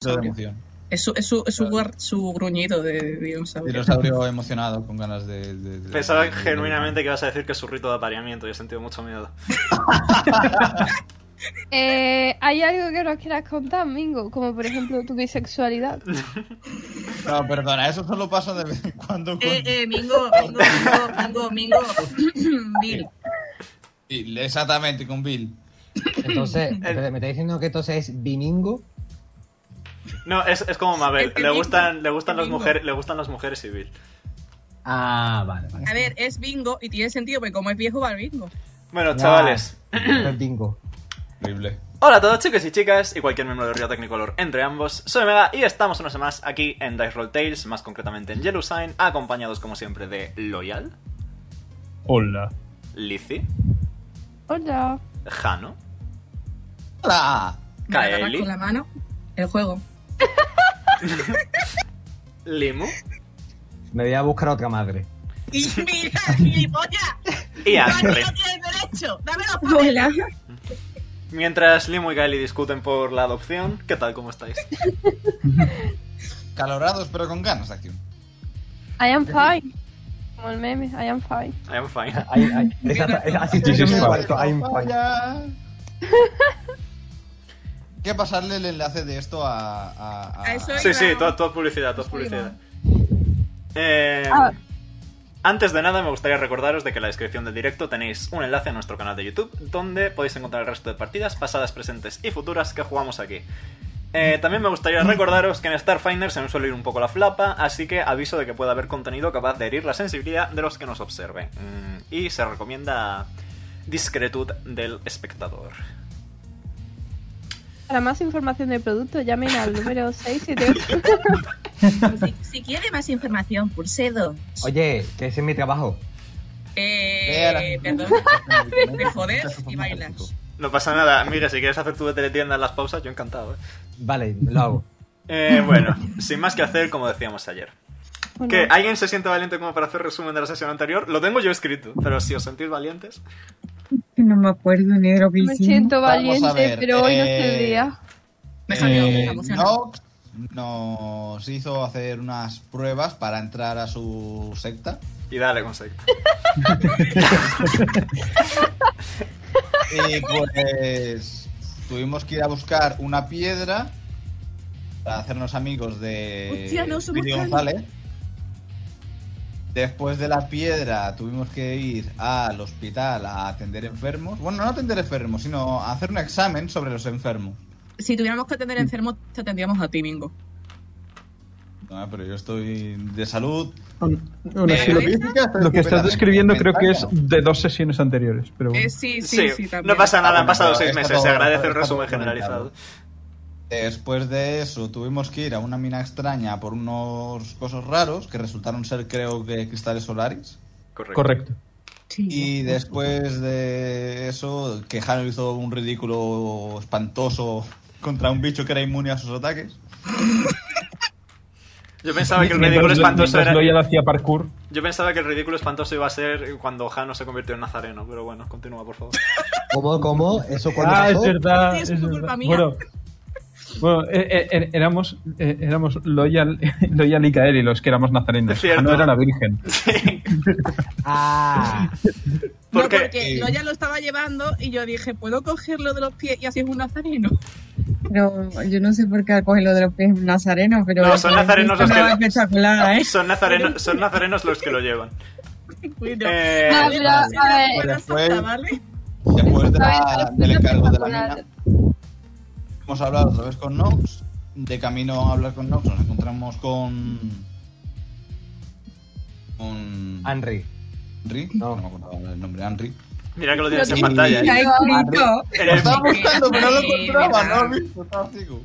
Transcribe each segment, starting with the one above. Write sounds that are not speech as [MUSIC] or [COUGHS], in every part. de emoción. Es su, es su, es su, guar- su gruñido de dinosaurio. Dinosaurio emocionado con ganas de. de- de- Pensaba de- de- genuinamente que ibas a decir que es su rito de apareamiento y he sentido mucho miedo. Eh, ¿Hay algo que nos quieras contar, Mingo? Como por ejemplo tu bisexualidad. No, perdona, eso solo pasa de vez en cuando. con- Eh, eh, Mingo, Mingo, Mingo, Mingo, Mingo. Bill. Bill, exactamente, con Bill. [LAUGHS] Entonces, espera, ¿me está diciendo que entonces es bimingo? No, es, es como Mabel. Es que Le bingo. gustan, le gustan Es las bingo. mujeres, le gustan las mujeres y Bill. Ah, vale, [CLEARS THROAT] vale. A ver, es bingo y tiene sentido porque como es viejo va al bingo. Bueno, Ya. chavales. Es bingo. Horrible. Hola a todos chicos y chicas y cualquier miembro del Río Tecnicolor entre ambos. Soy Mega y estamos una semana más aquí en Dice Roll Tales, más concretamente en Yellow Sign, acompañados como siempre de Loyal, Hola. Lizzie, Hola. Jano, ¡Hola! Me la agarras Kaeli. con la mano. El juego. Limu Me voy a buscar otra madre. Y [LAUGHS] mira, gilipollas. [LAUGHS] y No, André. no tienes derecho. Dame los papeles. Hola. Mientras Limu y Kylie discuten por la adopción, ¿qué tal? ¿Cómo estáis? Calorados, pero con ganas de acción. I am fine. Como el meme, I am fine. I am fine. Ay, [LAUGHS] ay, exacta- es- así estoy yo en mi cuarto. I'm fine. Vaya. Hay que pasarle el enlace de esto a. a, a- A eso es. Sí, sí, toda, toda publicidad, toda publicidad. Eh, Ah. antes de nada, me gustaría recordaros de que en la descripción del directo tenéis un enlace a nuestro canal de YouTube, donde podéis encontrar el resto de partidas pasadas, presentes y futuras que jugamos aquí. Eh, también me gustaría recordaros que en Starfinder se nos suele ir un poco la flapa, así que aviso de que puede haber contenido capaz de herir la sensibilidad de los que nos observen. Mm, y se recomienda discretud del espectador. Para más información del producto, llamen al número 678. Si, si quiere más información, pulse 2. Oye, que ese es mi trabajo. Vea la- Eh, perdón. Te jodes y bailas. No pasa nada, mira, si quieres hacer tu de teletienda en las pausas, yo encantado. ¿eh? Vale, lo hago. Eh, bueno, sin más que hacer, como decíamos ayer. Bueno, ¿Que alguien se siente valiente como para hacer resumen de la sesión anterior? Lo tengo yo escrito, pero si os sentís valientes. No me acuerdo ni de lo que me hicimos. siento Vamos a valiente, ver, pero hoy no es eh, el día. Me salió, Eh, me emocionó. Nox nos hizo hacer unas pruebas para entrar a su secta. Y dale, conseguí. Y pues tuvimos que ir a buscar una piedra para hacernos amigos de Hostia, no, somos Billy tan- González. Después de la piedra tuvimos que ir al hospital a atender enfermos. Bueno, no atender enfermos, sino a hacer un examen sobre los enfermos. Si tuviéramos que atender enfermos, te atendríamos a ti, Mingo. Ah, pero yo estoy de salud. Bueno, sí, Eh, lo, que, lo que estás describiendo creo que es de dos sesiones anteriores, pero bueno. Eh, sí, sí, sí, también. no pasa nada, Ah, han pasado bueno, seis está meses, todo- se agradece el está todo resumen generalizado. documentado. Después de eso tuvimos que ir a una mina extraña por unos cosas raros que resultaron ser creo que cristales solares. Correcto. correcto. Y después de eso, que Hano hizo un ridículo espantoso contra un bicho que era inmune a sus ataques. Yo pensaba que el Mientras ridículo lo- espantoso mientras era. Loyal hacía parkour. Yo pensaba que el ridículo espantoso iba a ser cuando Jano se convirtió en nazareno, pero bueno, continúa, por favor. ¿Cómo, cómo? ¿Eso cuando Ah, es pasó? verdad. Sí, es es tu verdad. culpa mía. Bueno, bueno eh, eh, eh, éramos, eh, éramos Loyal, [LAUGHS] Loyal y Kaeli los que éramos nazarenos. Es cierto. No era la Virgen. Sí. Ah, No, Porque- porque yo ya lo estaba llevando y yo dije, ¿puedo cogerlo de los pies y así es un nazareno? [LAUGHS] Pero yo no sé por qué cogen lo de los pies nazarenos, pero. No, son nazarenos los Estaba que- espectacular, ¿eh? Son, nazareno- son nazarenos los que lo llevan. Bueno, Eh, Ah, No, pero, pues, a ver, buena Después- santa, ¿vale? Después de Ay, la- pero del es encargo de la espectacular. mina, hemos hablado otra vez con Nox. De camino a hablar con Nox nos encontramos con... Con... Henry. Henry. No, No. me acuerdo el nombre, Henry. mira que lo tienes Lo en tiene- pantalla. Está ¿eh? escrito. [LAUGHS] Lo Eres- estaba buscando, pero no lo Sí, encontraba, no verdad. lo he visto, estaba ciego.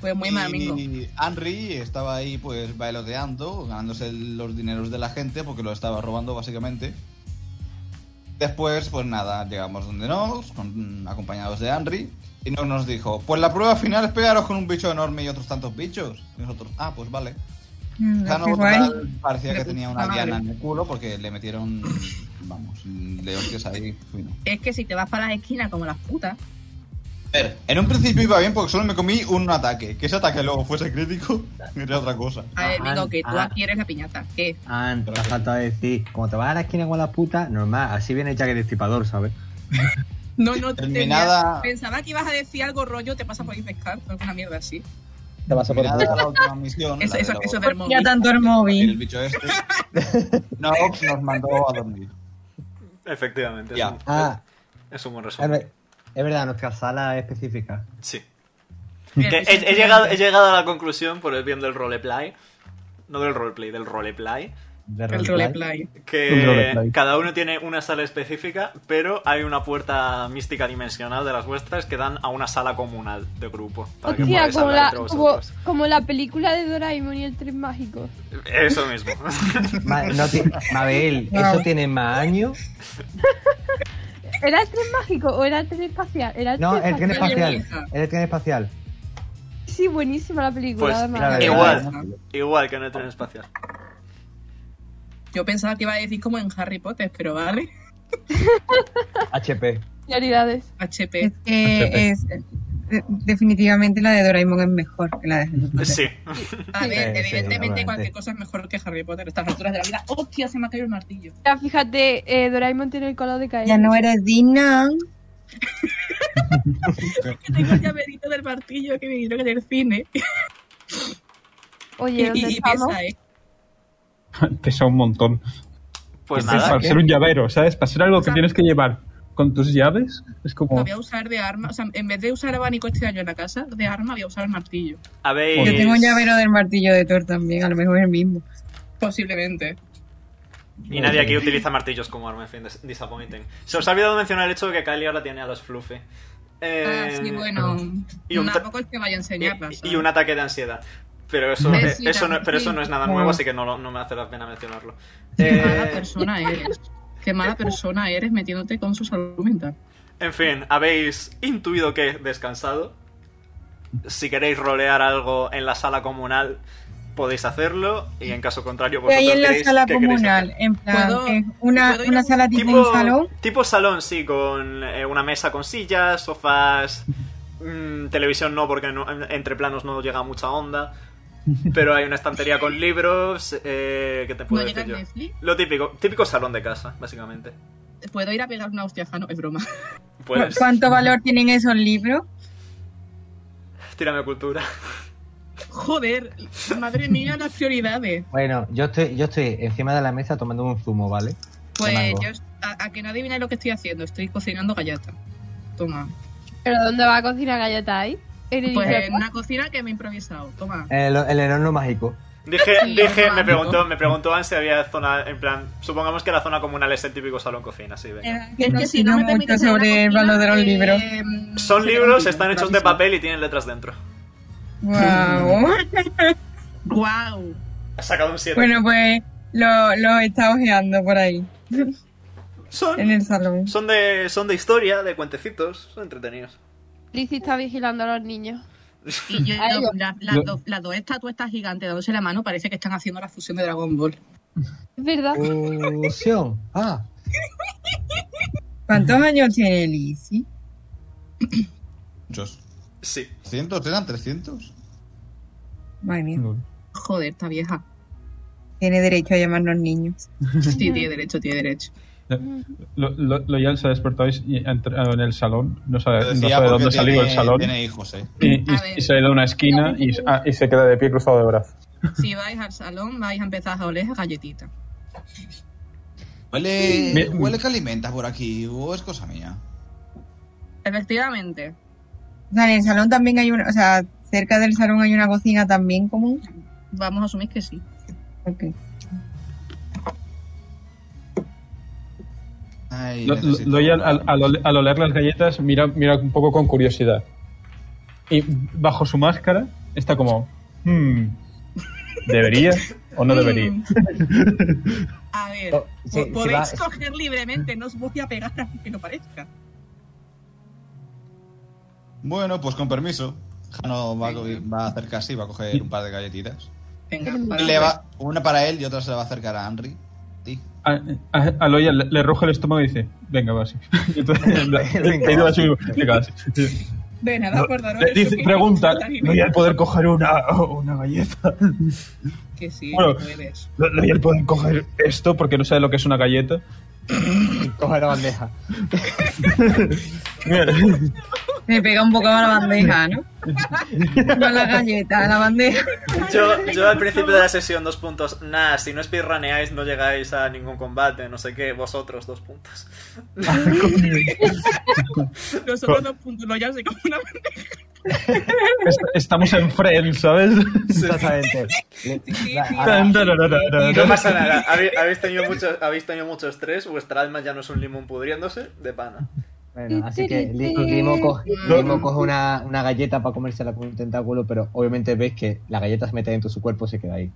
Pues muy mal, Mingo. Y Henry estaba ahí pues bailoteando, ganándose los dineros de la gente porque lo estaba robando básicamente. Después, pues nada, llegamos donde nos, con- acompañados de Henry, y no nos dijo, pues la prueba final es pegaros con un bicho enorme y otros tantos bichos. Y nosotros, ah, pues vale. Mm, Jano qué guay. total, parecía De que puta tenía una madre. diana en el culo porque le metieron, vamos, leones ahí. fino. Es que si te vas para las esquinas como las putas, ver, en un principio iba bien porque solo me comí un ataque. Que ese ataque luego fuese crítico [LAUGHS] era otra cosa. A ver, Ah, Mingo, que tú ah. adquieres la piñata. ¿Qué? Ah, te ha faltado decir, como te vas a la esquina con la puta, normal, así viene ya que Destripador, ¿sabes? No, no, tenía- Terminada- pensaba que ibas a decir algo rollo, te pasa por ir pescar, o alguna mierda así. Te vas a por Terminada la última misión. Eso, la de eso, lo- eso es del móvil. Ya tanto el el móvil. bicho este. Nox nos mandó a dormir. Efectivamente. Ya. Es, un, Ah, es un buen es, resumen. ver- es verdad, nuestra sala específica. Sí. Pero Que eso he, he es llegado, he del- llegado a la conclusión, por el bien del roleplay, no del roleplay, del roleplay, De El roleplay. Un que roleplay. cada uno tiene una sala específica, pero hay una puerta mística dimensional de las vuestras que dan a una sala comunal de grupo. para que Hostia, podáis como hablar la, entre como, vosotros. como la película de Doraemon y el tren mágico. Eso mismo. [LAUGHS] Ma- no ti- [LAUGHS] Mabel, ¿eso tiene más años? ¿Era el tren mágico o era el tren espacial? Era el No, tren el tren Este espacial. espacial. El tren espacial. Sí, buenísima la película, Pues, además. claro, Igual. Igual que en el tren espacial. Yo pensaba que iba a decir como en Harry Potter, pero vale. [LAUGHS] HP. Realidades. HP. Es que es, de- definitivamente la de Doraemon es mejor que la de Harry Potter. Sí. A ver, Sí, sí, evidentemente obviamente. cualquier cosa es mejor que Harry Potter. a Estas alturas de la vida. ¡Hostia! Se me ha caído el martillo. Ya, fíjate, eh, Doraemon tiene el color de caer. Ya no eres Dina. Que tengo el llaverito del martillo que me dieron en el cine. Oye, Y, ¿dónde y estamos? pesa, ¿eh? Pesa un montón. Pues Para nada. ser un llavero, ¿sabes? Para ser algo que Exacto. tienes que llevar con tus llaves, es Lo como. voy a usar de arma. O sea, en vez de usar abanico este año en la casa, de arma voy a usar el martillo. Habéis. Yo tengo un llavero del martillo de Thor también, a lo mejor es el mismo. Posiblemente. Y nadie aquí utiliza martillos como arma, en fin, dis- disappointing. Se os ha olvidado mencionar el hecho de que Kylie ahora tiene a los Fluffy. Eh, Ah, sí, bueno. y un tra- Tampoco es que vaya a y, enseñar. y un ataque de ansiedad. Pero eso, Sí, eh, sí, eso, no, también. pero eso no es nada Sí. nuevo, así que no, lo- no me hace la pena mencionarlo. Qué Eh, mala persona eres. Qué mala persona eres metiéndote con su salud mental. en fin, habéis intuido que he descansado. Si queréis rolear algo en la sala comunal, podéis hacerlo. Y en caso contrario, Que vosotros hay en la diréis sala qué queréis hacer. comunal, en plan, ¿Puedo- que es una, puedo ir a una un sala tipo Tipo un salón. tipo salón, sí, con eh, una mesa con sillas, sofás, mm, televisión no, porque no- en- entre planos no llega [LAUGHS] mucha onda. Pero hay una estantería con libros, eh, ¿qué te ¿No puedo llega decir el yo? Netflix? Lo típico, típico salón de casa, básicamente. Pues, ¿Puedo ir a pegar una hostia? Ah, No, es broma. [LAUGHS] Puedes, ¿Cuánto valor tienen esos libros? tírame cultura. Joder, madre mía, las prioridades. Bueno, yo estoy, yo estoy encima de la mesa tomando un zumo, ¿vale? Pues mango. yo, a, a que no adivináis lo que estoy haciendo, estoy cocinando galleta. Toma. ¿Pero dónde va a cocinar galleta ahí? ¿En el Pues Ikea? en una cocina que me he improvisado. Toma. El, Eh, el enano mágico. Dije, Sí, dije, me romántico. preguntó, me preguntó Anne si había zona, en plan, supongamos que la zona comunal es el típico salón cocina, sí, venga. Eh, Es que si no me mucho permites ir a la sobre el cocina, valor de los eh, [LAUGHS] libros. Son se libros, rompe, están hechos de improviso. papel y tienen letras dentro. Wow. Guau. Ha sacado un 7. Bueno, pues lo, lo está ojeando por ahí, en son, el salón. son, de, son de historia, de cuentecitos, son entretenidos. Lizzie está vigilando a los niños. Y yo, Ay, yo- la- las Yo- dos- las dos estatuetas gigantes dándose la mano parece que están haciendo la fusión de Dragon Ball. Es verdad. Fusión. Ah, ¿Cuántos años tiene Lizzie? Muchos. Sí. ¿300? ¿Eran 300? Madre mía, Joder, está vieja. tiene derecho a llamarnos niños. Sí, tiene derecho, tiene derecho. Lo, lo, Loyal se ha despertado y- y ha entrado en el salón. No sabe, Lo no decía sabe de porque dónde ha salido tiene- el salón. Tiene hijos, eh. Y, y- A ver. y se ha ido a una esquina y, ah, y se queda de pie cruzado de brazos. Si vais al salón, vais a empezar a oler a galletita. Huele, Me- huele que alimenta por aquí, o es cosa mía. Efectivamente. O sea, en el salón también hay una, o sea, cerca del salón hay una cocina también común. Vamos a asumir que sí. Ok. Ay, Lo- lo- necesito Loyal, comprar al, al ole- al oler las galletas, mira, mira un poco con curiosidad. Y bajo su máscara está como. "Hmm, ¿Debería o [LAUGHS] no debería? Mm. A ver, Oh, sí, po- sí podéis va- coger libremente, no os voy a pegar aunque no parezca. Bueno, pues con permiso. Jano va, a co- va a acercarse y va a coger un par de galletitas. Venga, Mm. para- Le va- una para él y otra se la va a acercar a Henry. Sí. A, a- a Loyal le, le ruge el estómago y dice: [LAUGHS] Venga, va así. Y [LAUGHS] entonces, en plan, Venga, caído va así, así. venga, va así. De nada, acordaros. Le de dice, que- pregunta, no voy que- a poder coger una, una galleta. Que sí, Bueno. puedes. No no voy a poder coger esto porque no sabe lo que es [LAUGHS] una galleta. Coge la bandeja. Mira, [LAUGHS] Me pega un poco a la bandeja, ¿no? No a la galleta, a la bandeja. Yo, yo al principio de la sesión, dos puntos. Nah, si no speedruneáis no llegáis a ningún combate, no sé qué, vosotros, dos puntos. Ah, Nosotros dos puntos, no, ya sé como [LAUGHS] una est- Estamos en Friends, [LAUGHS] ¿sabes? Exactamente. sí, La- sí. a la- [LAUGHS] No pasa nada, habéis habéis tenido mucho, habéis tenido mucho estrés, vuestra alma ya no es un limón pudriéndose, de pana. Bueno, así que Li- Limo coge, Limo coge una, una galleta para comérsela con un tentáculo, pero obviamente ves que la galleta se mete dentro de su cuerpo y se queda ahí.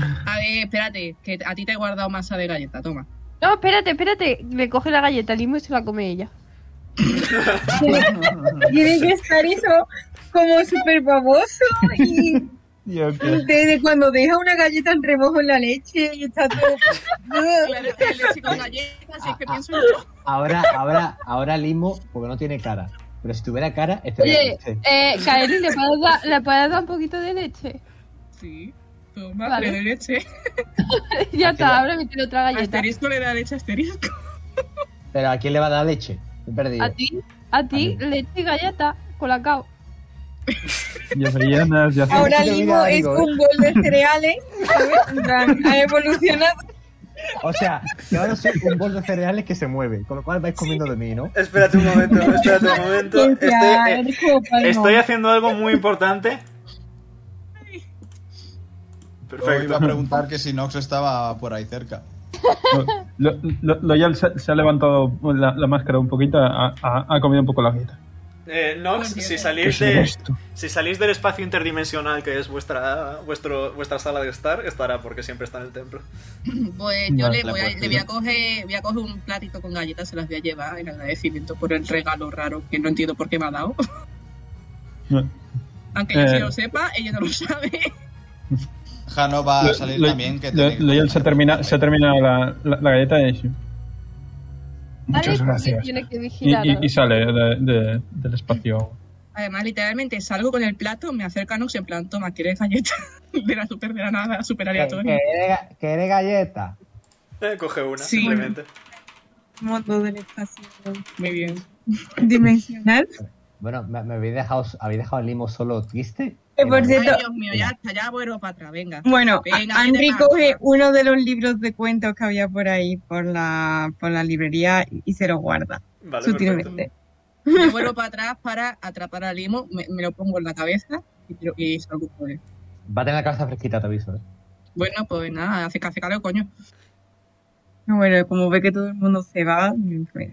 A ver, espérate, que a ti te he guardado masa de galleta, toma. No, espérate, espérate. Le coge la galleta limo y se la come ella. Tiene que estar eso como súper baboso y desde cuando deja una galleta en remojo en la leche y está todo... [LAUGHS] Claro, el leche con galleta, así es que pienso yo. Ah, Ahora, ahora, ahora Limo, porque no tiene cara. Pero si tuviera cara, estaría Oye, triste. eh, Kaeli, ¿le puedes, dar, ¿le puedes dar un poquito de leche? [LAUGHS] Sí, toma, Vale. le doy leche. ya está, ahora me tiene otra Ah, galleta. Asterisco le da leche a asterisco. Pero ¿a quién le va a dar leche? Me he perdido. A ti, a ti, leche y galleta, colacao. Y avellanas, y hace- Ahora Sí, te mismo olvida es algo, ¿eh? un bol de cereales, ¿sabes? En plan, Ha evolucionado. O sea, que ahora soy un bol de cereales que se mueve, con lo cual vais comiendo de mí, ¿no? Espérate un momento, espérate un [LAUGHS] momento. Estoy, eh, estoy haciendo algo muy importante. Yo iba a Perfecto. preguntar que si Nox estaba por ahí cerca. Lo- lo- Loyal se, se ha levantado la, la máscara un poquito, ha, ha- ha comido un poco la galleta. Eh, Nox, si ¿Qué salís, es de, esto? si salís del espacio interdimensional que es vuestra, vuestro, vuestra sala de estar, estará porque siempre está en el templo. Pues yo Vale, le, la voy a, puedes le voy a tirar. coger, voy a coger un platito con galletas, se las voy a llevar en agradecimiento por el regalo raro que no entiendo por qué me ha dado. [LAUGHS] No. Aunque ella Eh. sí lo sepa, ella no lo [LAUGHS] sabe. Jano va a Lo- salir lo- también. Que lo- tiene que- Loyal se termina, se ha terminado la, la- la galleta y dice, Muchas gracias. Tiene que Y, vigilar. y- y sale de- de- del espacio. Además, literalmente salgo con el plato, me acerca a Nox en plan, toma, ¿quieres galletas? [LAUGHS] De la super de la nada, super Que- aleatoria. que eres ga- que eres galleta? Eh, coge una, Sí. simplemente. Mundo del espacio Muy bien. dimensional. Bueno, me, me habéis, dejado, habéis dejado al Limo solo triste. Eh, Que por Ay, cierto- Dios mío, ya está, ya vuelvo para atrás, venga. [LAUGHS] Bueno, Venga, Henry vete, coge Marta. uno de los libros de cuentos que había por ahí, por la, por la librería, y se lo guarda Vale, perfecto. sutilmente. Me vuelvo para atrás para atrapar al limo, me, me lo pongo en la cabeza y, tiro- y salgo por él. Va a tener la cabeza fresquita, te aviso. ¿eh? Bueno, pues nada, hace que hace calor, coño. No, Bueno, como ve que todo el mundo se va, pues,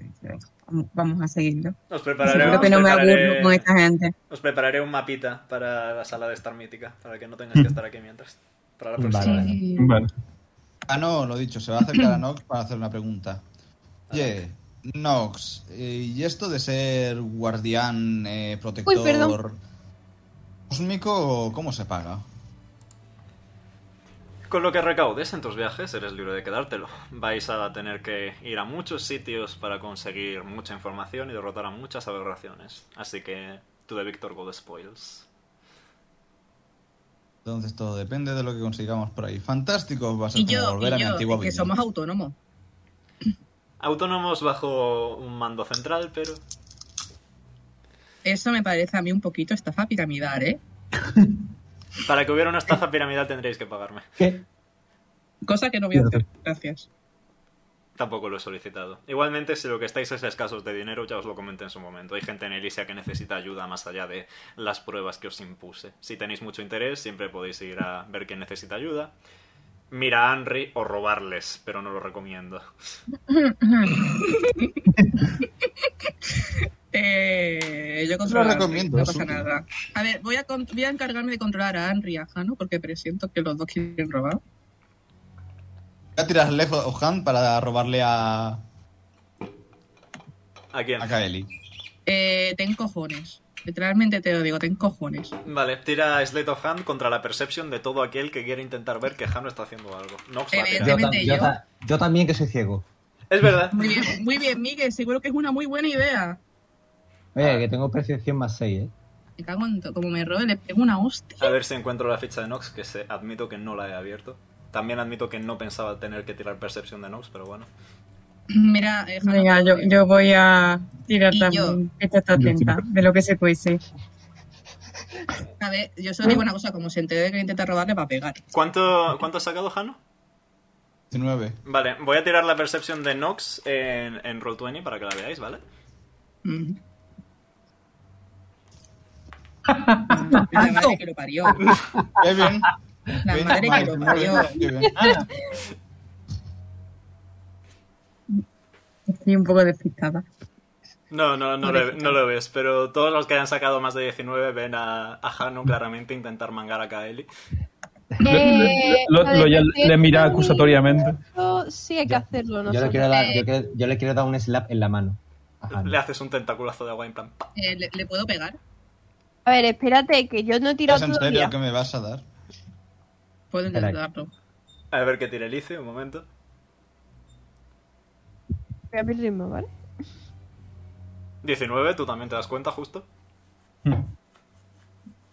vamos, vamos a seguirlo. Os Seguro prepararé, que no os me prepararé- aburro con esta gente. os prepararé un mapita para la sala de estar mítica, para que no tengáis que estar aquí mientras. Para la Vale, próxima. vale. Bueno, Jano, Ah, lo dicho, se va a acercar a Nox para hacer una pregunta. Oye, Nox, eh, ¿y esto de ser guardián, eh, protector Uy, perdón. cósmico, cómo se paga? Con lo que recaudes en tus viajes, eres libre de quedártelo. Vais a tener que ir a muchos sitios para conseguir mucha información y derrotar a muchas aberraciones. Así que, to the victor go the spoils. Entonces todo depende de lo que consigamos por ahí. Fantástico, va a ser Y como yo, volver a y mi yo, antigua que vida. somos autónomos. Autónomos bajo un mando central, pero... Eso me parece a mí un poquito estafa piramidal, ¿eh? Para que hubiera una estafa piramidal tendréis que pagarme. ¿Qué? Cosa que no voy a hacer. Gracias. Tampoco lo he solicitado. Igualmente, si lo que estáis es escasos de dinero, ya os lo comenté en su momento. Hay gente en Elysia que necesita ayuda más allá de las pruebas que os impuse. Si tenéis mucho interés, siempre podéis ir a ver quién necesita ayuda. Mira a Henry o robarles, pero no lo recomiendo. Eh, yo controlo Lo a Henry, recomiendo, no es pasa útil. nada. A ver, voy a, con- voy a encargarme de controlar a Henry y a Jano porque presiento que los dos quieren robar. Voy a tirar Left of Hand para robarle a, ¿A quién? a Kaeli. Eh, ten cojones. Literalmente te lo digo, ten cojones. Vale, tira Slate of Hand contra la Perception de todo aquel que quiere intentar ver que Jano está haciendo algo. No os va a tirar. Yo, Evidentemente. tam- yo ta- yo también que soy ciego. Es [LAUGHS] verdad. Muy bien, muy bien, Miguel. Seguro que es una muy buena idea. Oye, que tengo percepción más 6, ¿eh? Me cago en todo. Como me robe, le pego una hostia. A ver si encuentro la ficha de Nox, que se, admito que no la he abierto. También admito que no pensaba tener que tirar percepción de Nox, pero bueno. Mira, eh, Jano, Venga, yo, yo voy a tirar Y también. Esta está atenta de lo que se cuece. a ver, yo solo digo una cosa, como se entere de que intenta robarle, va a pegar. ¿Cuánto, ¿Cuánto has sacado, Jano? [LAUGHS] 19. Vale, voy a tirar la percepción de Nox en, en Roll20 para que la veáis, ¿vale? Mm. La madre que lo parió. Qué bien. La Bien, madre que vale, lo muy parió. bien, qué bien. Estoy un poco despistada. No, no, no, lo, no lo ves, pero todos los que hayan sacado más de 19 ven a, a Jano claramente intentar mangar a Kaeli. [LAUGHS] Eh, Lo- la lo- ya detección le mira de acusatoriamente. eso Sí hay que Yo- hacerlo, no Yo le, quiero dar, yo, quiero- yo le quiero dar un slap en la mano. Ajá. Le haces un tentaculazo de agua en plan... ¡pa! Eh, ¿le, le puedo pegar? A ver, espérate, que yo no he tirado ¿Es en todavía. serio que me vas a dar? Puedo intentarlo. A ver qué tira Elice, un momento. Voy a mi ritmo, ¿vale? 19, tú también te das cuenta, justo. Mm.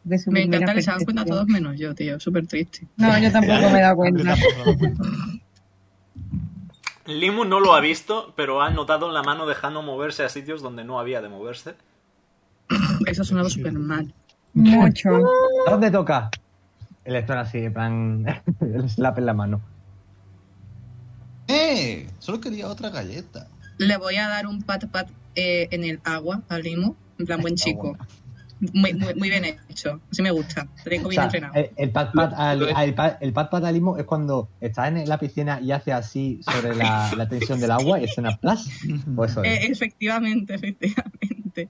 De su Me primera encanta que se hagan cuenta percepción. todos menos yo, tío. Súper triste. No, yo tampoco me he dado cuenta. [LAUGHS] [LAUGHS] Limu no lo ha visto, pero ha notado la mano de Jano moverse a sitios donde no había de moverse. Eso ha sonado súper mal. Mucho. ¿Dónde toca? El Héctor así, en plan, [LAUGHS] el slap en la mano. ¡Eh! Solo quería otra galleta. Le voy a dar un pat pat eh, en el agua al limo. En plan, buen chico. Muy, muy, muy bien hecho. Así me gusta. Te tengo O bien sea, eh, entrenado. el, el pat pat al, al pat- el pat pat al limo es cuando estás en la piscina y hace así [LAUGHS] sobre la, la tensión del agua y es una plas. O eso es. Eh, efectivamente, [LAUGHS] efectivamente.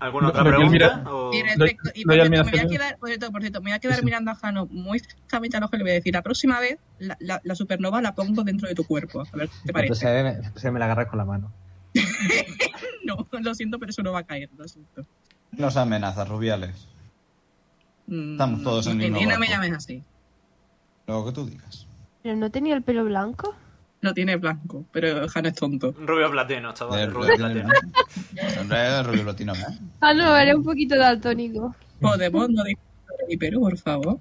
¿Alguna No, otra pero yo pregunta? mira- O- Y respecto, y por cierto, me voy doy al a miración. quedar, por cierto, por cierto, me voy a quedar mirando a Jano muy fijamente a lo que le voy a decir. La próxima vez, la, la- la supernova la pongo dentro de tu cuerpo. A ver, ¿te parece? Entonces me, entonces me la agarras con la mano. [LAUGHS] No, lo siento, pero eso no va a caer, lo siento. Nos amenazas, rubiales. Mm, Estamos todos en el mismo y No me barco. llames así. Lo que tú digas. Pero no tenía el pelo blanco. Lo tiene blanco, pero Jano es tonto. Rubio platino, chaval. Eh, rubio rubio platino. latino. En realidad, rubio latino, ¿eh? Ah, no, era un poquito daltónico. Podemos no discutir de Perú, por favor.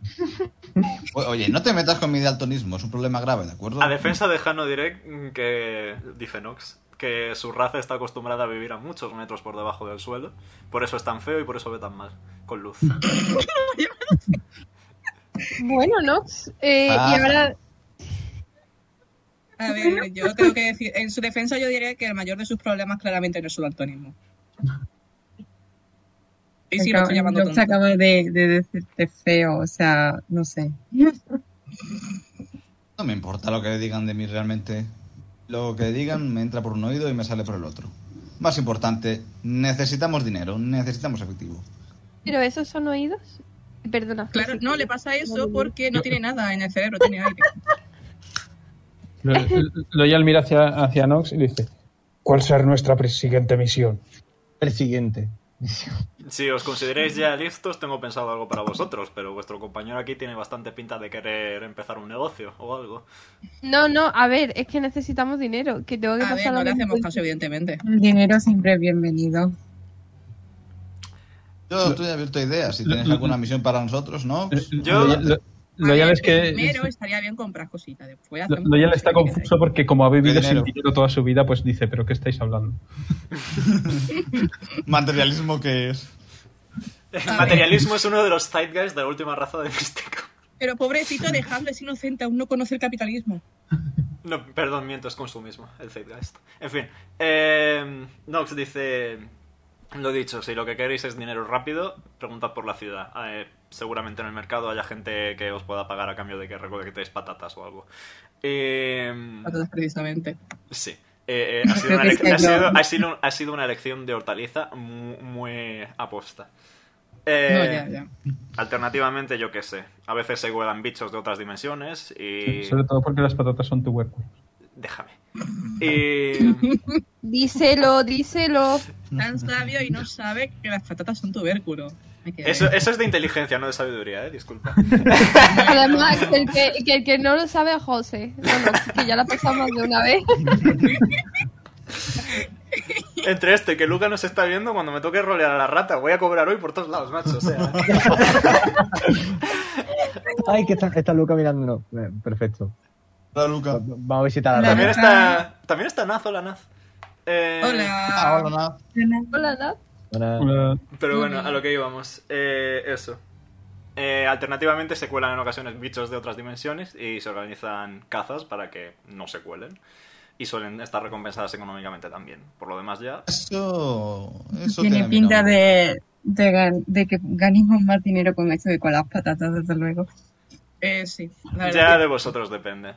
O- Oye, no te metas con mi daltonismo, es un problema grave, ¿de acuerdo? A defensa de Jano Direct, mm, que dice Nox, que su raza está acostumbrada a vivir a muchos metros por debajo del suelo, por eso es tan feo y por eso ve tan mal, con luz. Bueno, Nox. Eh, Ah. y ahora. A ver, yo tengo que decir, en su defensa yo diré que el mayor de sus problemas claramente no es su daltonismo. Y si lo estoy llamando Yo se tonto. acaba de, de decirte feo, o sea, no sé. No me importa lo que digan de mí realmente. Lo que digan me entra por un oído y me sale por el otro. Más importante, necesitamos dinero, necesitamos efectivo. Pero esos son oídos. Perdona. Claro, sí, no, sí. le pasa eso porque no tiene nada en el cerebro, tiene aire. Lo- Loyal mira hacia, hacia Nox y le dice: ¿Cuál será nuestra pre- siguiente misión? El siguiente. Si os consideráis ya listos, tengo pensado algo para vosotros, pero vuestro compañero aquí tiene bastante pinta de querer empezar un negocio o algo. No, no, a ver, es que necesitamos dinero. Que tengo que A ver, pasar no la le hacemos vergüenza. caso, evidentemente. El dinero siempre es bienvenido. Yo estoy abierto a ideas. Si lo- tenéis lo- alguna misión para nosotros, ¿no? Pues, Yo- Loyal- Eh, lo- A Loyal ver, es que. Primero estaría bien comprar cositas, después Lo- hacemos... Loyal está confuso porque, como ha vivido sin Dinero. dinero toda su vida, pues dice: ¿Pero qué estáis hablando? Materialismo que es. El ver. materialismo es uno de los side guys de la última raza de místico. Pero pobrecito, dejadlo, es inocente, aún no conoce el capitalismo. No, perdón, miento, es consumismo, el Zeitgeist. En fin, eh, Nox dice, lo dicho, si lo que queréis es dinero rápido, preguntad por la ciudad. Eh, seguramente en el mercado haya gente que os pueda pagar a cambio de que recolectéis patatas o algo. Eh, Patatas, precisamente. sí, Eh, eh, ha, sido una Creo que elec- ha es que sido- no. ha sido- ha sido una elección de hortaliza mu- muy, aposta. Eh, No, ya, ya. Alternativamente, yo qué sé. A veces se vuelan bichos de otras dimensiones y... Sobre todo porque las patatas son tu cuerpo. Déjame. Y... Díselo, díselo. Tan sabio y no sabe que las patatas son tubérculo. Hay que ver. Eso, eso es de inteligencia, no de sabiduría, eh, disculpa. Además, que el que, que el que no lo sabe es José. Bueno, que ya la pasamos de una vez. Entre esto y que Luca nos está viendo, cuando me toque rolear a la rata, voy a cobrar hoy por todos lados, macho. O sea, Ay, que está, está Luca mirándonos. Eh, Perfecto. Hola, Luca. Vamos a visitar a la también rata. está. También está Naz, hola Naz. Eh, Ah, Hola. hola, nada. [LAUGHS] Hola, Nat. Una- [LAUGHS] Una- Pero bueno, a lo que íbamos. Eh, eso. Eh, alternativamente se cuelan en ocasiones bichos de otras dimensiones y se organizan cazas para que no se cuelen. Y suelen estar recompensadas económicamente también. Por lo demás ya... Eso. Eso Tiene mi pinta nombre. de, de, gan- de que ganemos más dinero con esto que con las patatas, desde luego. Eh, sí, la Ya verdad. de vosotros depende.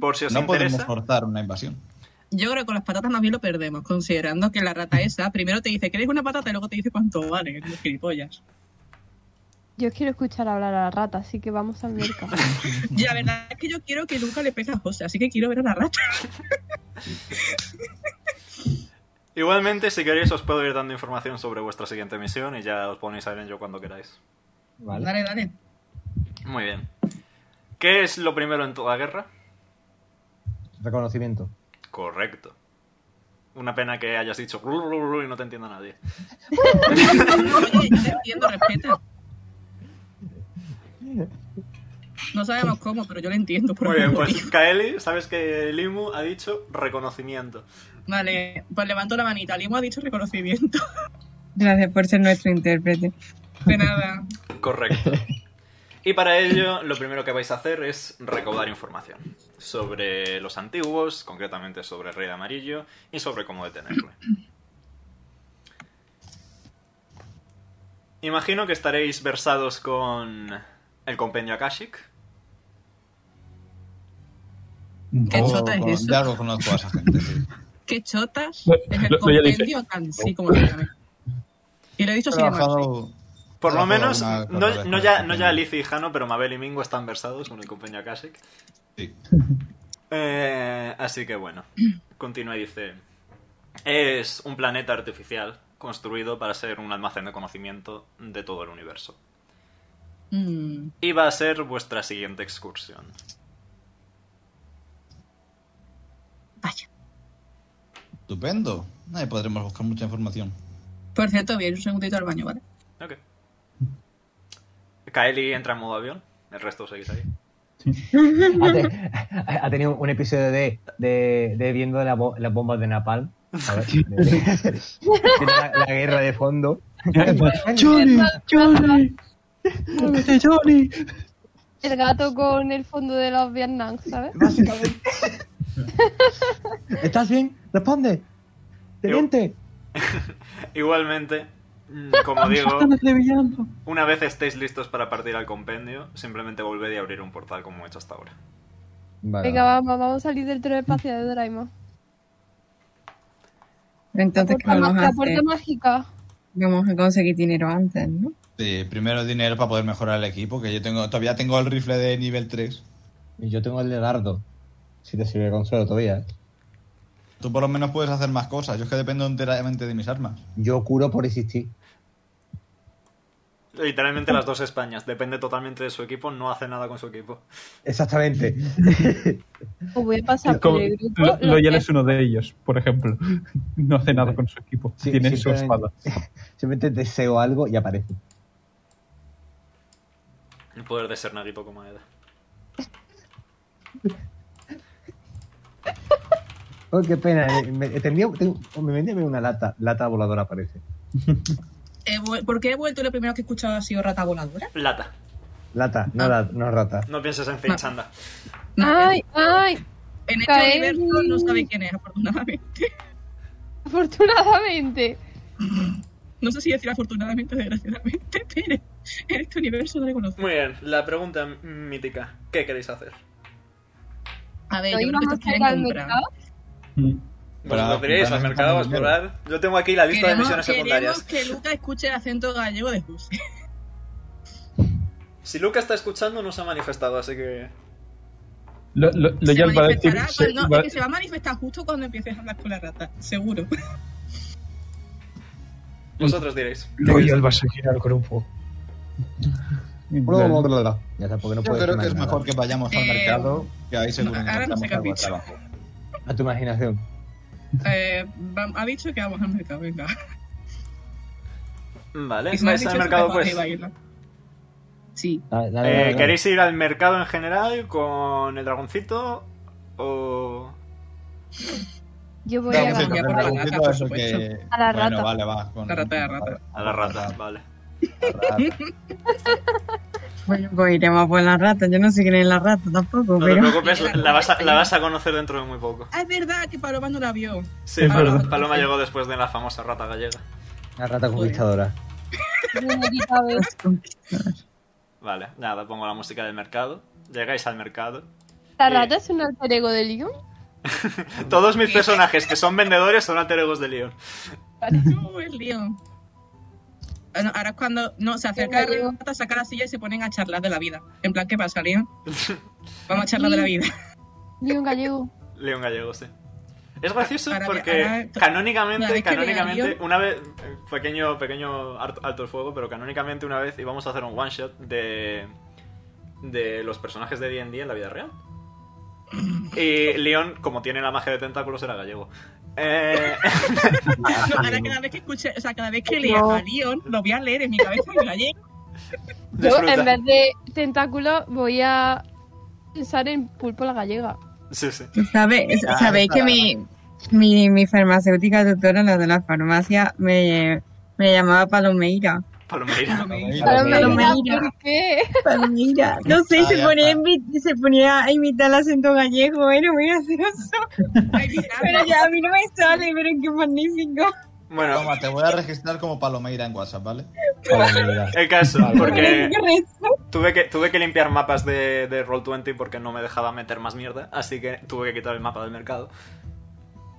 Por si os No podemos interesa... forzar una invasión. Yo creo que con las patatas más bien lo perdemos, considerando que la rata esa primero te dice, ¿queréis una patata? Y luego te dice cuánto vale, los gilipollas. Yo quiero escuchar hablar a la rata, así que vamos al mercado. Y la verdad es que yo quiero que nunca le pese a José, así que quiero ver a la rata. Igualmente, si queréis, os puedo ir dando información sobre vuestra siguiente misión y ya os ponéis a ver en ello cuando queráis. Vale. Dale, dale. Muy bien. ¿Qué es lo primero en toda guerra? Reconocimiento. Correcto. Una pena que hayas dicho "Ru, ru, ru", y no te entienda nadie. Oye, yo te entiendo, respeta. No sabemos cómo, pero yo lo entiendo. por Muy bien, favor. pues Kaeli, sabes que Limu ha dicho reconocimiento. Vale, pues levanto la manita. Limo ha dicho reconocimiento. Gracias por ser nuestro intérprete. De nada. Correcto. Y para ello, lo primero que vais a hacer es recaudar información sobre los antiguos, concretamente sobre el Rey de Amarillo y sobre cómo detenerle. Imagino que estaréis versados con el compendio Akashic. ¿Qué Oh, chota es con- eso? Ya lo conozco a esa gente, sí. ¿Qué chotas? Lo- Es el lo- lo ya dije. compendio tan sí como se llame. Y lo he dicho He sin embargo. trabajado- Por lo Ahora puedo menos, hablar con no, Alex, no con ya, el no ya compendio. Alicia y Jano, pero Mabel y Mingo están versados con el compañero Kasek. Sí. Eh, así que bueno, continúa y dice: Es un planeta artificial construido para ser un almacén de conocimiento de todo el universo. Mm, Y va a ser vuestra siguiente excursión. vaya. Estupendo. Ahí podremos buscar mucha información. Por cierto, voy a ir un segundito al baño, ¿vale? Ok. Kaeli entra en modo avión, el resto seguís ahí. Ha, te- [LAUGHS] ha tenido un episodio de, de, de viendo la bo- las bombas de Napalm. A ver, de- de- tiene la, la guerra de fondo. pues, pues, ¡Johnny! ¡Johnny! El gato con el fondo de los Vietnam, ¿sabes? Básicamente. ¿Estás bien? Responde. Teniente. Igualmente, mm, como digo, una vez estéis listos para partir al compendio, simplemente volved y abrir un portal como he hecho hasta ahora. Vale, Venga, vale. vamos, vamos a salir del tren espacial de Doraemon. Entonces, ¿qué La puerta vamos ma- a la puerta hacer? mágica. Vamos a conseguir dinero antes, ¿no? Sí, primero dinero para poder mejorar el equipo, que yo tengo, todavía tengo el rifle de nivel 3. Y yo tengo el de dardo. Si te sirve de consuelo todavía. ¿eh? Tú por lo menos puedes hacer más cosas. Yo es que dependo enteramente de mis armas. Yo curo por existir. [LAUGHS] Literalmente las dos Españas. Depende totalmente de su equipo, no hace nada con su equipo. [LAUGHS] Exactamente. Os voy a pasar por Como- el grupo. Lo- los Loyal tres. es uno de ellos, por ejemplo. [LAUGHS] No hace nada con su equipo. Sí, Tiene su simplemente- espada. Simplemente deseo algo y aparece. El poder de ser Nagito como Eda. Oh, qué pena. eh, Me, tenía, tengo- oh, me vendía una lata. Lata voladora aparece. He vuel- ¿Por qué he vuelto y lo primero que he escuchado ha sido rata voladora? Lata. Lata, no, Ah. la- no rata. No pienses en Finchanda. Ah, ¡Ay, ay! En este Caer. universo no sabe quién es, afortunadamente. Afortunadamente. No sé si decir afortunadamente o desgraciadamente, [LAUGHS] pero en este universo no le conozco. Muy bien, la pregunta mítica. ¿Qué queréis hacer? A ver, Hoy yo creo que vamos estos a ir quieren al comprar. mercado. Mm. Para Vosotros diréis, al juntarnos mercado a dinero. explorar. Yo tengo aquí la lista de Queremos- misiones queremos secundarias. que Luca escuche el acento gallego de José. Si Luca está escuchando, no se ha manifestado, así que... Mm. Lo- lo- Se Loyal va a decir. manifestará se- cuando- va- es que se va a manifestar justo cuando empieces a hablar con la rata, seguro. Vosotros diréis. Loyal va a seguir al [LAUGHS] grupo. Bla, bla, bla, bla. Ya está, porque no Yo puedes creo más que es nada. mejor que vayamos al Eh, mercado, que ahí seguro ahora no encontramos sé qué has algo de dicho. trabajo. A tu imaginación. Eh, vam- ha dicho que vamos al mercado, venga. Vale, Y si no has vais al dicho eso, mercado te pues. vas a bailar. Sí, Dale, dale, Eh, dale. ¿Queréis ir al mercado en general con el dragoncito? O. Yo voy a Venga, Dragoncito, cambiar la, por la Dragoncito rata, por es el supuesto. A la bueno, rata. vale, va. Con... la rata de la rata. A la rata, [LAUGHS] vale. la rata. Bueno, pues iremos por la rata. Yo no sé quién es la rata tampoco, No te pero. preocupes, la- la vas, [LAUGHS] a, la vas a conocer dentro de muy poco. Ah, es verdad que Paloma no la vio. Sí, Es Paloma, verdad. Paloma llegó después de la famosa rata gallega. La rata [LAUGHS] conquistadora. muñequita de- Vale, nada, pongo la música del mercado. Llegáis al mercado. [LAUGHS] ¿La Eh. rata es un alter ego de Leon? Todos mis personajes que son vendedores son alter egos de Leon. [LAUGHS] No, el lío. Ah, no, Ahora es cuando no, se acerca Venga, la rata, saca la silla y se ponen a charlar de la vida. En plan, ¿qué pasa, Leon? [LAUGHS] Vamos a charlar de la vida. Leon gallego. León Gallego, sí. Es gracioso Ahora, porque ahora, to- cada canónicamente, vez que lea canónicamente, guión- una vez, eh, pequeño, pequeño ar- alto el fuego, pero canónicamente una vez íbamos a hacer un one shot de, de los personajes de D&D en la vida real. Y León, como tiene la magia de tentáculos, era gallego. Eh, No, ahora cada vez que escuche, o sea, cada vez que lea a Leon, lo voy a leer en mi cabeza en gallego. Yo, en disfruta. vez de tentáculo, voy a pensar en pulpo a la gallega. Sí, sí. ¿Sabéis, Ya, sabéis está. que mi, mi, mi farmacéutica tutora, la de la farmacia, me, me llamaba Palomeira. [LAUGHS] Palomeira. Pero Pero mira, mira. ¿por qué? Palomeira. [LAUGHS] No sé, Ah, se, ya ponía a está. invi- se ponía a imitar el acento gallego, era muy gracioso. Ay, mira, Pero ya a mí no me sale, pero qué magnífico. Bueno, Toma, te voy a registrar como Palomeira en WhatsApp, ¿vale? Eh, Palomeira. el caso, porque... Qué rezo. Tuve que, tuve que limpiar mapas de, de Roll20 porque no me dejaba meter más mierda, así que tuve que quitar el mapa del mercado.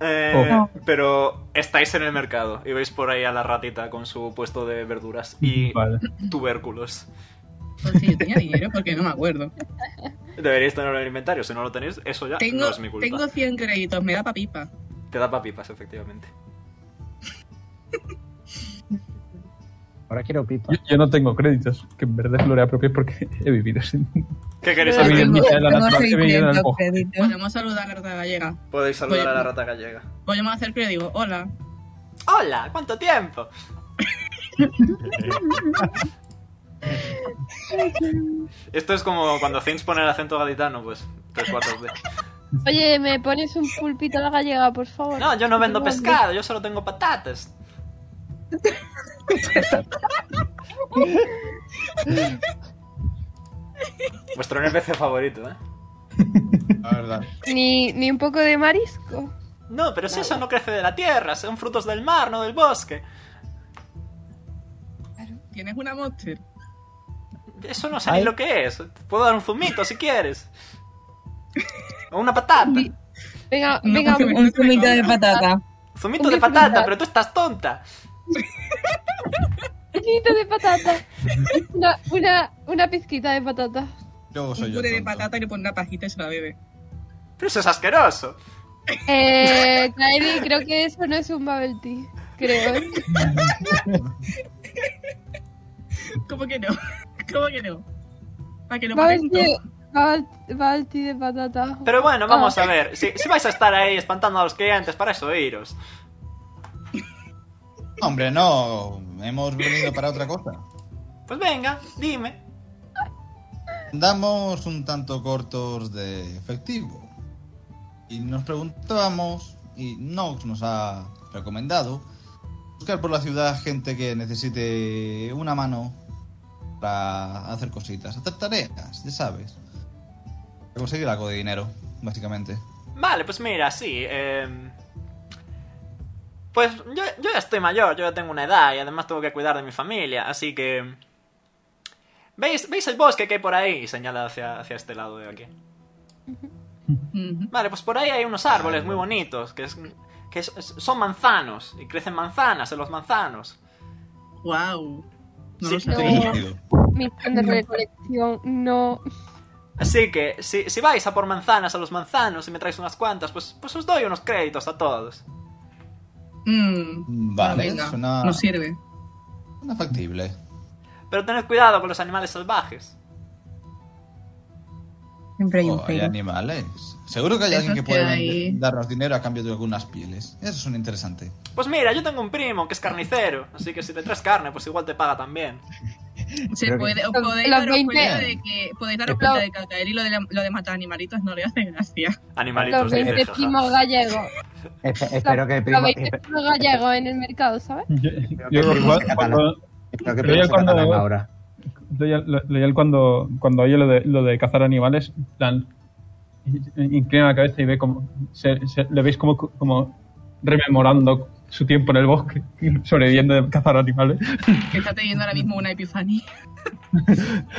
Eh, Ojo. Pero estáis en el mercado y veis por ahí a la ratita con su puesto de verduras y Vale. tubérculos. Porque Pues yo tenía dinero, porque no me acuerdo. Deberíais tenerlo en el inventario, si no lo tenéis, eso ya Tengo, no es mi culpa. tengo 100 créditos, me da pa' pipa. Te da papipas, efectivamente. Ahora quiero pipa. Yo, yo no tengo créditos, que en verdad lo apropié porque [LAUGHS] he vivido sin. ¿Qué queréis Pero He hacer? vivido en mitad de la Tengo naturaleza, he vivido en el 600 ojo. créditos. Podemos saludar a la rata gallega. Pues Podéis saludar a la rata gallega. Podemos hacer que le digo, hola. ¡Hola! ¿Cuánto tiempo? Esto es como cuando Things pone el acento gaditano, pues tres cuartos de... Oye, ¿me pones un pulpito a la gallega, por favor? No, yo no vendo Tengo hambre. pescado, yo solo tengo patatas. Vuestro NPC favorito, ¿eh? La verdad. Ni, ni un poco de marisco. No, pero si eso no crece de la tierra, son frutos del mar, no del bosque. ¿Tienes una monster? Eso no sé ni Ay. lo que es. Te Puedo dar un zumito si quieres. O una patata. Vi- Venga, No, venga, porque- Un zumito de patata. Zumito un de bifruta. patata, pero tú estás tonta. pizquita de patata. Una, una, una pizquita de patata. Yo soy Un yo. puré de tonto. patata y le pone una pajita y se la bebe. Pero eso es asqueroso. Eh, Kaeli, creo que eso no es un bubble tea. Creo. ¿eh? ¿Cómo que no? [LAUGHS] ¿Cómo que no? Para que lo Bubble pregunto. tea, bubble- bubble tea de patata. Pero bueno, vamos Ah. a ver. Si, si vais a estar ahí espantando a los clientes, para eso iros. Hombre, no. Hemos venido para otra cosa. Pues venga, dime. Andamos un tanto cortos de efectivo. Y nos preguntábamos, y Nox nos ha recomendado, buscar por la ciudad gente que necesite una mano para hacer cositas, hacer tareas, ya sabes. Para conseguir algo de dinero, básicamente. Vale, pues mira, sí. em, pues yo, yo ya estoy mayor, yo ya tengo una edad y además tengo que cuidar de mi familia, así que... ¿Veis, ¿Veis el bosque que hay por ahí? Y señala hacia, hacia este lado de aquí. Ujú. Vale, pues por ahí hay unos árboles muy bonitos, que, es, que es- son manzanos, y crecen manzanas en los manzanos. Guau. No Sí. lo No sabía. tiene No. sentido. Misión de recolección, no. Así que, si, si vais a por manzanas a los manzanos y me traéis unas cuantas, pues, pues os doy unos créditos a todos. Mm. Vale, Venga, suena, No sirve. suena factible. Pero tened cuidado con los animales salvajes. Siempre hay Oh, un hay pero. animales. Seguro que hay Esos alguien que que puede hay. darnos dinero a cambio de algunas pieles. Eso es un interesante. Pues mira, yo tengo un primo que es carnicero, así que si te traes carne, pues igual te paga también. Se Creo que- puede, os Los- podéis los daros cuenta 20. de que podéis daros cuenta de que a Kaeli lo de, la- lo de matar animalitos no le hace gracia. Animalitos, Los dices, 20 jaja. primos gallegos. Espe- Los espero que el primo. 20 espe- primos gallegos en el mercado, ¿sabes? Yo, yo Pero que cuando- primo cuando- Espero que el Pero primo ya sea cuando- catalán ahora. Loyal, lo- Loyal cuando, cuando oye lo de, lo de cazar animales, en plan, inclina la cabeza y ve como, se- se- le veis como, como rememorando su tiempo en el bosque, [LAUGHS] sobreviviendo de cazar animales. [LAUGHS] Que está teniendo ahora mismo una epifanía.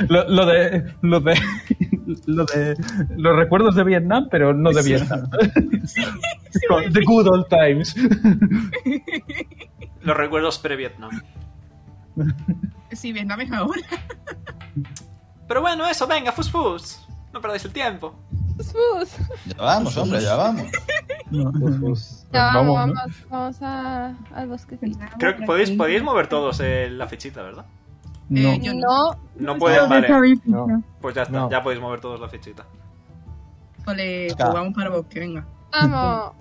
Lo, lo de, lo de, [LAUGHS] lo de, los recuerdos de Vietnam, pero no de Vietnam. [LAUGHS] Con- The good old times. Los recuerdos pre-Vietnam. Si Vietnam es ahora. Pero bueno, eso, venga, fus fus. No perdáis el tiempo. Jesús. Ya vamos, hombre, ya vamos. Ya Vamos, vamos, ¿no? vamos, vamos a, al bosquecito. Creo que podéis, podéis mover todos eh, la fichita, ¿verdad? No. Eh, yo no. No, No Todos pueden, vale. sabéis, No. ¿no? Pues ya está, No. ya podéis mover todos la fichita. Ole, Está. jugamos pues para bosque, venga. vamos. Eh,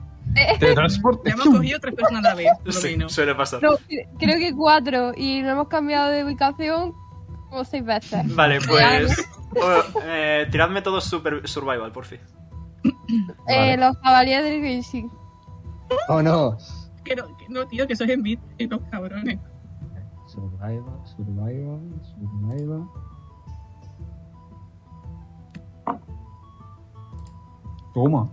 Ya Teletransporte. hemos cogido tres personas a la vez, por lo Sí, menos. suele pasar. no, cre- creo que cuatro y no hemos cambiado de ubicación como seis veces. Vale, pues. oh, eh, tiradme todos super survival, por fin. Vale. Eh, los jabalíes del Grinching. Oh no. Que no, que no, tío, que sois en y los cabrones. Survival, survival, survival. Toma.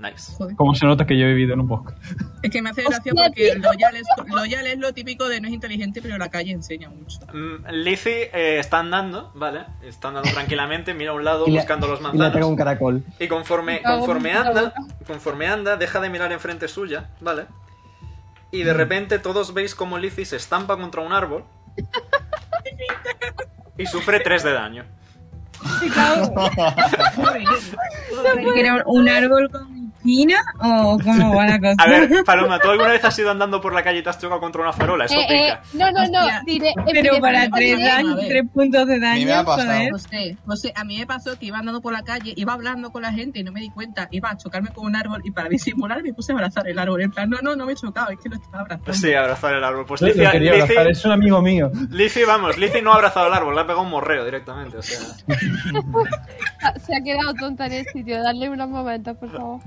Nice. Joder. ¿Cómo se nota que yo he vivido en un bosque? Es que me hace gracia Hostia, porque tío. Loyal es, Loyal es lo típico de no es inteligente, pero la calle enseña mucho. Mm, Lizzie eh, está andando, ¿vale? Está andando tranquilamente, mira a un lado Y le- buscando los Y le pego un manzanos. caracol. Y conforme, Cago en conforme la anda, boca. conforme anda, deja de mirar enfrente suya, ¿vale? Y Mm. de repente todos veis como Lizzie se estampa contra un árbol. Y sufre 3 de daño. Sí, claro. ¿Que era un árbol con esquina o cómo va la cosa? A ver, Paloma, ¿tú alguna vez has ido andando por la calle y te has chocado contra una farola? Eso Eh, eh, pica. no, no, no. Hostia. Diré, Pero para tres, diré- daños, tres puntos de Ni me ha daño, pasado. joder. José, José, a mí me pasó que iba andando por la calle, iba hablando con la gente y no me di cuenta, iba a chocarme con un árbol y para disimular me puse a abrazar el árbol. En plan, no, no, no me he chocado, es que lo estaba eh. abrazando. Sí, abrazar el árbol. Pues Lo Lizzie, quería Lizzie- abrazar, es un amigo mío. Lizzie, vamos, Lizzie no ha abrazado el árbol, le ha pegado un morreo directamente. O sea, Se ha quedado tonta en el sitio. Darle unos momentos, por favor.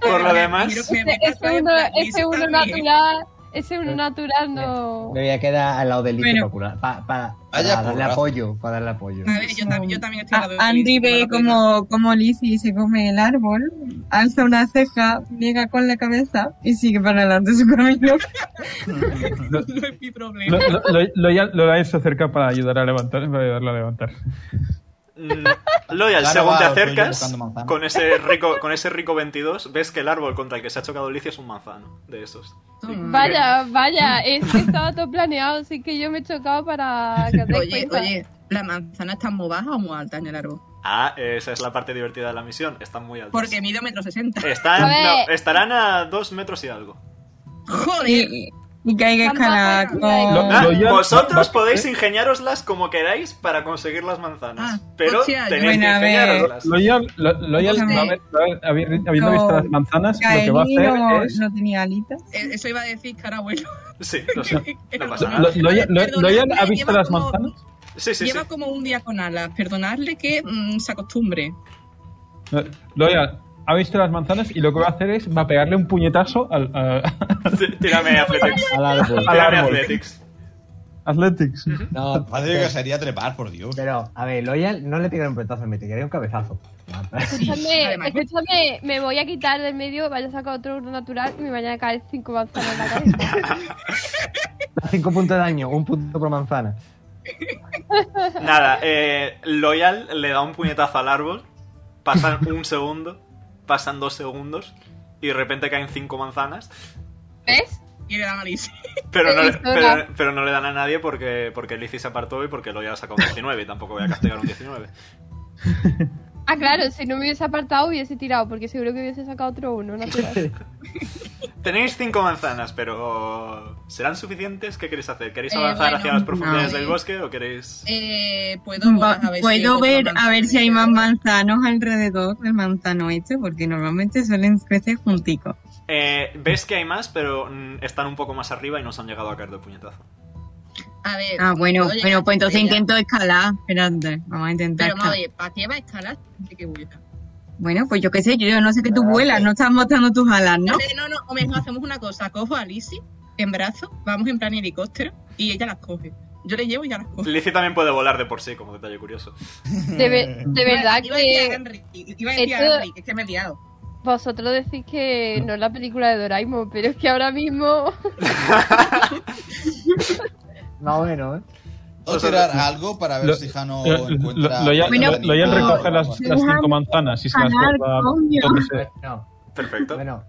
por lo demás, Miro que me Ese cae en uno, plan, y ese eso uno también. natural. Ese uno natural no. Me voy a quedar al lado del Lizzie Bueno. Ah. para, para, para Vaya darle porrazo. apoyo. Para darle apoyo. A ver, yo también, yo también estoy A- al lado de Ah, Andy Luis, ve no me lo como, como Lizzie se come el árbol, alza una ceja, niega con la cabeza y sigue para adelante su camino. creo. No es mi problema. Lo, lo, lo, Loyal- Loyal se acerca para ayudar a levantar, para ayudarla a levantar. mm, Loyal, Claro, según te va, estoy acercas, buscando manzana. con ese, rico, con ese rico 22, ves que el árbol contra el que se ha chocado Lizzie es un manzano de esos. Toma. Vaya, vaya. Es que estaba todo planeado. Así que yo me he chocado para que te Oye, cuenta. oye, ¿la manzana está muy baja o muy alta en el árbol? Ah, esa es la parte divertida de la misión, están muy altos. Porque mide metro sesenta. Están, A ver. no, estarán a dos metros y algo. Joder, Y, y caiga escalada con... Lo- Ah, Loyal- vosotros va- eh. podéis ingeniároslas como queráis para conseguir las manzanas, Ah, pero hostia, tenéis que bueno, a ver. ingeniároslas. Loyal, lo- Loyal Ojalá. va a ver- va a ver- habi- habiendo No. visto las manzanas, lo que va a Kaeli hacer no, es. no tenía alitas. eh, eso iba a decir, cara, abuelo. Sí, [LAUGHS] lo sé. No pasa Lo- nada. Loyal, lo- Perdona, Loyal ha lleva visto las como- manzanas. Sí, sí, sí. Lleva como un día con alas. Perdonadle que mm, se acostumbre. Lo- Loyal ha visto las manzanas y lo que va a hacer es va a pegarle un puñetazo al a- Sí, Tírame Athletics. [LAUGHS] Al árbol. Al Tírame árbol. Athletics. Athletics. Eh, No, Padre que sería trepar, por Dios. Pero, a ver, Loyal no le pegaría un pelotazo, me pegaría un cabezazo. [LAUGHS] Escúchame, Además, escúchame, me voy a quitar del medio, vaya a sacar otro uno natural y me vayan a caer cinco manzanas en [LAUGHS] la cabeza. Da 5 puntos de daño, un punto por manzana. Nada, eh, Loyal le da un puñetazo al árbol. Pasan [LAUGHS] un segundo, pasan dos segundos. Y de repente caen cinco manzanas. ¿Ves? Y le da malicia. Pero no, le- Eh, pero, hola. pero no le dan a nadie porque, porque Lizzie se apartó y porque Loyal sacó un 19. Y tampoco voy a castigar un 19. Ah, claro, si no me hubiese apartado hubiese tirado, porque seguro que hubiese sacado otro [LAUGHS] uno, natural. Tenéis cinco manzanas, pero ¿serán suficientes? ¿Qué queréis hacer? ¿Queréis Eh, avanzar bueno, hacia las profundidades no. del bosque o queréis...? Eh, puedo Va- a ver Puedo si ver a ver si hay más manzanos alrededor del manzano este, porque normalmente suelen crecer junticos. Eh, ves que hay más, pero mm, están un poco más arriba y nos han llegado a caer de puñetazo. A ver, Ah, bueno, puedo llegar bueno, pues entonces con ella. intento escalar. Espérate, vamos a intentar Pero escalar. madre, ¿para qué va a escalar? ¿De qué vuelta? Bueno, pues yo qué sé, yo, yo no sé que tú vuelas, no estás mostrando tus alas, ¿no? Vale, no, no, o mejor hacemos una cosa, cojo a Lizzie en brazos, vamos en plan helicóptero y ella las coge. Yo le llevo y ya las coge. Lizzie también puede volar de por sí, como detalle curioso. De, ve- de verdad Iba a decir a que Henry, iba a decir Esto- a Henry, que es que me he liado. vosotros decís que no es la película de Doraemon, pero es que ahora mismo... Más o menos, ¿eh? O Puedo sea, tirar algo para ver lo- si Jano Lo- lo- Oh, encuentra. Lo ya Bueno, lo- lo ya pues- recoge las, las cinco manzanas y se las Jalar, guarda coño. donde se- Bueno, Perfecto. bueno,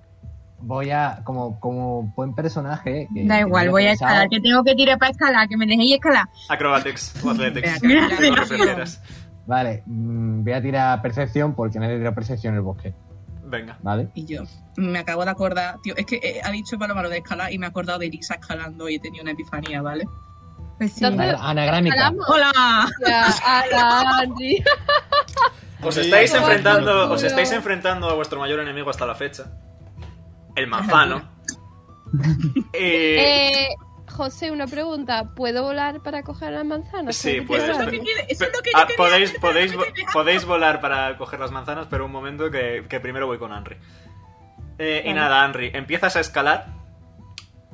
voy a, como, como buen personaje... eh, que- Da que igual, tenía voy a pensado- escalar, que tengo que tirar para escalar, que me dejéis escalar. Acrobatics o athletics, Espera, que- lo que prefieras. Vale, mm, voy a tirar percepción porque nadie tira percepción en el bosque, Venga. ¿vale? Y yo me acabo de acordar, tío, es que eh, ha dicho Paloma lo de escalar y me he acordado de Elisa escalando y he tenido una epifanía, ¿vale? Pues sí. ¿Dónde- Ana- Anagrámica. Calamos. Hola. Ya, ala, [LAUGHS] Andy. Os Sí. estáis Ay, enfrentando, Dios. os estáis enfrentando a vuestro mayor enemigo hasta la fecha. El manzano. Eh, Eh, José, una pregunta. ¿Puedo volar para coger las manzanas? Sí, ¿Puedo puedes. eso es volar? lo que pero- quiere, eso es lo que ah, yo quería podéis, hacer, podéis, lo vo- que quería podéis volar para coger las manzanas, pero un momento que, que primero voy con Henry. Eh, Y Vale. nada, Henry, empiezas a escalar.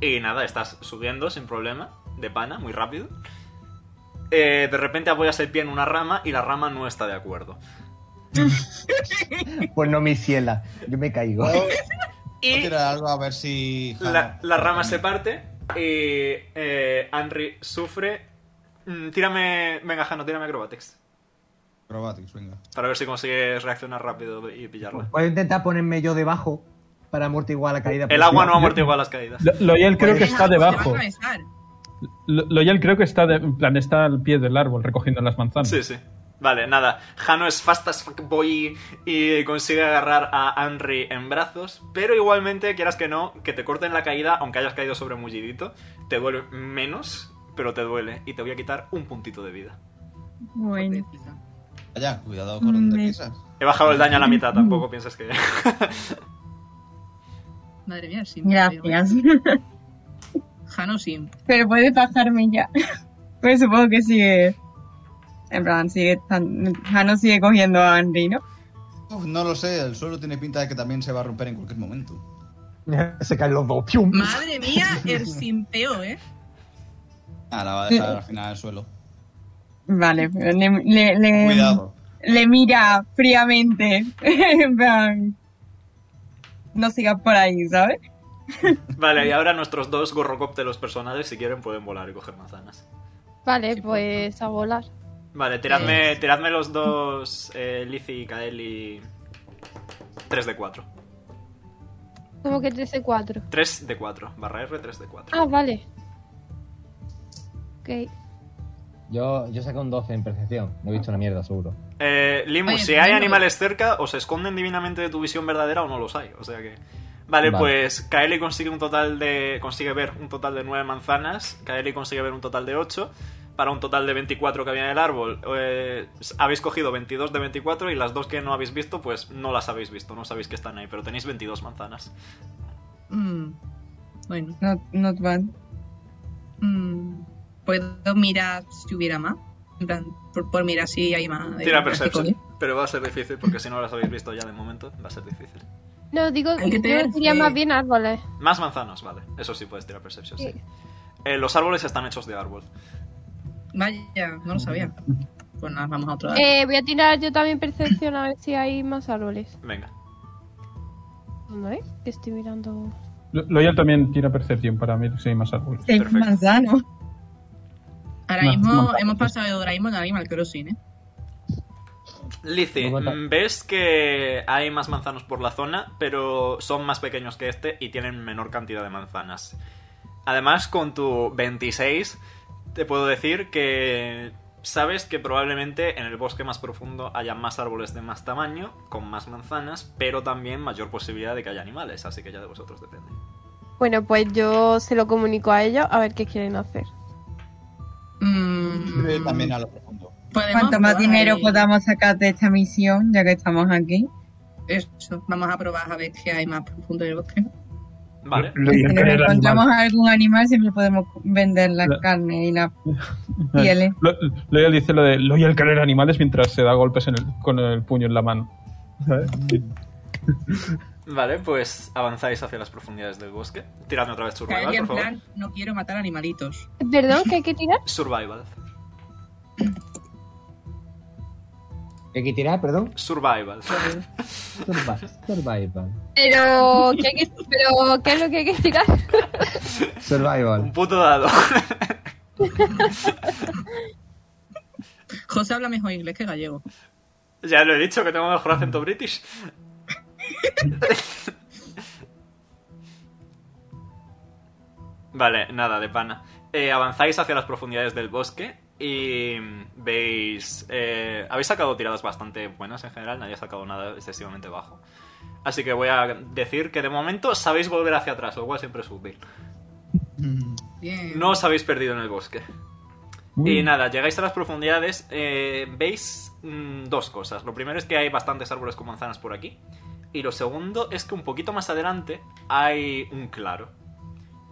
Y nada, estás subiendo sin problema, de pana, muy rápido. Eh, de repente apoyas el pie en una rama y la rama no está de acuerdo. Pues no, mi ciela, yo me caigo. Puedo Y tirar algo a ver si. Jano- La, la rama se parte y eh, Henry sufre. Mm, tírame, venga, Jano, tírame acrobatics. Acrobatics, venga. Para ver si consigues reaccionar rápido y pillarla. Puedo intentar ponerme yo debajo para amortiguar la caída. El agua no amortigua las caídas. Lo- Loyal creo que hacer. está Te va a debajo. atravesar. Lo- Loyal creo que está, de- en plan, está al pie del árbol recogiendo las manzanas. Sí, sí. Vale, nada. Jano es fast as fuck boy y consigue agarrar a Henry en brazos. Pero igualmente, quieras que no, que te corten la caída, aunque hayas caído sobre mullidito, te duele menos, pero te duele. Y te voy a quitar un puntito de vida. Bueno, Vaya, cuidado por donde Mm, Me- pisas. He bajado el daño a la mitad, tampoco piensas que. Madre mía, sí. gracias. Jano sí. [LAUGHS] Pero puede pasarme ya. [LAUGHS] Pues supongo que sigue. En plan, sigue. tan- Jano sigue cogiendo a Henry, ¿no? Uf, no lo sé, el suelo tiene pinta de que también se va a romper en cualquier momento. [LAUGHS] Se caen los dos. ¡pium! Madre mía, el simpeo, ¿eh? Ah, la va a dejar al final el suelo. Vale, pero le, le, le- Cuidado. le mira fríamente. [LAUGHS] En plan. No sigas por ahí, ¿sabes? Vale, y ahora nuestros dos gorrocópteros personales, si quieren, pueden volar y coger manzanas. Vale, pues a volar. Vale, tiradme, tiradme los dos, eh, Lizzie y Kaeli. 3 de 4. Como que 13 4. 3 de 4, barra R, 3 de 4. Ah, vale. Ok. Yo, yo saqué un 12 en percepción. No he visto una mierda, seguro. Eh, Limu, Oye, si hay Limu. animales cerca, o se esconden divinamente de tu visión verdadera o no los hay. O sea que. Vale, Vale. pues Kaeli consigue un total de. consigue ver un total de 9 manzanas. Kaeli consigue ver un total de 8. Para un total de 24 que había en el árbol, eh, habéis cogido 22 de 24 y las dos que no habéis visto, pues no las habéis visto, no sabéis que están ahí, pero tenéis 22 manzanas. Mm, Bueno, Not, not bad. mm, puedo mirar si hubiera más. En plan, por, por mirar si hay más. de- ¿eh? Tira de Perception. cosas. Pero va a ser difícil porque si no las habéis visto ya de momento, va a ser difícil. No, digo, Hay que yo tener diría fe. más bien árboles. Más manzanos, vale. Eso sí puedes tirar Perception, sí. Sí. Eh, los árboles están hechos de árbol. Vaya, no lo sabía. Pues nada, vamos a otro. lado. Eh, voy a tirar yo también percepción a ver si hay más árboles. Venga. ¿Dónde es? Que estoy mirando. Lo- Loyal también tira percepción para mí si hay más árboles. Seis Perfecto. manzanos. Ahora no, mismo no. hemos pasado de Doraemon a Animal Crossing, ¿eh? Lizzie, Muy buena. mm, ves que hay más manzanos por la zona, pero son más pequeños que este y tienen menor cantidad de manzanas. Además, con tu 26, te puedo decir que Sabes que probablemente en el bosque más profundo haya más árboles de más tamaño, con más manzanas, pero también mayor posibilidad de que haya animales, así que ya de vosotros depende. Bueno, pues yo se lo comunico a ellos a ver qué quieren hacer. Mm, Eh, También a lo profundo. podemos Cuanto más probar dinero y- podamos sacar de esta misión, ya que estamos aquí. Eso, vamos a probar a ver qué hay más profundo del bosque. Vale. Lo Si ideal nos es el encontramos animal. a algún animal, siempre podemos vender la La- carne y la pieles. Lo- lo ideal dice lo de lo ideal querer animales mientras se da golpes en el- con el puño en la mano. ¿Sabes? Vale, pues avanzáis hacia las profundidades del bosque. Tiradme otra vez Caer survival, en por favor. plan, no quiero matar animalitos. Perdón, ¿qué hay que tirar? Survival. ¿Hay que tirar, perdón? Survival. Survival. Survival. Pero ¿qué, hay que- pero, ¿qué es lo que hay que tirar? Un Survival. puto dado. José habla mejor inglés que gallego. ya lo he dicho que tengo mejor acento british. Vale, nada, de pana. Eh, avanzáis hacia las profundidades del bosque y veis... eh, habéis sacado tiradas bastante buenas en general, nadie ha sacado nada excesivamente bajo. Así que voy a decir que de momento sabéis volver hacia atrás, lo cual siempre es útil. Bien. No os habéis perdido en el bosque. Uy. Y nada, llegáis a las profundidades, eh, veis mm, dos cosas. Lo primero es que hay bastantes árboles con manzanas por aquí. Y lo segundo es que un poquito más adelante hay un claro.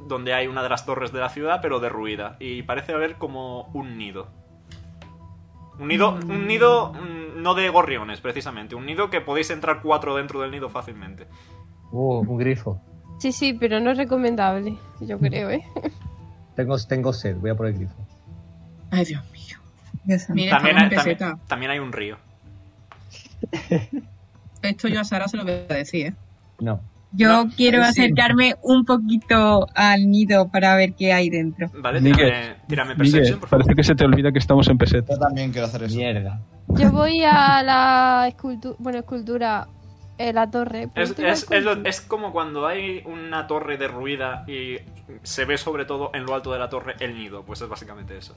Donde hay una de las torres de la ciudad, pero derruida. Y parece haber como un nido. Un nido, un nido mm, no de gorriones, precisamente. Un nido que podéis entrar cuatro dentro del nido fácilmente. Uh, un grifo. Sí, sí, pero no es recomendable, yo creo, ¿eh? Tengo, tengo sed, voy a por el grifo. Ay, Dios mío. Dios santo. Mira, También hay, estamos en también- peseta. también hay un río. Esto yo a Sara se lo voy a decir, ¿eh? No. Yo No, quiero sí. acercarme un poquito al nido para ver qué hay dentro. Vale, Miguel, tírame, tírame Miguel, perception, por favor. parece que se te olvida que estamos en peseta. Yo también quiero hacer eso. Mierda. Yo voy a la escultura, bueno, escultura, eh, la torre. ¿Puedo Es, tirar es- es lo- escultura? es como cuando hay una torre derruida y se ve sobre todo en lo alto de la torre el nido, pues es básicamente eso.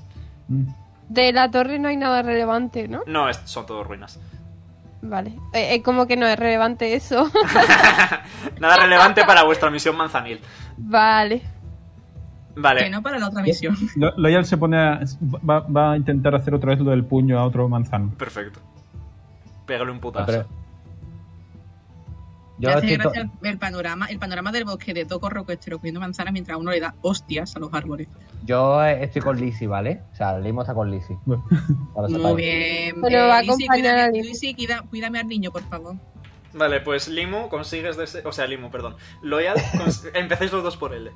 De la torre no hay nada relevante, ¿no? No, es- son todo ruinas. Vale. Eh, eh, como que no es relevante eso. [LAUGHS] Nada relevante para vuestra misión manzanil. vale. Vale, Que no para la otra misión. Lo- Loyal se pone a, va, va a intentar hacer otra vez lo del puño a otro manzano. perfecto. Pégale un Ah, putazo. pero... Yo Me hace estoy to- gracia el panorama, el panorama del bosque de Toco Rocoestero comiendo manzanas mientras uno le da hostias a los árboles. Yo estoy con Lizzie, ¿vale? O sea, Limo está con Lizzie. Bueno. Para Muy separar. bien. Pero va a Lizzy, acompañar a cuídame, alguien. Lizzy, cuida- cuídame al niño, por favor. Vale, pues Limu consigues de ese... O sea, Limu, perdón. Loyal, cons- empecéis los dos por L.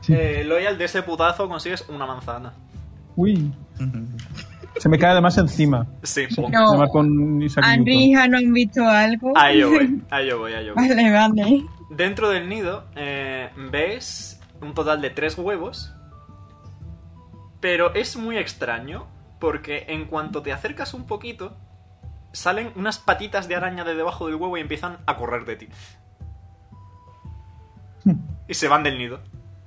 Sí. Eh, Loyal, de ese putazo consigues una manzana. Uy, se me cae además encima. Sí, Se- pon- No. se va con Isaac Henry y Newton. Jano han visto algo. Ahí Ah, yo voy, ahí yo voy, ahí yo voy. Vale, vale. Dentro del nido eh, ves un total de tres huevos, pero es muy extraño porque en cuanto te acercas un poquito, salen unas patitas de araña de debajo del huevo y empiezan a correr de ti. Y se van del nido.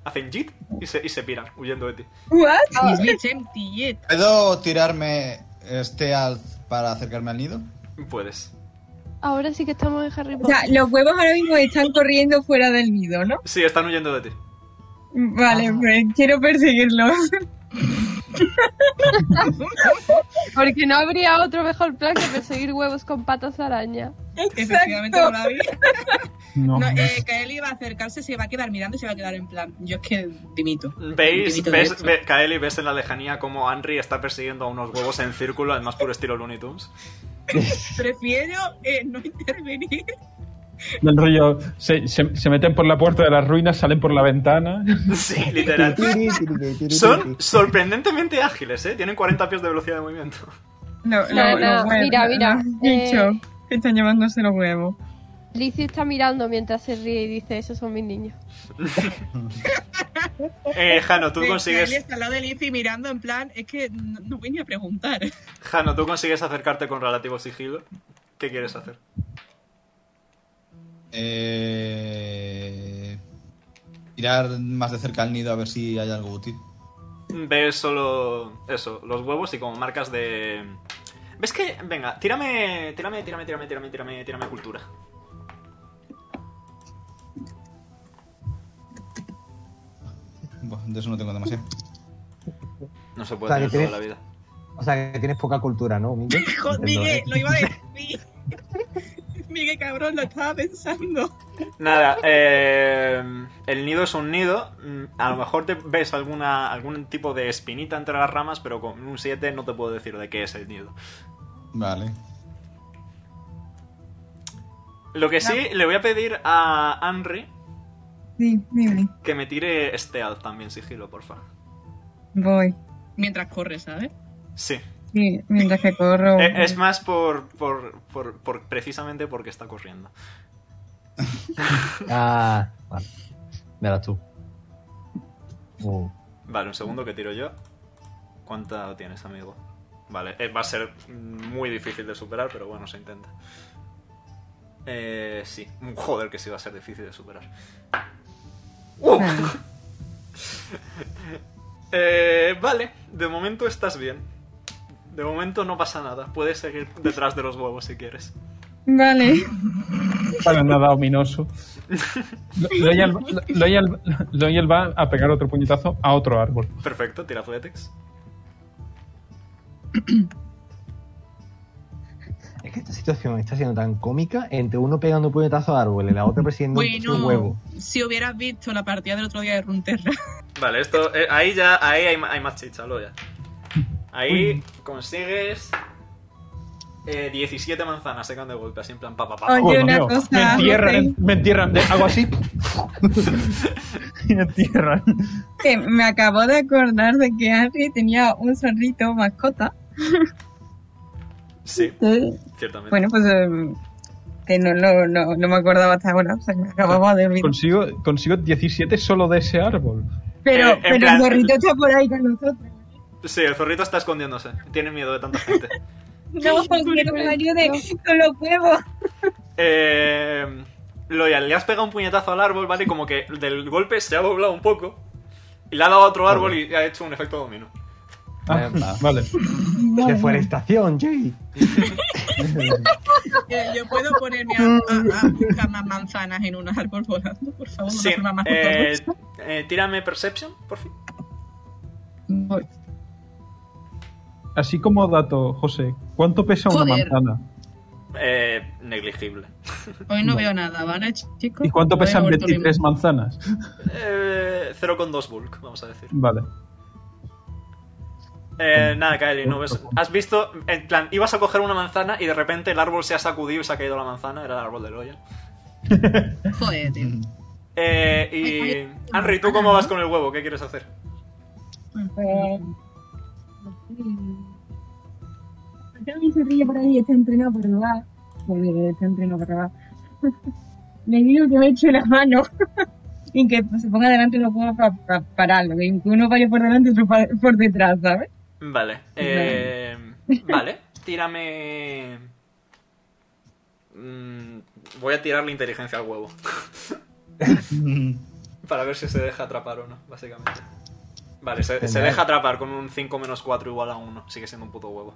Hacen jit y se, y se piran, huyendo de ti. ¿What? Oh, Is [LAUGHS] me empty yet. ¿Puedo tirarme este alt para acercarme al nido? Puedes. Ahora sí que estamos en Harry O sea, Potter. los huevos ahora mismo están corriendo fuera del nido, ¿no? Sí, están huyendo de ti. Vale, pues quiero perseguirlos. Porque no habría otro mejor plan que perseguir huevos con patas de araña. Efectivamente, no la Exacto. vi. No. No, eh, que él iba a acercarse, se va a quedar mirando y se va a quedar en plan. Yo es que dimito. ¿Veis? Dimito de ¿Ves? esto. ve- Kaeli, ves en la lejanía como Henry está persiguiendo a unos huevos en círculo, además puro estilo Looney Tunes. Prefiero eh, no intervenir. Del rollo, se, se- se meten por la puerta de las ruinas, salen por la ventana. Sí, literal. Son sorprendentemente ágiles, ¿eh? Tienen 40 pies de velocidad de movimiento. No, No, no, no, los huevos, mira, mira, los bichos eh. que están llevándose los huevos. Lizzie está mirando mientras se ríe y dice, esos son mis niños. Eh, Jano, tú Eh, Él consigues, está al lado de Lizzy mirando en plan. Es que no, no voy ni a preguntar. Jano, tú consigues acercarte con relativo sigilo. ¿Qué quieres hacer? Eh... Tirar más de cerca al nido a ver si hay algo útil. Ves solo eso, los huevos y como marcas de... ¿Ves que? Venga, tírame, tírame, tírame, tírame, tírame, tírame, tírame cultura. Buah, De eso no tengo demasiado. No se puede Vale, tener toda la tienes- vida. O sea, que tienes poca cultura, ¿no, Miguel? [LAUGHS] ¿eh? Joder, Miguel, lo iba a decir. [LAUGHS] Miguel, cabrón, lo estaba pensando. Nada, eh, el nido es un nido. Mm, A lo mejor te ves alguna, algún tipo de espinita entre las ramas, pero con un 7 no te puedo decir de qué es el nido. Vale. Lo que sí, le voy a pedir a Henry Sí, dime. que me tire Stealth también, sigilo, porfa. Voy. Mientras corre, ¿sabes? Sí. Sí, mientras que corro. Eh, Es más por, por, por, por- precisamente porque está corriendo. Ah, vale. Verás tú. Uh, Vale, un segundo que tiro yo. ¿Cuánta tienes, amigo? Vale, eh, va a ser muy difícil de superar, pero bueno, se intenta. Eh, sí, [LAUGHS] joder que sí va a ser difícil de superar. ¡Uh! [LAUGHS] Eh, vale, de momento estás bien. De momento no pasa nada. Puedes seguir detrás de los huevos si quieres. Vale. Para nada ominoso. Lo- Loyal, Loyal- Loyal va a pegar otro puñetazo a otro árbol. Perfecto, tira Athletics. Es que esta situación está siendo tan cómica entre uno pegando puñetazo a árboles, la otra persiguiendo un Bueno, huevo. si hubieras visto la partida del otro día de Runterra. Vale, esto, eh, ahí ya ahí hay, ma- hay más chicha, lo ya. Ahí consigues eh, 17 manzanas secan de golpe, así en plan pa pa pa. pa. Oye, Joder, una mío. cosa, Me entierran, ok. me entierran. de- [LAUGHS] Hago así. y me entierran. Que me acabo de acordar de que Henry tenía un zorrito mascota. Sí, Sí. ciertamente. Bueno, pues em, que no, lo- no, no me acordaba hasta ahora, o sea, que me acababa de olvidar. Consigo, consigo 17 solo de ese árbol. Pero, Eh, en pero plan- el zorrito está por ahí con nosotros. Sí, el zorrito está escondiéndose. Tiene miedo de tanta gente. [LAUGHS] [LAUGHS] [LAUGHS] No, porque no me ayude con los huevos. eh, Loyal, le has pegado un puñetazo al árbol, ¿vale? Y Como que del golpe se ha doblado un poco. Y le ha dado a otro árbol y ha hecho un efecto dominó. Ah, vale. Deforestación, Jay. yo puedo ponerme a, a- a buscar más manzanas en un árbol volando, por favor. Sí, una forma más eh, ortodoxa. eh, tírame Perception, por fin. Voy. Así como dato, José, ¿cuánto pesa una Joder. manzana? Eh, negligible. Hoy no veo nada, ¿vale, chicos? ¿Y cuánto Hoy pesan he vuelto 23 manzanas? Eh, 0,2 bulk, vamos a decir. [LAUGHS] Vale. Eh, nada, Kaeli, no ves. Has visto, en plan, ibas a coger una manzana y de repente el árbol se ha sacudido y se ha caído la manzana, era el árbol de Loya. limpio. Joder, tío. Eh, y. Henry, ¿tú cómo vas con el huevo? ¿Qué quieres hacer? Pues, Tengo mi zorrillo por ahí, está entrenado por robar. Joder, está entrenado por [LAUGHS] robar. Le digo que me eche la mano Y que se ponga delante los huevos para pararlo. Que uno vaya por delante y otro pa- por detrás, ¿sabes? Vale. eh, vale, tírame. Mm, voy a tirar la inteligencia al huevo. Para ver si se deja atrapar o no, básicamente. Vale, se, se deja atrapar con un 5 menos 4 igual a 1. Sigue siendo un puto huevo.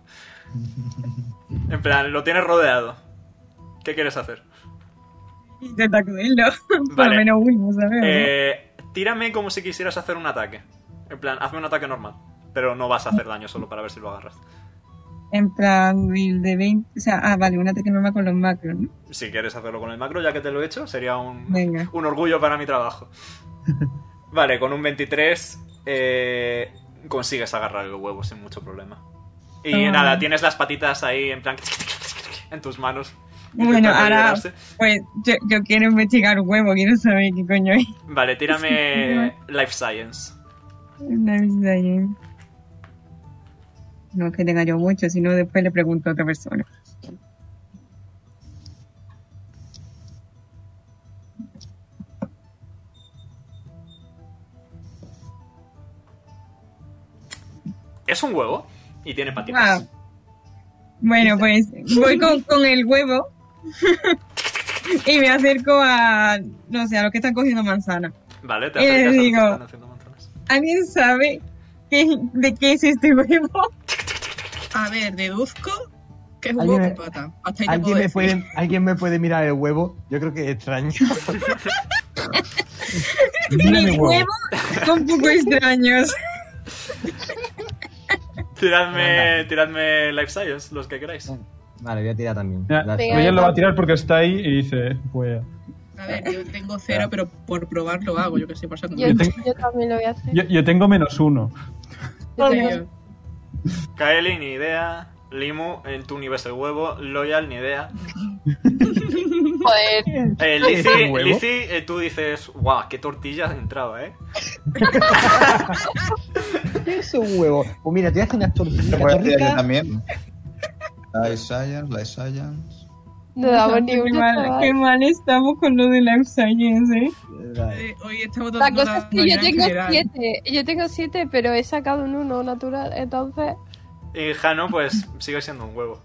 En plan, lo tienes rodeado. ¿Qué quieres hacer? Intenta cogerlo. por Vale. lo menos uno, ¿sabes? Eh, tírame como si quisieras hacer un ataque. En plan, hazme un ataque normal. Pero no vas a hacer daño solo para ver si lo agarras. En plan, build de 20. O sea, ah, vale, un ataque normal con los macros, ¿no? Si quieres hacerlo con el macro, ya que te lo he hecho, sería un, Venga. un orgullo para mi trabajo. Vale, con un 23 eh, consigues agarrar el huevo sin mucho problema. Y Ah. nada, tienes las patitas ahí en plan en tus manos. Bueno, intentando ahora- liberarse. Pues yo, yo quiero investigar huevo, quiero saber qué coño es. [LAUGHS] Vale, tírame Life Science. Una vez de ayer. No es que tenga yo mucho, sino después le pregunto a otra persona. Es un huevo y tiene patitas. Ah. Bueno, pues voy con, con el huevo y me acerco a, no sé, a los que están cogiendo manzana. Vale, te Eh, acercas a lo que digo- están haciendo manzanas. ¿Alguien sabe ¿Qué- ¿De qué es este huevo? A ver, deduzco que es un ¿Alguien huevo me- con pata. Hasta ahí te ¿Alguien puedo me, decir. puede, ¿Alguien me puede mirar el huevo? Yo creo que es extraño. Mira mi Mis huevo. huevos son un poco extraños. Tiradme, tiradme Life Science, los que queráis. [LAUGHS] Vale, voy a tirar también. Ya, Las- Venga. Ella lo va a tirar porque está ahí y dice, pues... A ver, yo tengo cero, pero por probar lo hago, yo que sé, pasando. Yo, Yo tengo- yo también lo voy a hacer. Yo, yo tengo menos uno. Yo también. Kaeli, ni idea. Limu, en tu universo el huevo. Loyal, ni idea. Joder. Eh, ¿Es Lizzie, un huevo? Lizzie, eh, tú dices, guau, qué tortilla has entrado, ¿eh? ¿Qué es un huevo? Pues mira, te voy a hacer unas Lo tortillas puedo decir yo ricas. también. Life Science, Life Science. No damos ni Qué uno. mal, qué chaval. mal estamos con lo de Life Science, ¿eh? Vale. Eh, Hoy estamos La dando cosa es que yo tengo siete. Yo tengo siete, pero he sacado un uno natural. Entonces, Y Jano, pues, sigue siendo un huevo.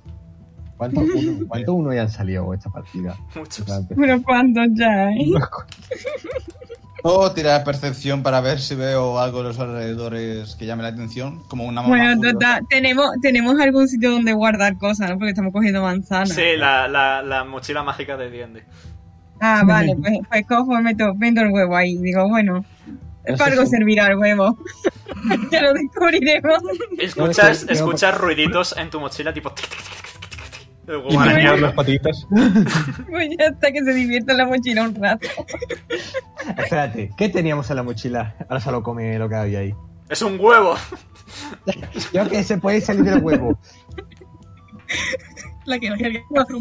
¿Cuántos uno, cuántos uno ya han salido esta partida? Muchos. Pero cuántos ya, ¿eh? Puedo tirar percepción para ver si veo algo en los alrededores que llame la atención, como una mamá Bueno, furiosa. total, tenemos, tenemos algún sitio donde guardar cosas, ¿no? Porque estamos cogiendo manzanas. Sí, la, la, la mochila mágica de D&D. Ah, vale, pues, pues cojo, meto, meto el huevo ahí. Digo, bueno, Eso para algo es un- servirá el huevo. [LAUGHS] ya lo descubriremos. Escuchas, Yo me estoy- escuchas ruiditos en tu mochila, tipo... tic, tic, tic, tic, tic, tic, tic. El Y huevo Bueno. arañar arañado. las patitas. Pues ya hasta que se divierta la mochila un rato. Espérate, ¿qué teníamos en la mochila? Ahora se lo come lo que había ahí. ¡Es un huevo! [LAUGHS] Yo que se puede salir del huevo. La que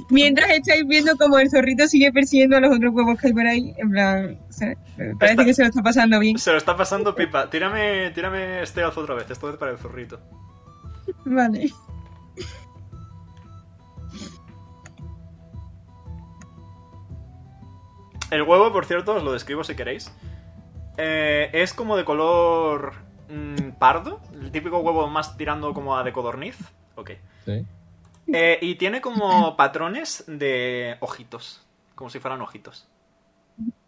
Mientras estáis viendo como el zorrito sigue persiguiendo a los otros huevos que hay por ahí, en plan, se- parece Está- que se lo está pasando bien. Se lo está pasando pipa. Tírame, tírame este alzo otra vez, esto es para el zurrito. Vale. El huevo, por cierto, os lo describo si queréis. Eh, es como de color mm, pardo, el típico huevo más tirando como a de codorniz. Ok. Sí. Eh, y tiene como patrones de ojitos, como si fueran ojitos.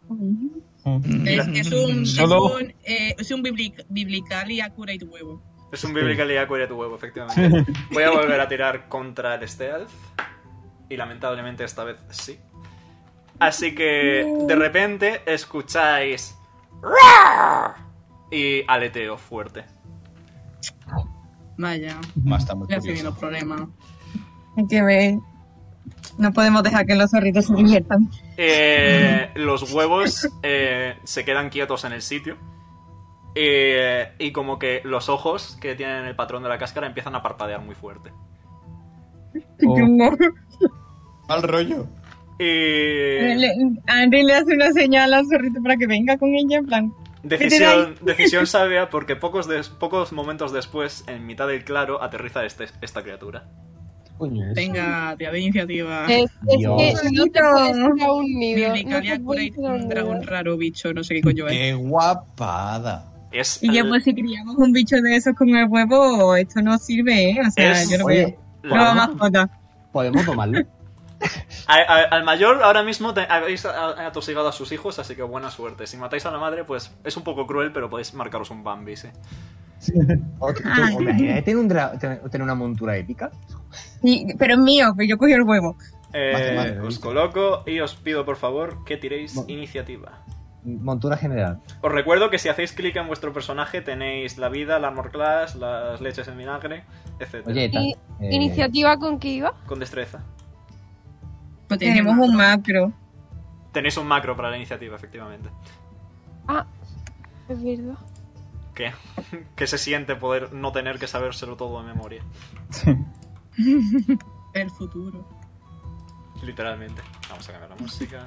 [LAUGHS] Es, es un, es Solo- un, eh, es un biblic- biblical y accurate huevo. Es un biblical y cuida tu huevo, efectivamente. Voy a volver a tirar contra el stealth. Y lamentablemente esta vez sí. Así que de repente escucháis. "Rar", Y aleteo fuerte. Vaya, Mamá está muy ya estoy viendo curiosa. problemas. Hay que ver. No podemos dejar que los zorritos se diviertan. Eh, los huevos eh, se quedan quietos en el sitio. Eh, y como que los ojos que tienen el patrón de la cáscara empiezan a parpadear muy fuerte. Oh. [LAUGHS] Qué humor. Mal rollo. Y. Le- Henry le hace una señal al zorrito para que venga con ella, en plan. Decisión, decisión [LAUGHS] sabia porque pocos, des- pocos momentos después, en mitad del claro, aterriza este, esta criatura. Coño, es- Venga, tía de iniciativa. es, es Dios. que no te puedes ir a un nido. Eh, No Biblical y te accurate, puedes ir a un un dragón nido. raro bicho, no sé qué coño Eh, es. Qué guapada. Es Y ya l- pues si criamos un bicho de esos con el huevo, esto no sirve, ¿eh? O sea, Es- yo no Oye, No, Ah. mascota. ¿podemos [LAUGHS] tomarlo? a- a- al mayor ahora mismo te- habéis a- atosigado a sus hijos, así que buena suerte. Si matáis a la madre, pues es un poco cruel, pero podéis marcaros un Bambi, sí. O- tú- Ah. hombre, ¿eh? ¿Tiene, un dra- tiene- tiene una montura épica? Y- pero es mío, pues yo cogí el huevo. Eh, Vale, vale, os listo. coloco y os pido por favor que tiréis Bueno. iniciativa. Montura general. Os recuerdo que si hacéis clic en vuestro personaje tenéis la vida, la armor class, las leches en vinagre, etc. Oye, tal. Y- eh, ¿Iniciativa con qué iba? Con destreza. Pues Tenemos un macro. Tenéis un macro para la iniciativa, efectivamente. Ah, es verdad. [LAUGHS] ¿Qué? ¿Qué se siente poder no tener que sabérselo todo de memoria? El futuro. Literalmente. Vamos a cambiar la música.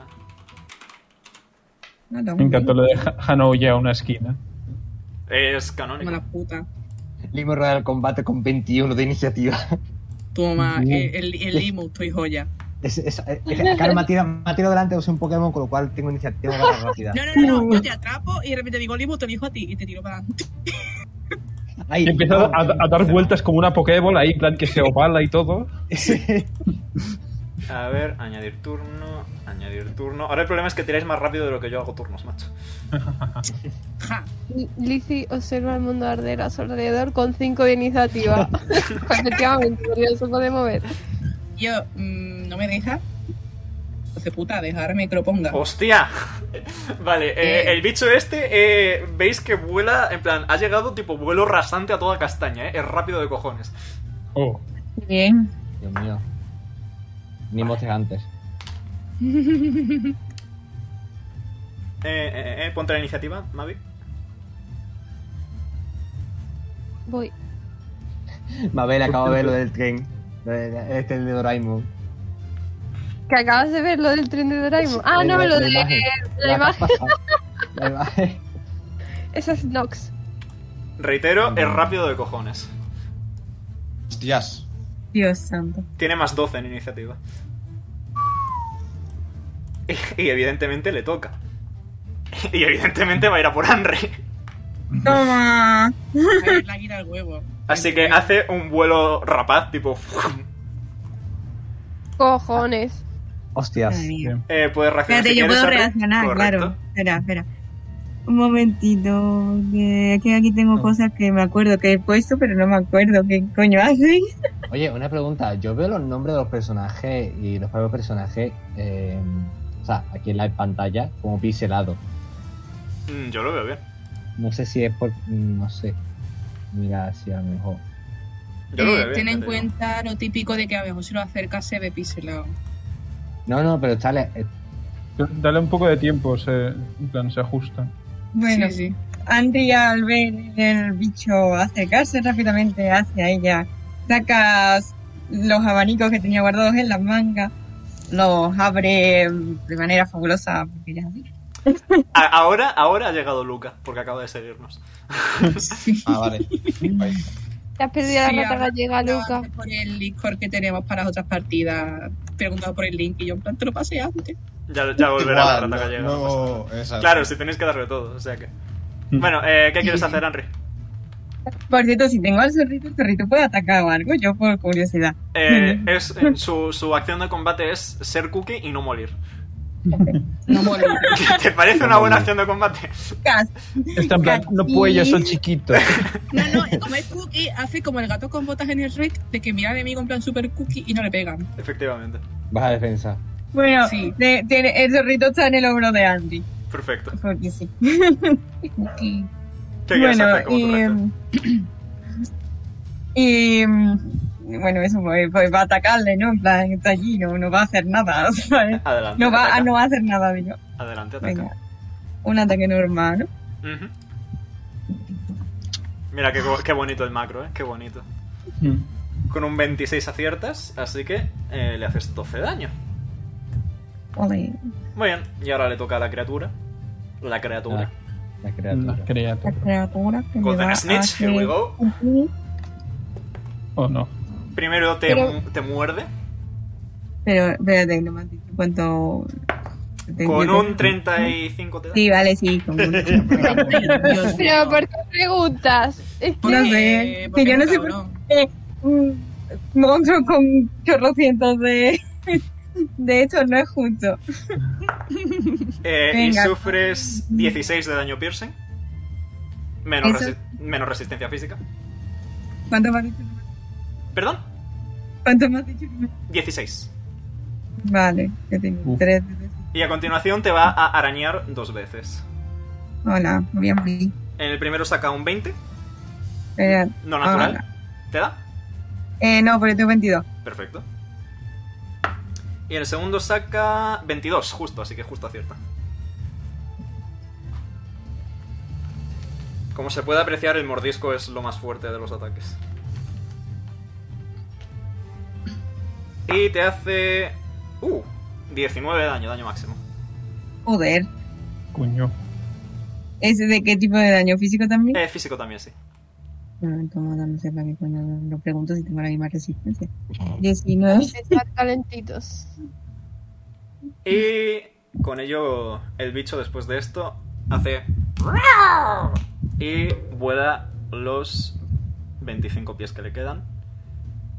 No, no. Me encantó lo de Ja- Hano huye a una esquina. Es Como canónico. la puta. Limo Royal Combate con 21 de iniciativa. [LAUGHS] Toma, Mm. Bien. eh, el, el limo, estoy joya. Es, es, eh, eh, claro, me ha tirado, me ha tirado delante, es un Pokémon, con lo cual tengo iniciativa [LAUGHS] más rápida. No, no, no, Mm. no, yo te atrapo y de repente digo limo, te elijo a ti y te tiro para adelante. Ay, Y empieza no, [LAUGHS] a, a dar vueltas como una Pokéball ahí, en plan que se ovala y todo. Sí. A ver, añadir turno, añadir turno. Ahora el problema es que tiráis más rápido de lo que yo hago turnos, macho. Lizzie observa el mundo arder a su alrededor con 5 de [LAUGHS] iniciativa. Pues, Efectivamente, porque no se puede mover. Yo, mm, no me deja. Entonces, puta, dejarme que lo ponga. ¡Hostia! [LAUGHS] Vale, eh, Eh. el bicho este, eh, veis que vuela, en plan, ha llegado tipo vuelo rasante a toda castaña, ¿eh? Es rápido de cojones. Oh, Bien. Dios mío. Ni motes antes. Eh, eh, eh, ponte la iniciativa, Mavi. Voy. Mabel, acabo de ver lo del tren. Lo de- Este es de Doraemon. Que acabas de ver lo del tren de Doraemon. Ah, no, lo de la imagen. La imagen. [LAUGHS] Esa es Nox. Reitero, es rápido de cojones. Hostias. Dios santo. Tiene más 12 en iniciativa. [LAUGHS] Y, y evidentemente le toca. [LAUGHS] Y evidentemente va a ir a por [LAUGHS] Henry. Toma. A ver, la guira al huevo. Así que hace un vuelo rapaz, tipo... [LAUGHS] Cojones. Hostias. Madre mía. Eh, puedes reaccionar. Espérate, si yo quieres, puedo Henry. reaccionar, Correcto. claro. Espera, espera. Un momentito, que que aquí tengo cosas que me acuerdo que he puesto, pero no me acuerdo qué coño hacen. Oye, una pregunta. Yo veo los nombres de los personajes y los propios personajes, eh, o sea, aquí en la pantalla, como pixelado. Mm, Yo lo veo bien. No sé si es por. No sé. Mira, si a lo mejor. Yo lo Eh, veo ten bien. ya en te digo. cuenta lo típico de que a ver, si lo acercas se ve pixelado. No, no, pero está. le- eh, dale un poco de tiempo, se, en plan, se ajusta. Bueno, sí, sí. Andri al ver el bicho acercarse rápidamente hacia ella, sacas los abanicos que tenía guardados en las mangas, los abre de manera fabulosa, porque ya así. A- ahora, ahora ha llegado Luca, porque acaba de seguirnos. Sí. Ah, vale. Guay. Te has perdido Sí, la rata ahora gallega, No, Luca. por el Discord que tenemos para las otras partidas. Preguntado por el link y yo en plan te lo pasé antes. Ya, ya volverá la Igual, rata gallega. no- no pasa nada. no, exacto. Claro, si tenéis que darle todo, o sea que. Mm. Bueno, [LAUGHS] eh, ¿qué quieres hacer, Henry? Por cierto, si tengo al zorrito, el zorrito puede atacar o algo, yo por curiosidad. Eh, es, en su, su acción de combate es ser cookie y no morir. [LAUGHS] No mola. ¿Te parece una buena acción de combate? Cas, Está en plan, no puedo, yo [LAUGHS] soy chiquito. No, no, y como es cookie, hace como el gato con botas en el Rick de que mira al enemigo en plan super cookie y no le pegan. [LAUGHS] Efectivamente. Baja defensa. Bueno, Sí. de- tiene, el zorrito está en el hombro de Andy. Perfecto. Porque sí. Cookie. ¿Qué quieres bueno, eh, hacer como tu y, reacción? [CLEARS THROAT] y, eh, em, bueno, eso pues, pues va a atacarle, ¿no? En plan, está allí, no, no va a hacer nada, [LAUGHS] ¿sabes? Adelante. No va, ataca. ah, no va a hacer nada, digo. Adelante, ataca. Venga. Un ataque normal, ¿no? Ujú. Mira qué, go- qué bonito el macro, ¿eh? Qué bonito. Mm. Con un 26 aciertas, así que eh, le haces 12 daño. Ole. Muy bien, y ahora le toca a la criatura. La criatura. Ah, La, la La criatura. La criatura. criatura que me Golden va a Snitch, hacer here we go. cumplir. Oh, no. Primero te, Pero- te muerde. Pero, espérate, no me has dicho cuánto... Con un 35 te da. Sí, vale, sí, con [LAUGHS] un... Dios [LAUGHS] Pero, mío. ¿por qué preguntas? Es que No sé, Eh, que yo no sé por cabrón. qué Eh, un monstruo con chorrocientos de... [LAUGHS] De hecho, no es justo. Eh, y Venga. sufres 16 de daño piercing. Menos, Eso- resi- menos resistencia física. ¿Cuánto me has dicho? Perdón, ¿Cuánto me has dicho? 16. Vale, que tengo Uf. tres. veces. Y a continuación te va a arañar dos veces. Hola, me voy a morir. En el primero saca un 20, Espera. no Ah, natural. hola. ¿Te da? Eh, no, porque tengo 22. Perfecto. Y en el segundo saca 22, justo, así que justo acierta. Como se puede apreciar, el mordisco es lo más fuerte de los ataques. Y te hace... Uh, 19 de daño, daño máximo. Joder. Cuño. ¿Es de qué tipo de daño físico también? Eh, físico también, sí. No, como no sé para qué coño lo pregunto si tengo la misma resistencia. 19. están calentitos. Y con ello, el bicho después de esto hace. Y vuela los 25 pies que le quedan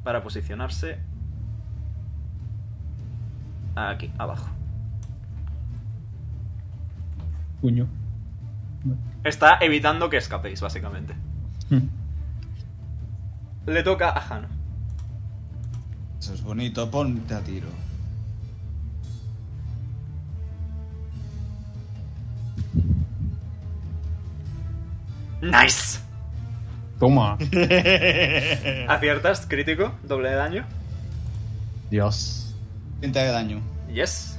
para posicionarse. Aquí, abajo. Puño. Está evitando que escapéis, básicamente. Hmm. Le toca a Hannah. Eso es bonito, ponte a tiro. ¡Nice! Toma. Aciertas, crítico, doble de daño. Dios. 30 de daño. Yes.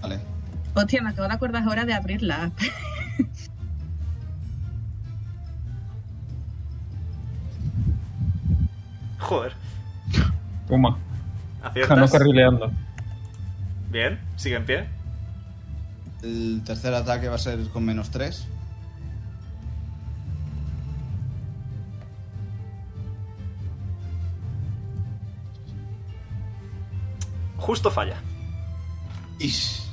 Vale. Hostia, me acabo de acordar ahora de abrir la app. Joder. Toma. Jano Aciertas. carrileando. Bien, sigue en pie. El tercer ataque va a ser con menos 3. Justo falla. Ish.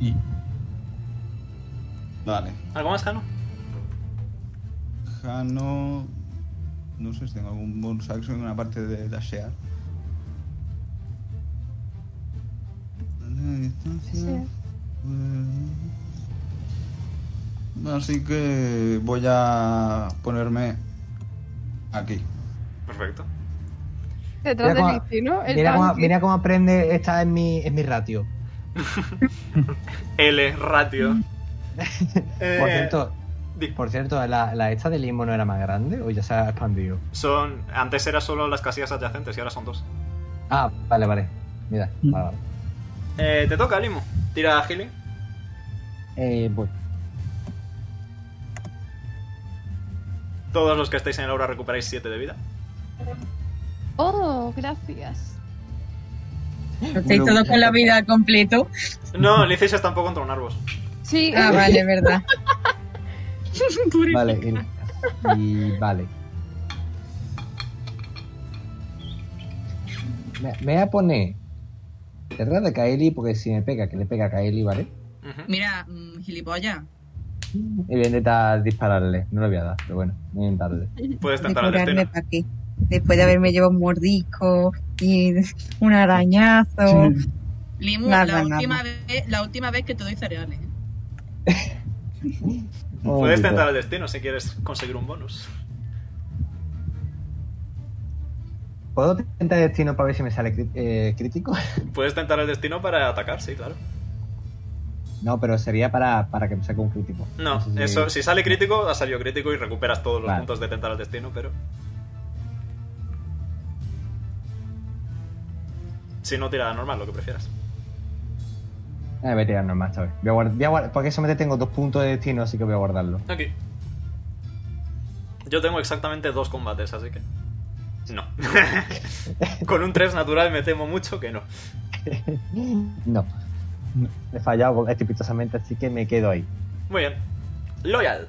Y Vale. ¿Algo más, Jano? Jano. No sé si tengo algún bonus action en una parte de dashear. Dashear. Mm. Así que voy a ponerme aquí. Perfecto. Detrás Mira de cómo, Lizzie, ¿no? El mira cómo- tanque. mira cómo aprende esta en mi, en mi ratio. L, ratio. [LAUGHS] Eh, Mm. Por cierto, di- por cierto la, la esta de limbo no era más grande o ya se ha expandido. Son. Antes era solo las casillas adyacentes y ahora son dos. Ah, vale, vale. Mira, Mm. vale, vale. Eh, te toca, Limo. Tira a healing. Eh, voy. Todos los que estáis en el aura recuperáis 7 de vida. Oh, gracias. Estáis todos con la vida al completo. No, Liceis está un poco contra un árbol. Sí, [LAUGHS] Ah, vale, es verdad. Vale, y, y vale. Me, me voy a poner cerrar de Kaeli porque si me pega, que le pega a Kaeli, ¿vale? Ujú. Mira, mm, gilipollas. Y voy a intentar dispararle. No lo voy a dar, pero bueno, voy a intentarle. Puedes De tentar el curarme destino. para qué. Después de haberme llevado un mordisco [LAUGHS] y un [LAUGHS] arañazo. Limu, Nada, la, nada. última vez, la última vez que te doy cereales. ¿eh? Puedes Hombre, tentar el destino si quieres conseguir un bonus. ¿Puedo tentar destino para ver si me sale cri- eh, crítico? [LAUGHS] Puedes tentar el destino para atacar, sí, claro. No, pero sería para, para que me saque un crítico. No, sé si- eso, si sale crítico, ha salido crítico y recuperas todos los Vale. puntos de tentar al destino, pero. Si no, tirada normal, lo que prefieras. Eh, voy a tirar normal esta vez. Voy a guard- voy a guard- porque solamente tengo dos puntos de destino, así que voy a guardarlo. Aquí. Yo tengo exactamente dos combates, así que. No. [LAUGHS] Con un 3 natural me temo mucho que no. No. He fallado estrepitosamente, así que me quedo ahí. Muy bien. Loyal.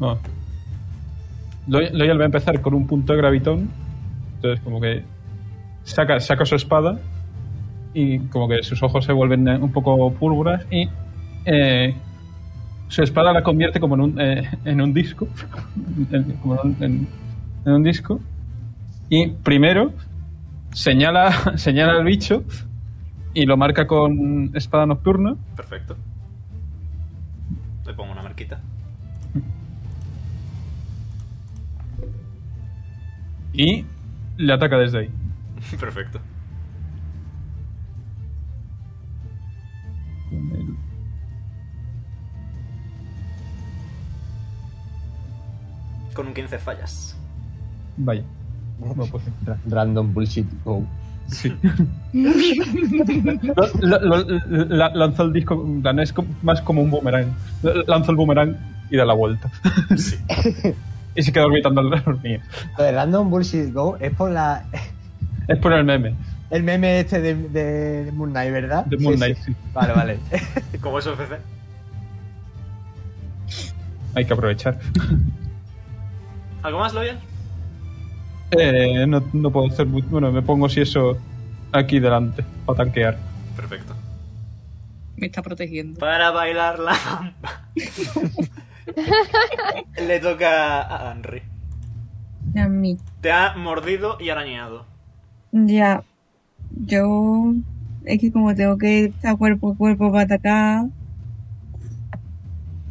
No. Loy- Loyal va a empezar con un punto de gravitón. Entonces, como que saca, saca su espada y como que sus ojos se vuelven eh, un poco púrpuras y eh, su espada la convierte como en un, eh, en un disco. [LAUGHS] en- como en, un- en- en un disco. Y primero señala, [LAUGHS] señala al bicho y lo marca con espada nocturna. Perfecto. Le pongo una marquita. [LAUGHS] y le ataca desde ahí. Perfecto. Con el- Con un 15 fallas. Vaya. No, pues, Ra- Random bullshit go. [LAUGHS] sí. Lo- lo- lo- la- lanza el disco, en plan, es como- más como un boomerang. Lanza el boomerang y da la vuelta. Sí. [LAUGHS] Y se queda orbitando alrededor mío. Lo de random bullshit go es por la [LAUGHS] Es por el meme el meme este de, de Moon Knight, ¿verdad? de Moon Sí, Knight. sí. sí. Vale, vale. [LAUGHS] Como es FC. Hay que aprovechar. ¿Algo más, Loyal? Eh, no, no puedo hacer. mu- Bueno, me pongo si eso aquí delante para tanquear. Perfecto. Me está protegiendo. Para bailar la bamba. [LAUGHS] Le toca a Henry. A mí. Te ha mordido y arañado. Ya. Yo. Es que como tengo que estar cuerpo a cuerpo para atacar.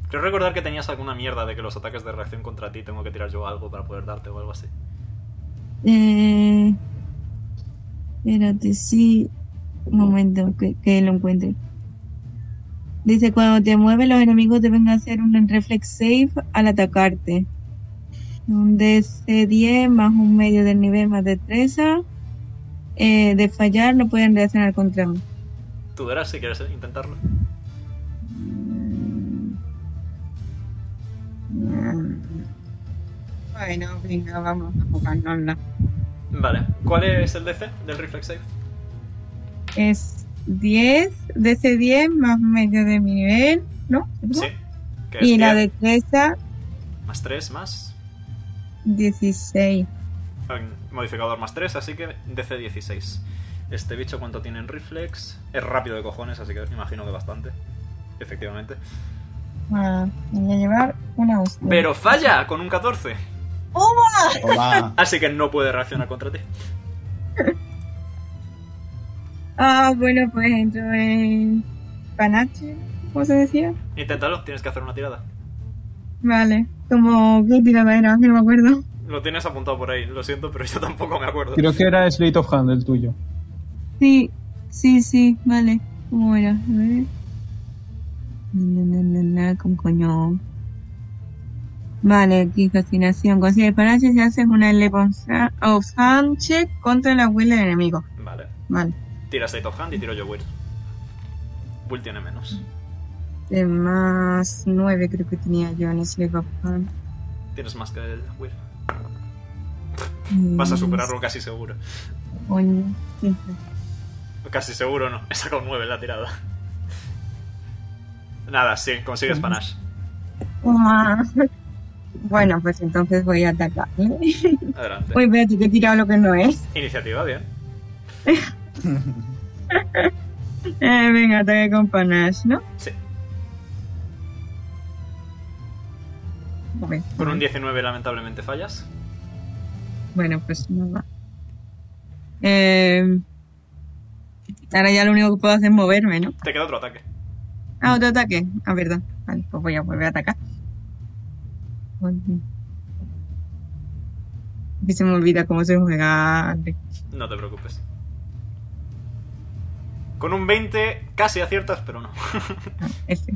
Creo recordar que tenías alguna mierda de que los ataques de reacción contra ti tengo que tirar yo algo para poder darte o algo así. Eh. Espérate, sí. Un momento, que, que lo encuentre. Dice: Cuando te mueves, los enemigos deben hacer un reflex save al atacarte. Un DC10 más un medio del nivel más destreza. Eh, de fallar, no pueden reaccionar contra mí. Tú verás si quieres eh, intentarlo. Bueno, venga, vamos a enfocarnos en la- Vale. ¿Cuál es el DC del Reflex Save? Es 10, DC10 más medio de mi nivel, ¿no? Sí. Que es Y la 10, destreza, Más 3, más. 16. mm, Modificador más 3, así que DC 16. Este bicho, ¿cuánto tiene en Reflex? Es rápido de cojones, así que imagino que bastante. Efectivamente. Ah, me voy a llevar una hostia. Pero falla con un 14. Hola. Así que no puede reaccionar contra ti. Ah, bueno, pues entro en panache, ¿cómo se decía? Inténtalo, tienes que hacer una tirada. Vale, como qué tirada era, que no me acuerdo. Lo tienes apuntado por ahí, lo siento, pero yo tampoco me acuerdo. Creo que era Slate of Hand el tuyo. Sí, sí, sí, vale. ¿Cómo era? A ver. Na, na, na, na, con coño. Vale, aquí fascinación. Consigue panache si haces una Weapon sa- of Hand check contra la will del enemigo. Vale. Vale. Tira State of Hand y tiro yo Will. Will tiene menos. De más 9 creo que tenía yo en ese of Hand. Tienes más que el Will. Mm, Vas a superarlo casi seguro. coño. Sí. Casi seguro no. He sacado 9 en la tirada. Nada, sí, consigues panache. Ah. [LAUGHS] Bueno, pues entonces voy a atacar. ¿eh? Adelante. Uy, espérate, que he tirado lo que no es. Iniciativa, bien. Eh, venga, ataque con panache, ¿no? Sí. Joder. Con un 19 lamentablemente fallas. Bueno, pues no va. Eh, ahora ya lo único que puedo hacer es moverme, ¿no? Te queda otro ataque. Ah, otro ataque. Ah, verdad. Vale, pues voy a volver a atacar. Que se me olvida cómo se juega. No te preocupes. Con un 20 casi aciertas, pero no. Ah, F.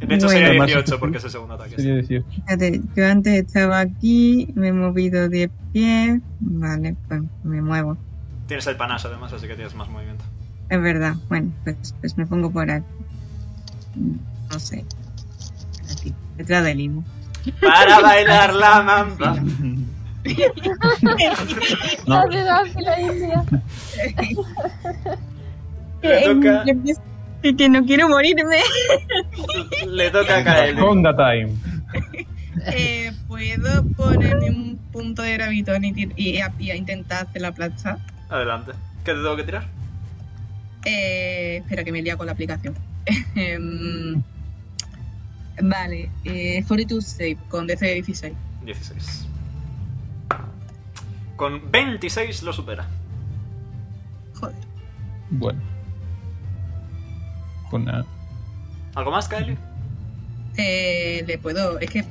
De hecho Bueno. sería Además, 18 porque es el segundo ataque. Sería decir. Fíjate, yo antes estaba aquí, me he movido 10 pies. Vale, pues me muevo. Tienes el panache además, así que tienes más movimiento. Es verdad. Bueno, pues, pues me pongo por aquí. No sé. Aquí, detrás del limo. Para bailar la mamba. No. Hace la fila india. Le toca, Y que no quiero morirme. le toca a Kaeli. Conga Time. Eh, ¿Puedo ponerme un punto de gravitón y, tir- y, a- y a intentar hacer la plancha? Adelante. ¿Qué te tengo que tirar? Eh, espera que me lía con la aplicación. [LAUGHS] Em, vale, eh, Fortitude Save con DC 16. 16. Con 26 lo supera. Joder. Bueno. Pues nada. ¿Algo más, Kaeli? Eh, le puedo. Es que no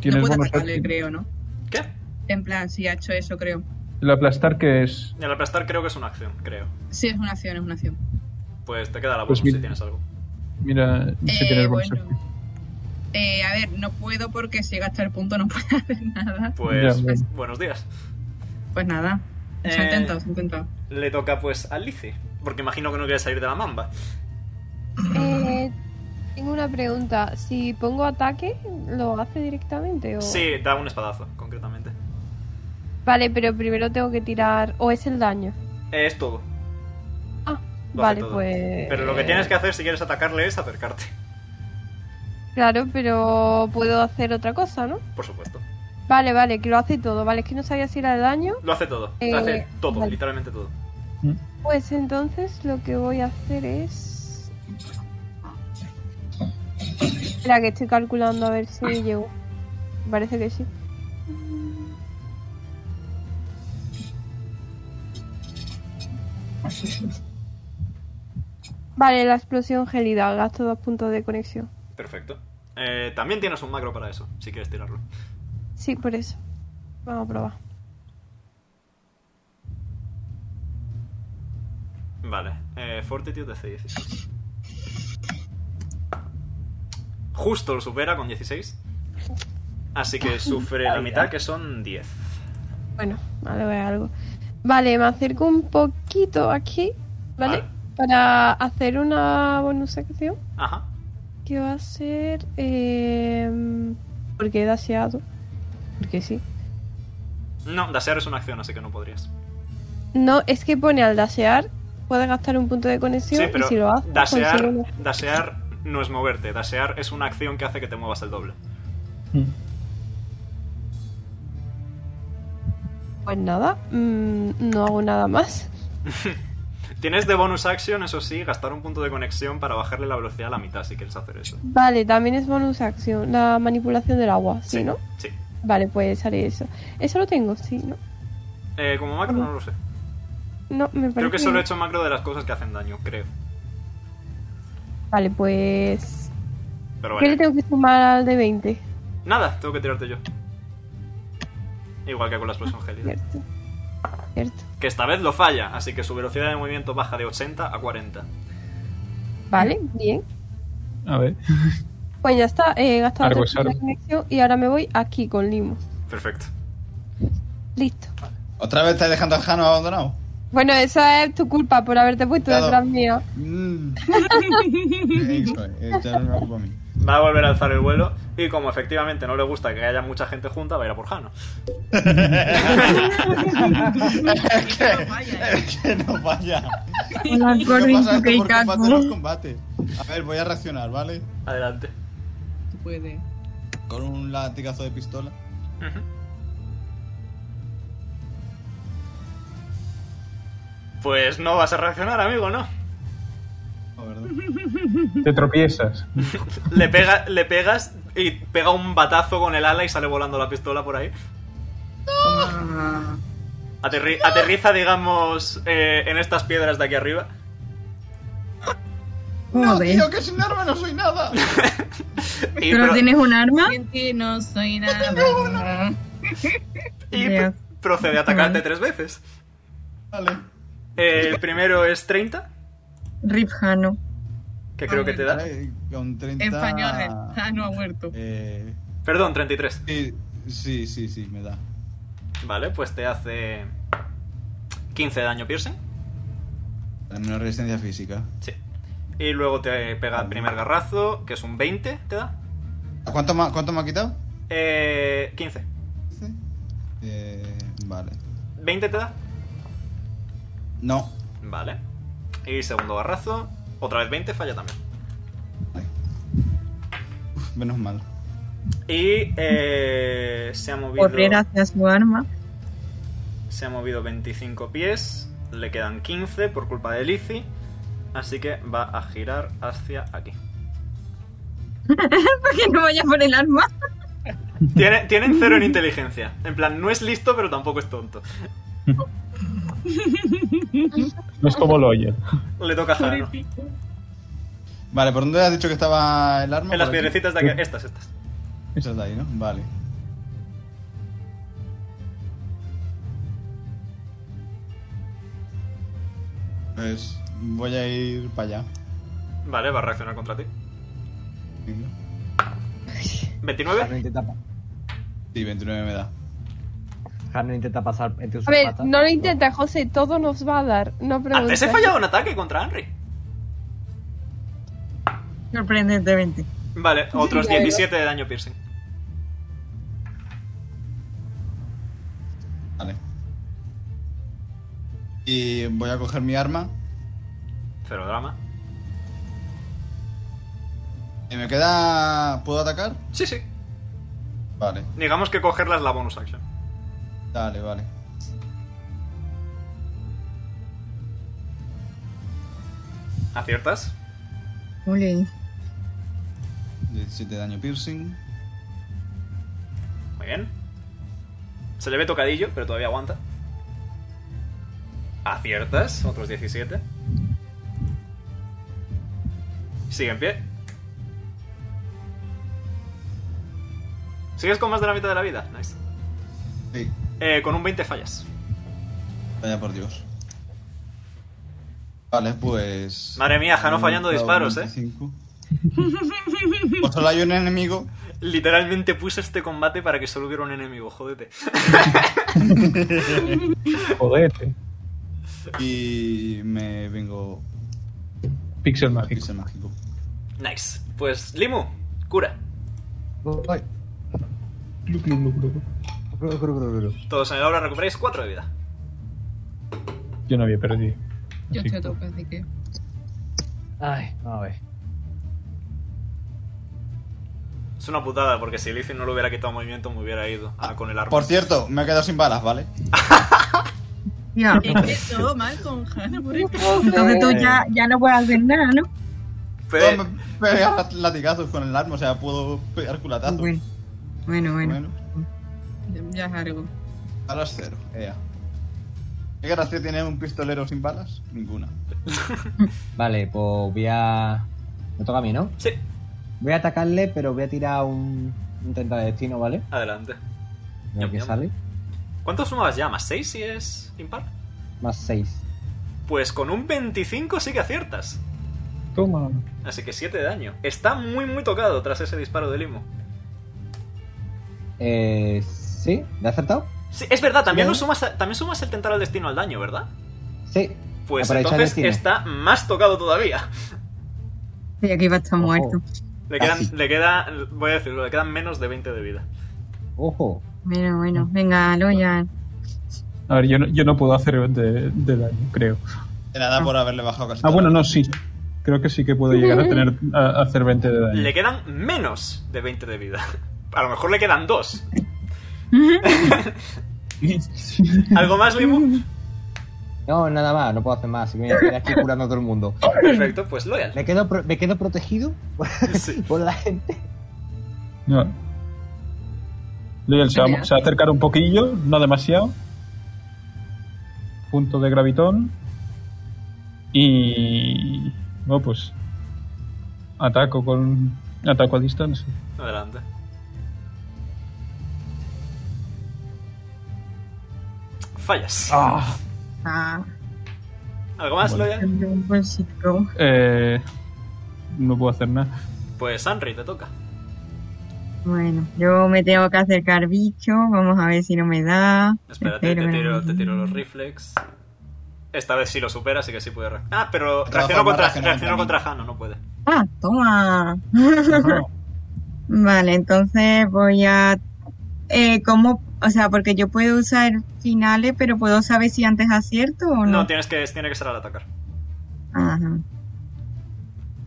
Tienes puedo bonus atacarle, action. creo, ¿no? ¿Qué? En plan, si ha hecho eso, creo. El aplastar que es. El aplastar creo que es una acción, creo. Sí, es una acción, es una acción. Pues te queda la Pues bonus mira. si tienes algo. Mira, si Eh, tienes bonus bueno. action. Eh, a ver, no puedo porque si gasta el punto no [LAUGHS] puedo hacer nada. Pues Ya, bueno. buenos días. Pues nada. Se ha Eh, intentado, se ha intentado. Le toca pues a Lizzie, porque imagino que no quiere salir de la mamba. Eh, tengo una pregunta. Si pongo ataque, ¿lo hace directamente? O... Sí, da un espadazo, concretamente. Vale, pero primero tengo que tirar. ¿O es el daño? Eh, es todo. Lo Ah, hace vale, todo. pues. Pero lo que tienes que hacer si quieres atacarle es acercarte, Claro, pero puedo hacer otra cosa, ¿no? por supuesto. Vale, vale, que lo hace todo. Vale, es que no sabía si era el daño. Lo hace todo, lo hace Eh, todo, vale. literalmente todo. Pues entonces lo que voy a hacer es. Espera, que estoy calculando a ver si llego. Parece que sí. Vale, la explosión gélida. Gasto dos puntos de conexión. Perfecto. Eh, también tienes un macro para eso, si quieres tirarlo. Sí, por eso. Vamos a probar. Vale. Eh, Fortitude DC 16. Justo lo supera con 16. Así [LAUGHS] que sufre la mitad, que son 10. Bueno, vale, voy a algo. Vale, me acerco un poquito aquí, ¿vale? Vale. Para hacer una bonus acción Ajá. que va a ser. em, porque he daseado. Porque sí. No, dasear es una acción, así que no podrías. No, es que pone al dasear, puedes gastar un punto de conexión Sí, pero y si lo haces, pues dasear, consigue una- dasear no es moverte. Dasear es una acción que hace que te muevas el doble. Pues nada, mm, no hago nada más. Tienes de bonus action, eso sí, gastar un punto de conexión para bajarle la velocidad a la mitad si quieres hacer eso. Vale, también es bonus acción, la manipulación del agua, ¿sí, no? Sí. Vale, pues haré eso. Eso lo tengo, sí, ¿no? Eh, como macro no lo sé. No, me parece. Creo que solo no. he hecho macro de las cosas que hacen daño, creo. Vale, pues. Pero ¿Qué le bueno. tengo que sumar al de 20? Nada, tengo que tirarte yo. Igual que con la explosión gélida. Cierto. Cierto. Que esta vez lo falla, así que su velocidad de movimiento baja de 80 a 40. Vale, bien. A ver. Pues ya está, he gastado Argo tres es puntos de argo. conexión y ahora me voy aquí con Limo. Perfecto. Listo. ¿Otra vez estás dejando al Jano abandonado? Bueno, esa es tu culpa por haberte puesto Claro. detrás mía. Mm. Eso es, echar una culpa a mí. Va a volver a alzar el vuelo y como efectivamente no le gusta que haya mucha gente junta, va a ir a por Jano. Es que, no vaya, es [LAUGHS] que no vaya. Hola, No Corbin, pasa esto Tuca por y combate en los Kaku. combates. A ver, voy a reaccionar, ¿vale? Adelante. Tú puedes. Con un latigazo de pistola. Ujú. Pues no vas a reaccionar, amigo, ¿no? No, ¿verdad? Te tropiezas. Le, pega, le pegas y pega un batazo con el ala y sale volando la pistola por ahí. Ah, Aterri- Aterriza, digamos, eh, en estas piedras de aquí arriba. No, Joder. tío, que sin arma no soy nada. Y, ¿Pero pro- tienes un arma? Gente, no soy nada. y Dios. pr- procede a atacarte tres veces. Vale. Eh, el primero es 30, Rip Hano. que creo que te da. Vale, Con 30. Españoles. Ah, no ha muerto. Eh, Perdón, 33. sí, Eh, sí, sí, sí, me da. Vale, pues te hace 15 de daño piercing. La menor resistencia física. Sí. Y luego te pega el primer garrazo, que es un 20, ¿te da? ¿A cuánto, ma- cuánto me ha quitado? Eh, 15. Eh, vale. ¿20 te da? No. Vale. Y segundo garrazo, otra vez 20, falla también. Uf, menos mal. Y eh, se ha movido... Correr hacia su arma. [LAUGHS] Se ha movido 25 pies, le quedan 15 por culpa de Lizzie, así que va a girar hacia aquí. Para que no vaya por el arma. Tiene, tienen cero en inteligencia. En plan, no es listo, pero tampoco es tonto. No es como lo oye. Le toca a Jano. Vale, ¿por dónde has dicho que estaba el arma? En las Por aquí. piedrecitas de aquí. Estas, estas. Esas de ahí, ¿no? Vale. Pues voy a ir para allá. Vale, va a reaccionar contra ti. Venga. Harno 29. intenta, Sí, 29 me da. Harno intenta pasar entre sus A ver, patas. no lo intenta, José, todo nos va a dar. No Ah, preguntes. Antes he fallado un ataque contra Henry. Sorprendentemente. Vale, otros claro. 17 de daño piercing. Vale. Y voy a coger mi arma. Cero drama. ¿Y me queda. ¿Puedo atacar? Sí, sí. Vale, Digamos que cogerla es la bonus action. dale, vale. ¿Aciertas? Ole. 17 daño piercing. Muy bien. Se le ve tocadillo, pero todavía aguanta. Aciertas, otros 17. Sigue en pie. Sigues con más de la mitad de la vida. Nice. Sí, Eh, con un 20 fallas. vaya por Dios. Vale, pues. Madre mía, Jano fallando disparos, eh. 25. Pues solo hay un enemigo. Literalmente puse este combate para que solo hubiera un enemigo, jódete. Jodete. Y me vengo Pixel al mágico. pixel mágico. Nice. Pues, Limu, cura. Ay, Glu, glu, glu, glu. cru, cru, cru, cru. Todos en el aura recuperáis 4 de vida. Yo no había perdido. Yo Así. estoy a tope, así que. Ay, vamos a ver. Es una putada, porque si Lizzie no le hubiera quitado movimiento, me hubiera ido ah, con el arma. Por cierto, me he quedado sin balas, ¿vale? Ya. Es que todo mal con Hannah, por ejemplo. Entonces tú ya, ya no puedes hacer nada, ¿no? Fe- No, me me pegar lat- latigazos con el arma, o sea, puedo pegar culatazos. Bueno, bueno, bueno. Bueno, Ya es algo. ahora es cero. Ea. ¿Qué gracia tiene un pistolero sin balas? Ninguna. Vale, pues voy a. Me toca a mí, ¿no? Sí, Voy a atacarle, pero voy a tirar un, un tenta de destino, ¿vale? adelante. A ver Yum, qué yum. sale. ¿Cuánto sumabas ya? ¿Más 6 si es impar? Más 6. Pues con un 25 sí que aciertas. Toma. Así que 7 de daño. Está muy, muy tocado tras ese disparo de Limu. Eh. ¿Sí? ¿Le he acertado? Sí, es verdad, también, ¿Sí? lo sumas, a- también sumas el tentar al destino al daño, ¿verdad? Sí. Pues Aprovechar el entonces destino. está más tocado todavía. Y aquí va a estar Ojo. muerto. Le quedan, Casi. le queda, voy a decirlo, le quedan menos de 20 de vida. Ojo. Bueno, bueno. Venga, Loyan. A ver, yo no, yo no puedo hacer de, de daño, creo. Te la da por haberle bajado casi. Ah, todo. bueno, no, sí. Creo que sí que puedo llegar a tener a, a hacer 20 de daño. Le quedan menos de 20 de vida. [LAUGHS] A lo mejor le quedan dos. [LAUGHS] ¿Algo más, Limu? No, nada más, no puedo hacer más. así que Me voy a quedar aquí curando a todo el mundo. Perfecto, pues loyal. Me quedo, pro- me quedo protegido Sí. por la gente. No. Loyal se va, se va a acercar un poquillo, no demasiado. Punto de gravitón. Y. Bueno, pues. Ataco con. Ataco a distancia. Adelante. Fallas. Ah. Ah, ¿Algo más, Bueno. Loyal? un buen sitio. Eh, no puedo hacer nada. Pues Henry, te toca. Bueno, yo me tengo que acercar bicho, vamos a ver si no me da. Espérate, te Espero. tiro, te tiro los reflex. Esta vez sí lo supera, así que sí puede reaccionar. Ah, pero todas reaccionó formas, contra, reacciona reaccionó contra contra Jano, no puede. Ah, toma. Ah, Vale, entonces voy a... Eh, ¿Cómo? O sea, porque yo puedo usar finales, pero puedo saber si antes acierto o no. No, tienes que, tiene que ser al atacar. Ajá.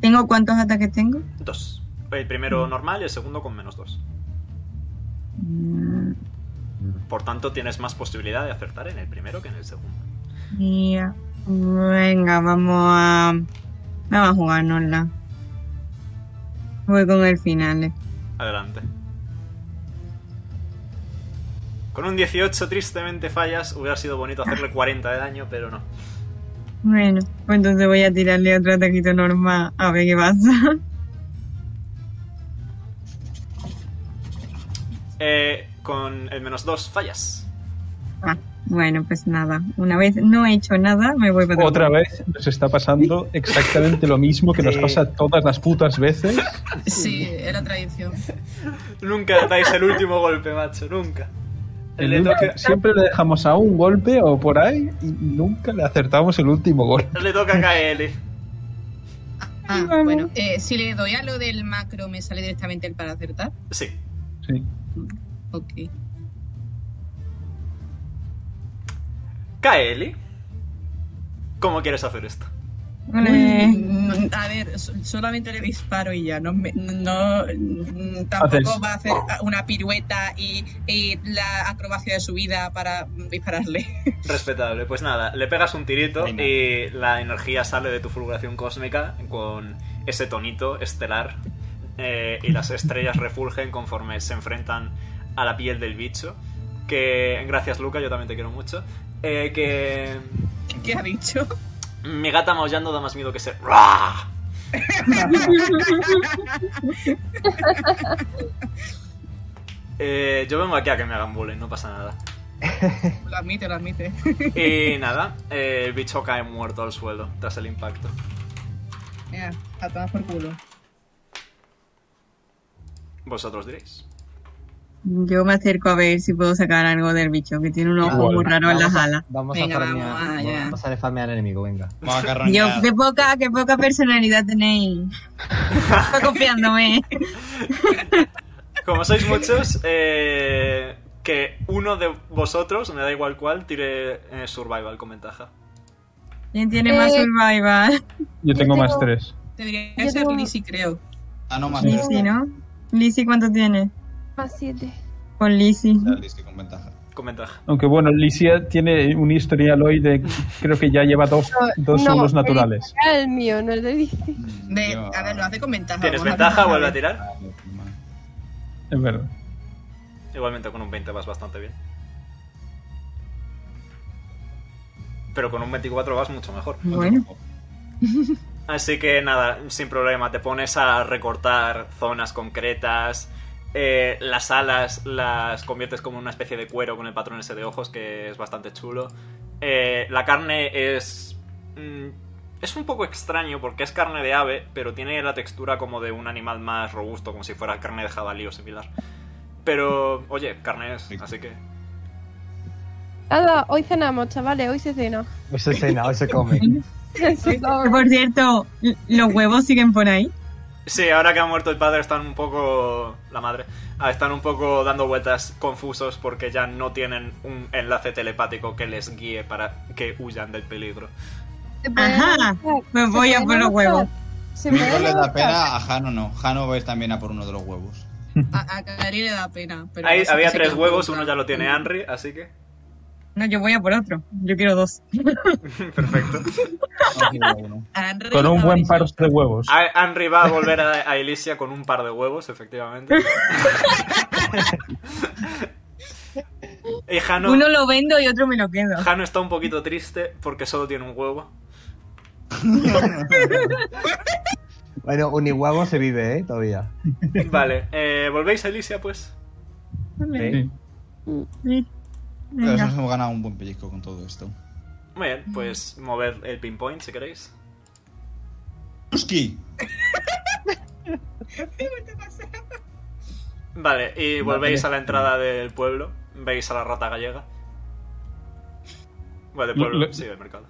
¿Tengo cuántos ataques tengo? Dos. El primero normal y el segundo con menos dos. Mm, Por tanto, tienes más posibilidad de acertar en el primero que en el segundo. ya. Venga, vamos a... Vamos a jugárnosla. Voy con el final. eh. Adelante. Con un 18 tristemente fallas, hubiera sido bonito hacerle 40 de daño, pero no. Bueno, pues entonces voy a tirarle otro ataquito normal a ver qué pasa. [LAUGHS] Eh, con el menos 2 fallas. Bueno, pues nada. Una vez no he hecho nada, me voy para Otra vez nos está pasando exactamente lo mismo que nos Sí. pasa todas las putas veces. Sí, era tradición. Nunca dais el último golpe, macho, nunca. El Le último- toca- siempre le dejamos a un golpe o por ahí y nunca le acertamos el último golpe. Le toca a Kaeli. Ah, bueno, eh, si le doy a lo del macro, ¿me sale directamente el para acertar? Sí. Sí. Ok. Kaeli. ¿Cómo quieres hacer esto? Ole. Mm, A ver, so- solamente le disparo y ya. No, me- no mm, tampoco Haces- va a hacer una pirueta y, y la acrobacia de su vida para mm, dispararle. Respetable. Pues nada, le pegas un tirito Venga. y la energía sale de tu fulguración cósmica con ese tonito estelar eh, y las estrellas refulgen conforme se enfrentan a la piel del bicho. Que gracias Luca, yo también te quiero mucho. Eh, que ¿Qué ha dicho? Mi gata maullando da más miedo que ser. ¡Ruah! Eh, yo vengo aquí a que me hagan bullying, no pasa nada. Lo admite, lo admite. Y nada, eh, el bicho cae muerto al suelo tras el impacto. Ya, a tomar por culo. Vosotros diréis. Yo me acerco a ver si puedo sacar algo del bicho, que tiene un ojo Igual. muy raro en las Vamos a- alas. Vamos Venga, a farmear. vamos, ah, ya. vamos a farmear al enemigo, venga. [LAUGHS] Vamos a Yo, carroñar. qué poca, qué poca personalidad tenéis. Está copiándome. Como sois muchos, eh, que uno de vosotros, me da igual cuál, tire eh, survival con ventaja. ¿Quién tiene más Eh. survival? Yo tengo tengo- más tres. Tendría Yo que ser tengo- Lizzie, creo. Ah, no, más Sí. bien. Lizzie, ¿no? Lizzie, ¿cuánto tiene? Más siete. Con Lizzie. Ya, listo, con ventaja. Con ventaja. Aunque bueno, Licia tiene un historial hoy de. Creo que ya lleva dos, dos no, solos el naturales. Era el mío, no el de Lizzie. Mm, De, yo- a ver, lo hace con ventaja. ¿Tienes vamos a ventaja? ver. Vuelve a tirar. Ah, no, Es verdad. Igualmente con un 20 vas bastante bien. Pero con un 24 vas mucho mejor. Bueno, [LAUGHS] Así que nada, sin problema, te pones a recortar zonas concretas, eh, las alas las conviertes como en una especie de cuero con el patrón ese de ojos que es bastante chulo. Eh, la carne es... mm, es un poco extraño porque es carne de ave, pero tiene la textura como de un animal más robusto, como si fuera carne de jabalí o similar. Pero, oye, carne es, así que... Nada, hoy cenamos, chavales, hoy se cena. [LAUGHS] Hoy se cena, hoy se come. Se que come. por cierto, l- los huevos siguen por ahí. Sí, ahora que ha muerto el padre están un poco... La madre. ah, Están un poco dando vueltas confusos porque ya no tienen un enlace telepático que les guíe para que huyan del peligro. Se pueden Ajá, adoptar, me se voy a pueden por los adoptar. huevos. Se No pueden le da adoptar. pena, a Jano no. Jano va a ir también a por uno de los huevos. A, a Kairi le da pena. Pero Ahí no sé había si tres quedó huevos, con uno ya lo tiene Henry, así que... Mm. No, yo voy a por otro. Yo quiero dos. [LAUGHS] [LAUGHS] Perfecto. No quiero uno. A Henry Con un estaba buen diciendo- par de huevos. A- Henry va a volver a, a Elysia con un par de huevos, efectivamente. [LAUGHS] y Jano, Uno lo vendo y otro me lo quedo. Jano está un poquito triste porque solo tiene un huevo. Bueno, unihuevo se vive, ¿eh? Todavía. Vale, eh, ¿volvéis a Elysia, pues? Sí. Sí. Sí. Pero Venga. nos hemos ganado un buen pellizco con todo esto. Muy bien, pues mover el pinpoint si queréis. ¡Uski! Vale, y No volvéis tenés- a la entrada del pueblo. Veis a la rata gallega. Bueno, del Lo- pueblo, lo- sí, del mercado.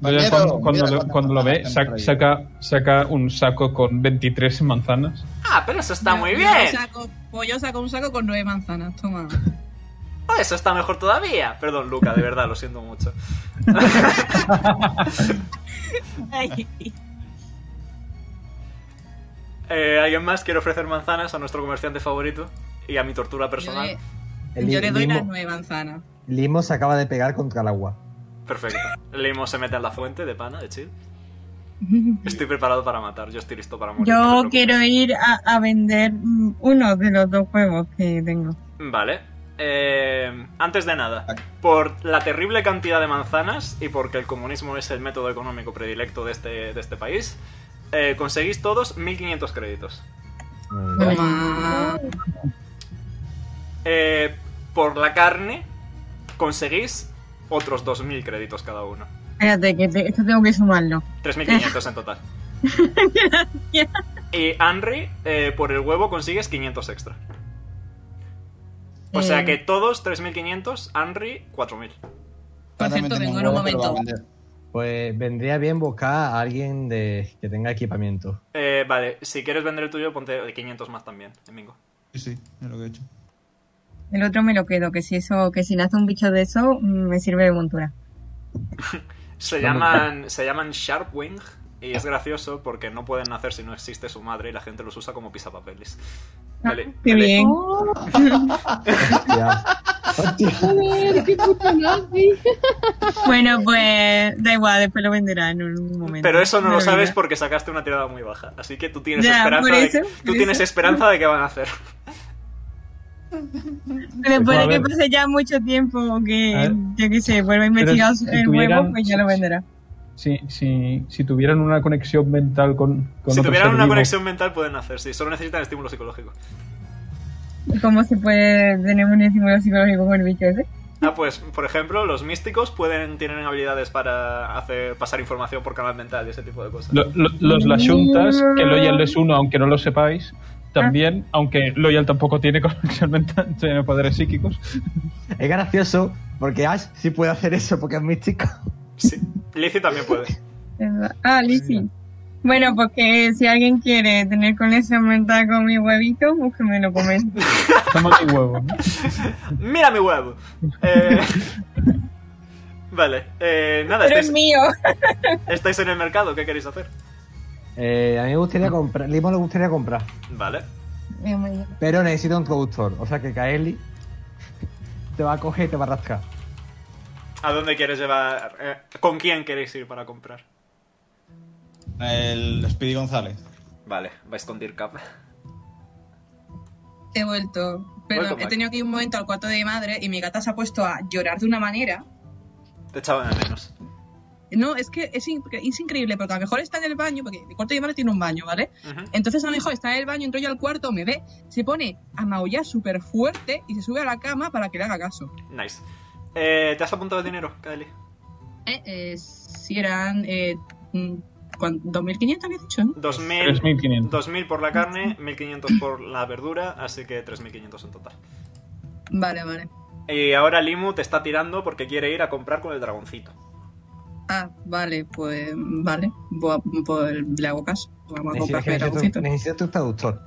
Vaya, Valero, cuando, cuando mira lo, cuántas cuando lo ve, manzanas saca, han saca, saca un saco con 23 manzanas. Ah, pero eso está muy Yo bien. saco- Pues yo saco un saco con nueve manzanas, toma. Oh, Eso está mejor todavía. Perdón, Luca, de verdad, lo siento mucho. Ay. Eh, ¿Alguien más quiere ofrecer manzanas a nuestro comerciante favorito? Y a mi tortura Yo personal. le, El yo le doy limo, las nueve manzanas. Limo se acaba de pegar contra el agua. Perfecto. Limo se mete en la fuente de pana, de chill. Estoy preparado para matar, yo estoy listo para morir. no Yo te preocupes. quiero ir a, a vender mm, uno de los dos huevos que tengo. Vale. Eh, antes de nada, por la terrible cantidad de manzanas y porque el comunismo es el método económico predilecto de este, de este país, eh, conseguís todos 1500 créditos. Toma. Eh, por la carne, conseguís otros 2000 créditos cada uno. Espérate, que te- esto tengo que sumarlo. 3500 en [LAUGHS] total. Y Henry, eh, por el huevo consigues 500 extra. O Eh. sea que todos 3500, Henry 4000. Por Yo también cierto, tengo vengo un en un huevo que lo va a momento. vender. Pues vendría bien buscar a alguien de, que tenga [LAUGHS] equipamiento. Eh, vale, si quieres vender el tuyo, ponte de 500 más también, Mingo. Sí, sí, es lo que he hecho. El otro me lo quedo, que si eso, que si nace un bicho de eso, mm, me sirve de montura. Se Vamos. llaman, se llaman Sharpwing y es gracioso porque no pueden nacer si no existe su madre y la gente los usa como pisapapeles. Vale, Ah, Qué vale. bien. Oh, Ya. Joder, ¡Qué puto nazi! Bueno, pues da igual, después lo venderá en un momento. Pero eso no La lo vida. sabes porque sacaste una tirada muy baja. Así que tú tienes Ya, esperanza por de- eso, tú por tienes eso. esperanza de que van a hacer. Después Pues, a de que ver. pase ya mucho tiempo A que, ver. yo qué sé, vuelva a investigar si el tuvieran- huevo, pues ya lo venderá. Si, si, si tuvieran una conexión mental con, con Si otro tuvieran ser una vivo, conexión mental pueden hacer, sí, solo necesitan estímulo psicológico. ¿Y cómo se puede tener un estímulo psicológico con el bicho ese? Ah, pues, por ejemplo, los místicos pueden tienen habilidades para hacer pasar información por canal mental y ese tipo de cosas. lo- lo- los Lashuntas, que Loyal es uno, aunque no lo sepáis, también, aunque Loyal tampoco tiene [LAUGHS] conexión mental, tiene poderes psíquicos. Es gracioso porque Ash sí puede hacer eso porque es místico. Sí. Lizzie también puede. ¿Verdad? Ah, Lizzie. Bueno, porque si alguien quiere tener conexión mental con mi huevito, búsqueme lo comento. [LAUGHS] Toma mi huevo. [LAUGHS] ¿no? ¡Mira mi huevo! Eh, [LAUGHS] Vale, eh, nada, Pero es estáis, mío. estáis en el mercado, ¿qué queréis hacer? Eh, a mí me gustaría comprar, Limo le gustaría comprar, Vale, Mi amor, pero necesita un traductor. O sea que Kaeli te va a coger y te va a rascar. ¿a dónde quieres llevar? eh, ¿Con quién queréis ir para comprar? El Speedy González. Vale, vais con Dirk Cap. He vuelto. Perdón, Welcome he back. tenido que ir un momento al cuarto de mi madre y mi gata se ha puesto a llorar de una manera. Te echaban de menos. No, es que es, incre- es increíble, porque a lo mejor está en el baño, porque el cuarto de mi madre tiene un baño, ¿vale? Ujú. Entonces a lo mejor está en el baño, entro yo al cuarto, me ve, se pone a maullar súper fuerte y se sube a la cama para que le haga caso. Nice. Eh, ¿Te has apuntado el dinero, Kylie? Eh, eh, si eran... Eh, mm, ¿cuán- ¿2.500 habías dicho? ¿no? 2000, 3500. 2000 por la carne, 1500 por la verdura, así que 3500 en total. Vale, vale. Y ahora Limu te está tirando porque quiere ir a comprar con el dragoncito. Ah, vale, pues vale. Voy a- pues, le hago caso. Vamos a Necesita, comprar es que necesita tu- pedagogitos. necesita un traductor.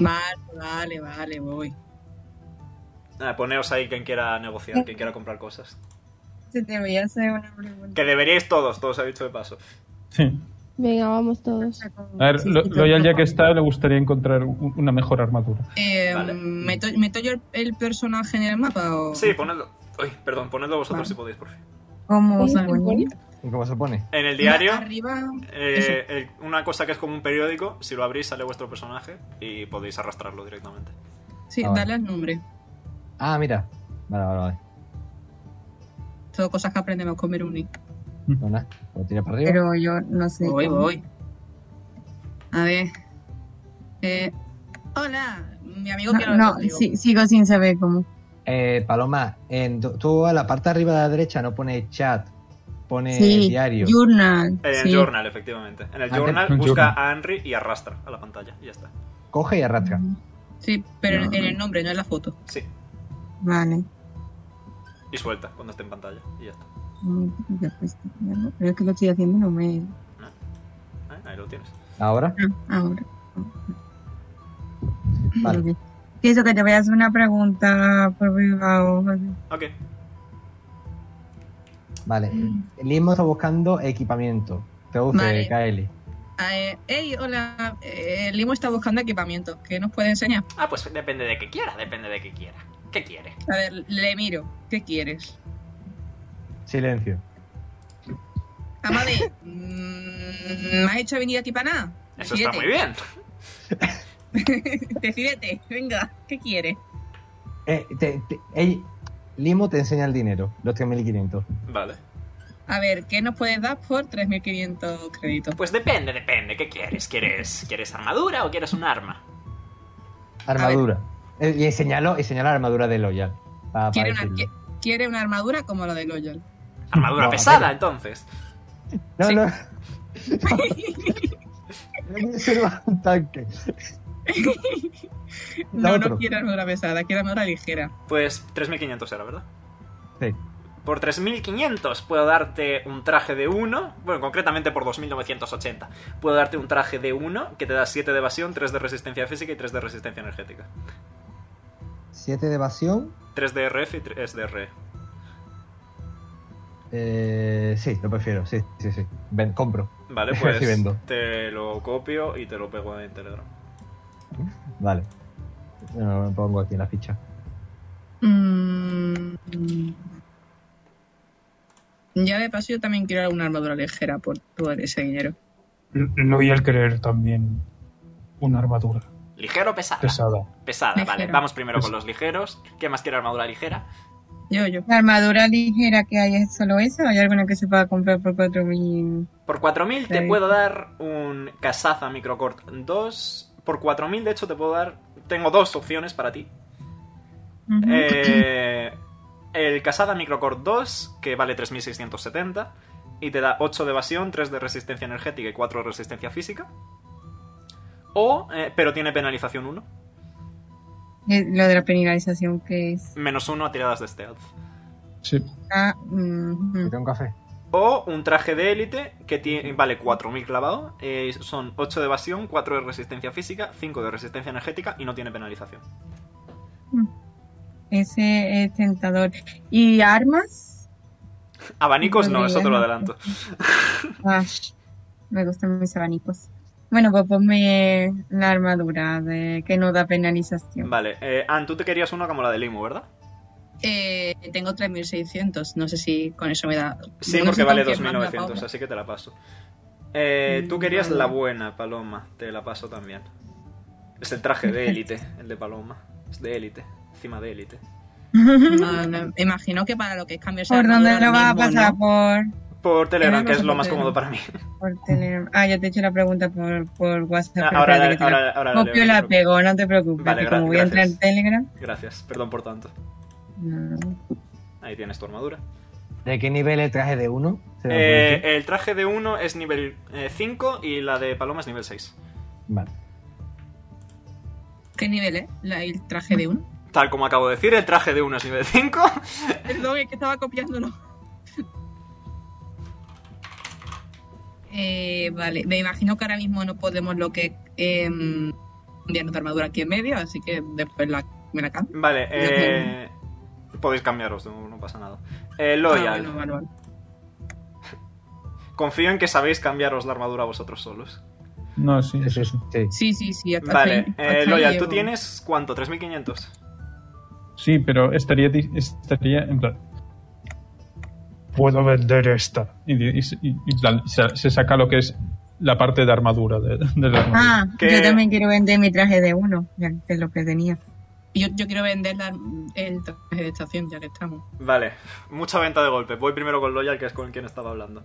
Vale, vale, vale, voy. Ah, poneos ahí quien quiera negociar, quien quiera comprar cosas. Se te voy a hacer una pregunta. Que deberíais todos, todos ha dicho de paso. Sí. Venga, vamos todos. A ver, lo- Loyal ya que está, le gustaría encontrar un- una mejor armadura. Eh, Vale. ¿meto, meto yo el, el personaje en el mapa o...? Sí, ponedlo. Uy, perdón, ponedlo vosotros si podéis, por fin. ¿Cómo ¿Eh? se ¿Te pone? pones? ¿Y cómo se pone? En el diario, Arriba... eh, el- una cosa que es como un periódico, si lo abrís sale vuestro personaje y podéis arrastrarlo directamente. Sí, Ah, vale. dale al nombre. Ah, mira. Vale, vale, vale. Todo cosas que aprendemos con Meruni. No, nada. Lo tira para arriba. Pero yo no sé. Voy, cómo. voy. A ver. Eh, hola, mi amigo quiere No, hablar no contigo. sí, sigo sin saber cómo. Eh, Paloma, en, tu- tú a la parte de arriba de la derecha no pone chat, pone Eh, sí, diario. journal. En el sí. journal, efectivamente. En el Ah, journal en el busca journal. a Henry y arrastra a la pantalla. Y ya está. Coge y arrastra. Sí, pero en- en el nombre, no en la foto. Sí. Vale. Y suelta cuando esté en pantalla. Y ya está. Mm, ya pues, ya no. Pero es que lo estoy haciendo y no me. Ah, Ahí lo tienes. Ahora. Ah, ahora. Vale. Ok. Pienso que te voy a hacer una pregunta por privado. José. Ok. Vale. El mismo está buscando equipamiento. Te gusta, Vale. Kaeli. Ah, eh, hey, hola, eh, Limo está buscando equipamiento. ¿Qué nos puede enseñar? Ah, pues depende de qué quiera, depende de qué quiera. ¿Qué quiere? A ver, le miro. ¿Qué quieres? Silencio. Amade, mm, ¿me has hecho venir aquí para nada? Eso está muy bien. [LAUGHS] Decídete, venga, ¿qué quieres? Eh, te- te- ey, Limo te enseña el dinero, los 3.500. Vale. A ver, ¿qué nos puedes dar por 3.500 créditos? Pues depende, depende. ¿Qué quieres? [LAUGHS] ¿Quieres, ¿quieres armadura o quieres un arma? Armadura. Eh, y señalo, y señala la armadura de Loyal. pa- pa Quiere una, decirlo. qui- quiere una armadura como la de Loyal. Armadura No, a pesada, ver. entonces. No, sí. no. No quiere ser un tanque. La No, otro. no quiere armadura pesada, quiere armadura ligera. Pues 3.500 era, ¿verdad? Sí. Por 3.500 puedo darte un traje de 1. Bueno, concretamente por 2.980. Puedo darte un traje de 1 que te da 7 de evasión, 3 de resistencia física y 3 de resistencia energética. 7 de evasión. 3 de RF y 3 de RE. Eh, sí, lo prefiero. Sí, sí, sí. Ven, compro. Vale, [LAUGHS] Sí, pues vendo. te lo copio y te lo pego en Telegram. Vale. Bueno, me pongo aquí en la ficha. Mm. Ya de paso yo también quiero una armadura ligera por todo ese dinero. L- Loyal querer también una armadura. Ligero o pesada. Pesada. Pesada, vale. Ligero. Vamos primero con Pes- los ligeros. ¿Qué más quiere armadura ligera? Yo, yo. ¿La armadura ligera que hay es solo esa o hay alguna que se pueda comprar por 4.000? Por 4000 te Sí. puedo dar un Kazaza Microcort 2. Por 4000, de hecho, te puedo dar. Tengo dos opciones para ti. Ujú. Eh, el Casada Microcore 2, que vale 3670, y te da 8 de evasión, 3 de resistencia energética y 4 de resistencia física. O, eh, pero tiene penalización 1, Eh, Lo de la penalización que es. menos 1 a tiradas de stealth. Sí. Ah, ujú. Tengo un café. O un traje de élite que tiene, vale 4000 clavado, eh, son 8 de evasión, 4 de resistencia física, 5 de resistencia energética y no tiene penalización. Ese es tentador. ¿Y armas? Abanicos no, Vale, eso te lo ajá. adelanto. Ah, me gustan mis abanicos. Bueno, pues ponme la armadura de que no da penalización. Vale, eh, Ann, tú te querías una como la de Limo, ¿verdad? Eh, tengo 3.600. No sé si con eso me da. Sí, no porque sé vale con quién manda Paula. 2.900, así que te la paso. Eh, tú Mm, querías vale. la buena, Paloma. Te la paso también. Es el traje de élite, el de Paloma. Es de élite, encima de élite. [LAUGHS] No, no, imagino que para lo que es cambiarse ¿Por la dónde armadura lo vas a ahora mismo, pasar? ¿no? Por, Por Telegram, Telegram, que es lo por más cómodo Telegram. para mí. por tener. Ah, yo te he hecho la pregunta por, por WhatsApp. Ah, [LAUGHS] pero Ahora, espérate que te la- ahora, ahora la leo, Copio no la te preocupes. pego, no te preocupes. Vale, que gra- como voy a entrar en gracias. Telegram. Gracias, perdón por tanto. no. Ahí tienes tu armadura. ¿De qué nivel el traje de uno? ¿Se lo puede Eh, decir? el traje de uno es nivel 5 y la de Paloma es nivel 6. Vale. ¿Qué nivel eh? es? La- el traje de uno. Tal como acabo de decir, el traje de uno es nivel 5. Perdón, es que estaba copiándolo. Eh, vale, me imagino que ahora mismo no podemos lo que eh, cambiar nuestra armadura aquí en medio, así que después la, me la cambio. [LAUGHS] Vale, eh, podéis cambiaros, no, no pasa nada. Eh, Loyal. Ah, bueno, vale, vale. Confío en que sabéis cambiaros la armadura vosotros solos. No, sí. Eso es. Sí. Sí, sí, sí. Hasta Vale, ahí- hasta eh, ahí Loyal, ¿tú llego. tienes cuánto? ¿3.500? Sí, pero estaría, di- estaría en plan. Puedo vender esta. Y, di- y se- y- y en plan, se, se saca lo que es la parte de armadura de, de la armadura. Ah, Que- yo también quiero vender mi traje de uno, ya que es lo que tenía. Yo, yo quiero vender la- el traje de estación, ya que estamos. Vale, mucha venta de golpe. Voy primero con Loyal, que es con quien estaba hablando.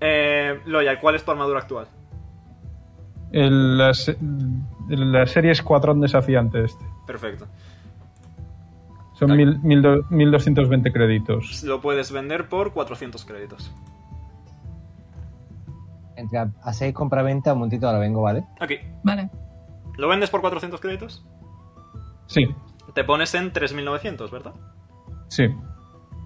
Eh, Loyal, ¿cuál es tu armadura actual? El- la, se- la serie Escuadrón Desafiante este. Perfecto. Son Vale. mil, mil do- 1220 créditos. Lo puedes vender por 400 créditos. Entre a- hacéis compraventa, un momentito ahora vengo, ¿vale? Ok, Vale. ¿lo vendes por 400 créditos? Sí, Te pones en 3.900, ¿verdad? sí.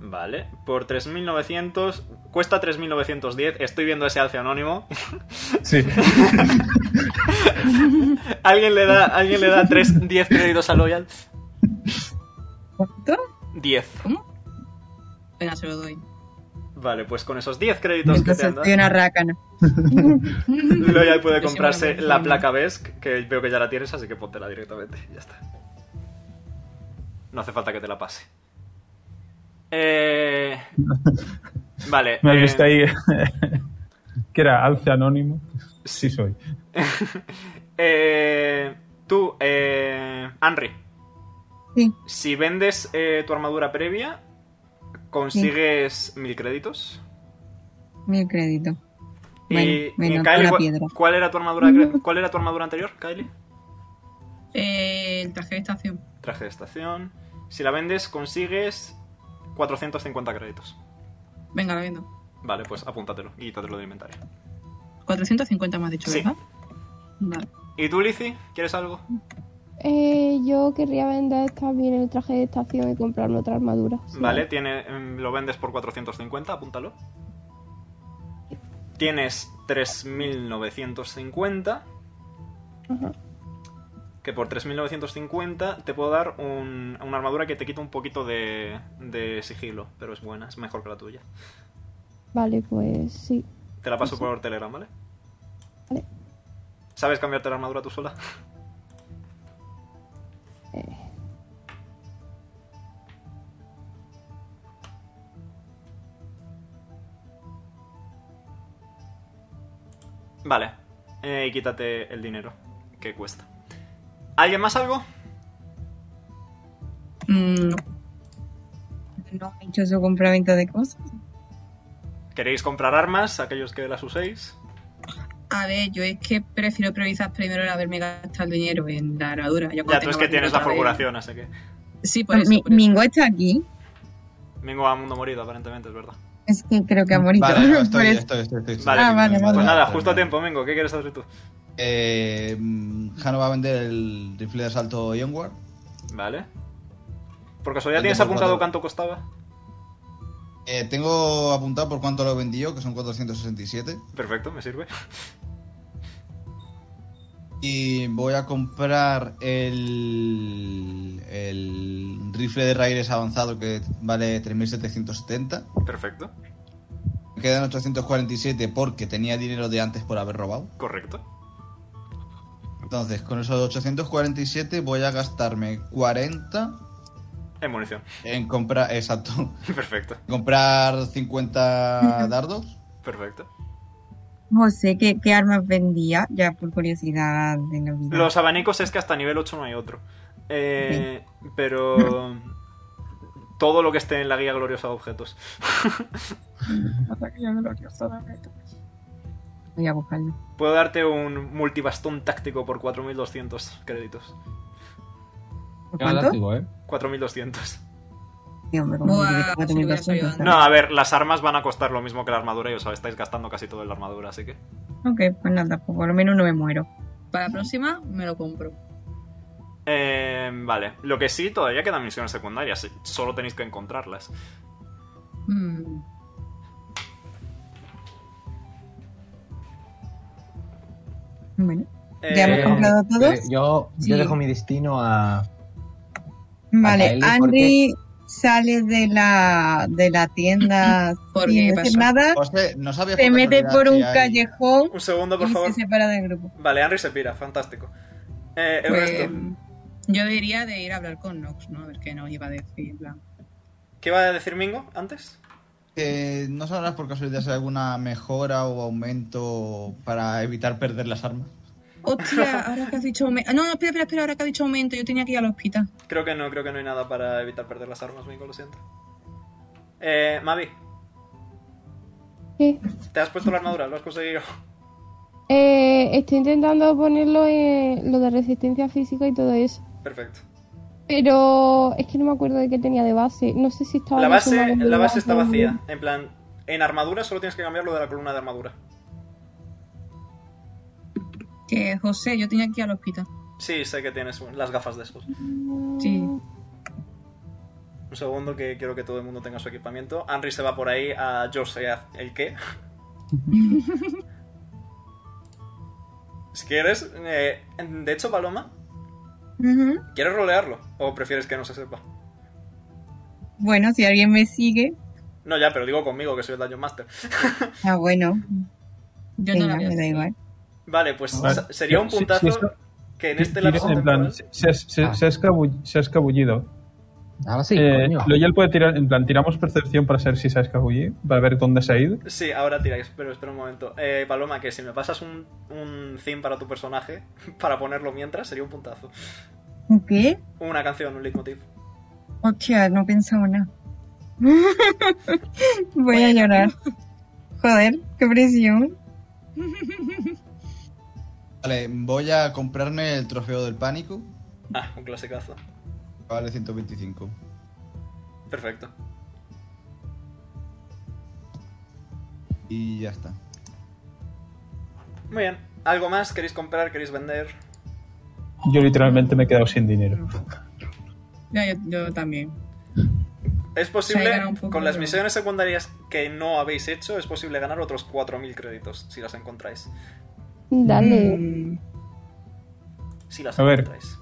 Vale, por 3.900... Cuesta 3.910, estoy viendo ese alce anónimo. [LAUGHS] Sí. ¿Alguien le da, alguien le da 3, 10 créditos a Loyal? ¿Cuánto? 10. Venga, se lo doy. Vale, pues con esos 10 créditos que te Entonces han dado, soy una rácana. Loyal puede Yo comprarse seguramente la no. placa BESC, que veo que ya la tienes, así que póntela directamente. Ya está. No hace falta que te la pase. Eh... Vale. Me eh, has visto ahí. [LAUGHS] que era alce anónimo. Sí, Sí. soy. Eh, Tú, eh... Henry, Sí, si vendes eh, tu armadura previa, consigues mil créditos. mil créditos. Bueno, y, menos Kylie, la ¿cu- piedra. Mm. ¿cuál era tu armadura? cre- ¿Cuál era tu armadura anterior, Kylie? Eh, el traje de estación. Traje de estación. Si la vendes, consigues 450 créditos. Venga, la vendo. Vale, pues apúntatelo y quítatelo del inventario. 450 me has dicho, Sí. ¿verdad? Vale. ¿Y tú, Lizzy? ¿Quieres algo? Eh, yo querría vender también el traje de estación y comprarme otra armadura. sí. Vale, tiene, mm, lo vendes por 450, apúntalo. Tienes 3.950. Ajá. Que por 3.950 te puedo dar un- una armadura que te quita un poquito de, de sigilo, pero es buena, es mejor que la tuya. Vale, pues sí. Te la paso por Telegram, ¿vale? Vale. ¿Sabes cambiarte la armadura tú sola? Eh. Vale. Eh, y quítate el dinero. que cuesta. ¿Alguien más algo? Mm, no. No ha hecho su complemento de cosas. ¿Queréis comprar armas, aquellos que las uséis? A ver, yo es que prefiero priorizar primero el haberme gastado el dinero en la armadura. Ya, Ya, cuando tú es tenga que tienes la otra vez- formulación, así que... Sí, por eso. Pues Mi- por eso. Mingo está aquí. Mingo a mundo morido, aparentemente, es verdad. Es que creo que ha morido. Vale, no, Por [LAUGHS] estoy, eso. estoy, estoy, estoy, estoy. Vale, Ah, vale, pues vale. nada, justo a tiempo, Mingo. ¿Qué quieres hacer tú? Eh, mm, Jano va a vender el rifle de asalto Youngward. Vale. Por casualidad, Yo ¿tienes tengo apuntado cuatro. cuánto costaba? Eh, tengo apuntado por cuánto lo vendí yo, que son 467. Perfecto, me sirve. Y voy a comprar el, el rifle de raíles avanzado que vale 3770. Perfecto, Me quedan 847 porque tenía dinero de antes por haber robado. correcto. Entonces, con esos 847 voy a gastarme 40 En munición. [LAUGHS] en comprar. Exacto. Perfecto, Comprar 50 dardos. perfecto. José, ¿qué, qué armas vendía? Ya por curiosidad de la vida. Los abanicos es que hasta nivel 8 no hay otro. Eh, pero. Todo lo que esté en la guía gloriosa de objetos. Voy a buscarlo. Puedo darte un multibastón táctico por 4200 créditos. ¿Por cuánto? Fantástico, ¿eh? 4200. Dios, me Buah, confundí, cuatro mil si hubiera sabido doscientos. No, a ver, las armas van a costar lo mismo que la armadura y os estáis gastando casi todo en la armadura, así que. Ok, pues nada, pues por lo menos no me muero. Para la próxima me lo compro. Eh, vale, lo que sí, todavía quedan misiones secundarias, sí, solo tenéis que encontrarlas. Mm, Bueno, Eh, ¿ya hemos comprado todos? Yo, Sí. yo dejo mi destino a. a Vale, Kylie, Andy sale de la, de la tienda [LAUGHS] ¿Por sin qué pasó? decir nada, José, no sabía se mete casualidad por si un hay- callejón un segundo, por y favor. se separa del grupo. Vale, Henry se pira, fantástico. Eh, el pues, resto. yo diría de ir a hablar con Nox, ¿no? A ver qué nos iba a decir. en plan. ¿Qué iba a decir Mingo antes? Eh, ¿No sabrás por casualidad si hay alguna mejora o aumento para evitar perder las armas? [LAUGHS] Hostia, ahora que has dicho aumento. No, no, espera, espera, espera, ahora que has dicho aumento, yo tenía que ir al hospital. Creo que no, creo que no hay nada para evitar perder las armas, Mingo, lo siento. Eh, Mavi, Sí. ¿te has puesto la armadura? ¿Lo has conseguido? [LAUGHS] Eh, estoy intentando ponerlo en lo de resistencia física y todo eso. Perfecto. Pero es que no me acuerdo de qué tenía de base. No sé si estaba. La base, sumando la base de está vacía. En plan, en armadura solo tienes que cambiar lo de la columna de armadura. Que José, yo tenía que ir al hospital. Sí, sé que tienes un- las gafas de esos. Sí. Un segundo que quiero que todo el mundo tenga su equipamiento. Henry se va por ahí a yo sé haz el qué. si quieres, eh, de hecho, Paloma, Ujú. ¿quieres rolearlo? ¿O prefieres que no se sepa? Bueno, si alguien me sigue, No, ya, pero digo conmigo, que soy el Dungeon Master. ah, bueno, Yo no venga, la veo. me da igual. Vale, pues Vale. sa- sería un Sí, sí, puntazo eso- que en este Sí, lapso en plan, temporal... Ah. se, se- se- se ha escabull- se ha escabullido. Ahora sí, Eh, coño. Loyal puede tirar, en plan, tiramos percepción para saber si se ha escabullido, para ver dónde se ha ido. Sí, ahora tiráis, pero espera un momento. Eh, Paloma, que si me pasas un, un theme para tu personaje, [LAUGHS] para ponerlo mientras, sería un puntazo. ¿Qué? Una canción, un leitmotiv. Hostia, no pensaba nada. [LAUGHS] Voy a llorar. Joder, qué presión. Vale, voy a comprarme el trofeo del pánico. Ah, un clasicazo. Vale, 125. Perfecto. Y ya está. Muy bien. ¿Algo más? ¿Queréis comprar? ¿Queréis vender? Yo literalmente me he quedado sin dinero. Ya, yo, yo también. Es Se ha posible, ganado un poco, con las pero- misiones secundarias que no habéis hecho, es posible ganar otros 4.000 créditos, si las encontráis. Dale. Eh, Mm, Si las A ver. encontráis.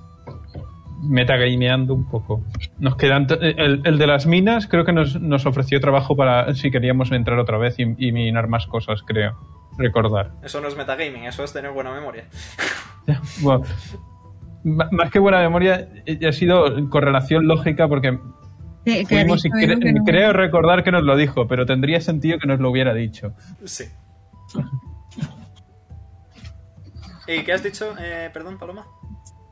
Metagameando un poco. Nos quedan. t- eh, El, el de las minas creo que nos, nos ofreció trabajo para si queríamos entrar otra vez y, y minar más cosas, creo. Recordar. Eso no es metagaming, eso es tener buena memoria. Bueno, m- más que buena memoria, eh, ha sido correlación lógica porque Que- que Eh, fuimos y Risto dijo cre- que no me- creo recordar que nos lo dijo, pero tendría [LAUGHS] sentido que nos lo hubiera dicho. Sí. ¿Y qué has dicho? Eh, perdón, Paloma.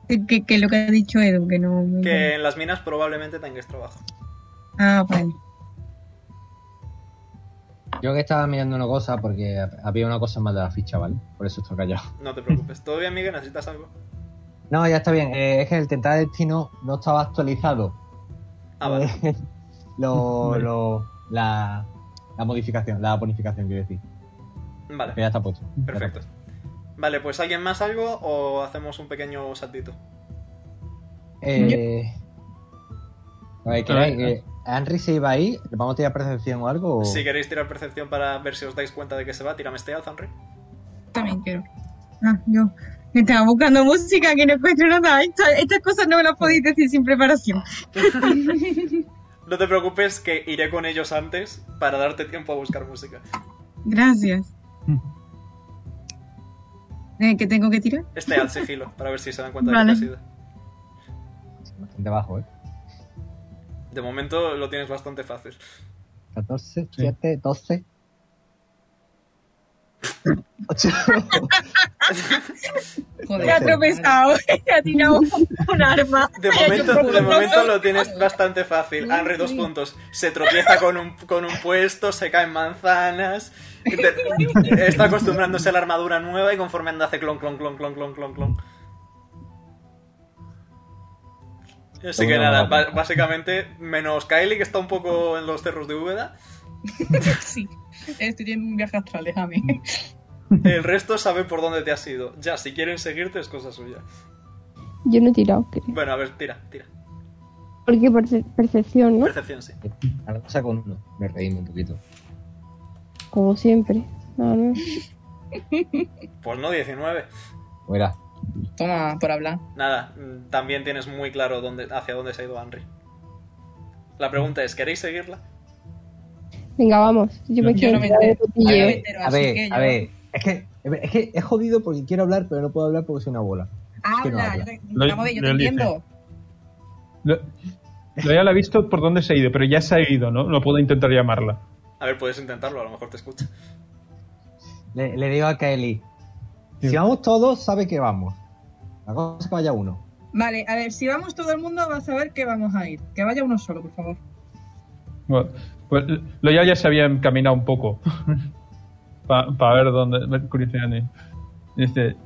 Que, que, que lo que ha dicho Edu, que no... me- Que en las minas probablemente tengas trabajo. Ah, vale. Yo que estaba mirando una cosa porque había una cosa más de la ficha, ¿vale? Por eso estoy callado. No te preocupes. ¿Todo bien, Miguel? ¿Necesitas algo? No, ya está bien. eh, es que el tentar destino no estaba actualizado. Ah, vale. lo, Vale. lo, la, la modificación, la bonificación, quiero decir. Que Vale, ya está puesto. ya está perfecto. puesto. Vale, pues ¿alguien más algo o hacemos un pequeño saltito? Eh, a ver, ¿qué A ver, hay? Eh, ¿Henry se iba ahí? ¿Le vamos a tirar percepción o algo? o- Si queréis tirar percepción para ver si os dais cuenta de que se va, tírame este alza, Henry. También quiero. Ah, yo. que Estaba buscando música que no encuentro nada. Esta- estas cosas no me las podéis decir sin preparación. No te preocupes que iré con ellos antes para darte tiempo a buscar música. Gracias. Mm. Eh, ¿Qué tengo que tirar? Este al sigilo, para ver si se dan cuenta Vale. de que te has ido. Bastante bajo, ¿eh? De momento lo tienes bastante fácil. 14, 7, 12. 8. Me ha [LAUGHS] tropezado. Ha tirado un arma. De Ha hecho momento, un de poco momento loco. lo tienes bastante fácil. Henry, dos puntos. Se tropieza con un, con un puesto, se caen manzanas. Te- está acostumbrándose a la armadura nueva y conforme anda hace clon, clon, clon, clon, clon, clon, clon. Así que nada, ba- básicamente, menos Kylie, que está un poco en los cerros de Úbeda, Sí. Estoy en un viaje astral, déjame. el resto sabe por dónde te has ido. Ya, si quieren seguirte es cosa suya. Yo no he tirado, creo. Bueno, a ver, tira, tira. Porque por perce- percepción, ¿no? Percepción, sí. Ahora pasa con uno. Me reímos un poquito. Como siempre. No, no. Pues no, 19. Mira, Toma, por hablar. Nada, mm, también tienes muy claro dónde, hacia dónde se ha ido Henry. La pregunta es, ¿queréis seguirla? Venga, vamos. Yo me Yo quiero no me quedar de entero. a cotilleo. ver, entero, a así ver, que a yo- ver. Es que, es que es jodido porque quiero hablar, pero no puedo hablar porque soy una bola. que no Habla, habla. yo te- vamos a ver, yo te Lo- lo dice. entiendo. Lo, lo ya la ha visto por dónde se ha ido, pero ya se ha ido, ¿no? No puedo intentar llamarla. A ver, puedes intentarlo, a lo mejor te escucha. Le, le digo a Kaeli, Sí. si vamos todos, sabe que vamos. La cosa es que vaya uno. Vale, a ver, si vamos todo el mundo vas a ver que vamos a ir. Que vaya uno solo, por favor. Bueno, pues lo ya ya se había encaminado un [LAUGHS] poco para ver dónde ver curiosidad de- Dice,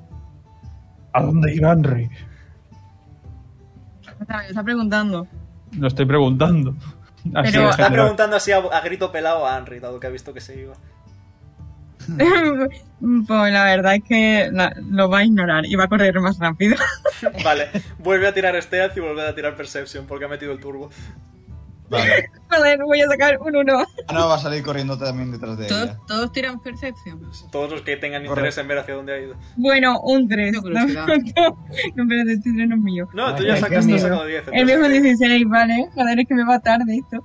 ¿a dónde irá Henry? Está, Ah, está preguntando. Lo estoy preguntando. Así Pero en Está general. preguntando así a, a grito pelado a Henry, dado que ha visto que se iba. Ah. pues la verdad es que la- lo va a ignorar y va a correr más rápido. [LAUGHS] Vale, vuelve a tirar Stealth y vuelve a tirar Perception porque ha metido el turbo. Vale. Joder, voy a sacar un uno. Ah, no, va a salir corriendo también detrás de ella. Todos, todos tiran percepción. Todos los que tengan Correcto. interés en ver hacia dónde ha ido. Bueno, un 3. Tengo [LAUGHS] No, curiosidad. no, pero este tres no es mío. No, tú Vale, ya qué sacaste miedo. sacado 10. El viejo entonces- 16, vale. Joder, es que me va tarde esto.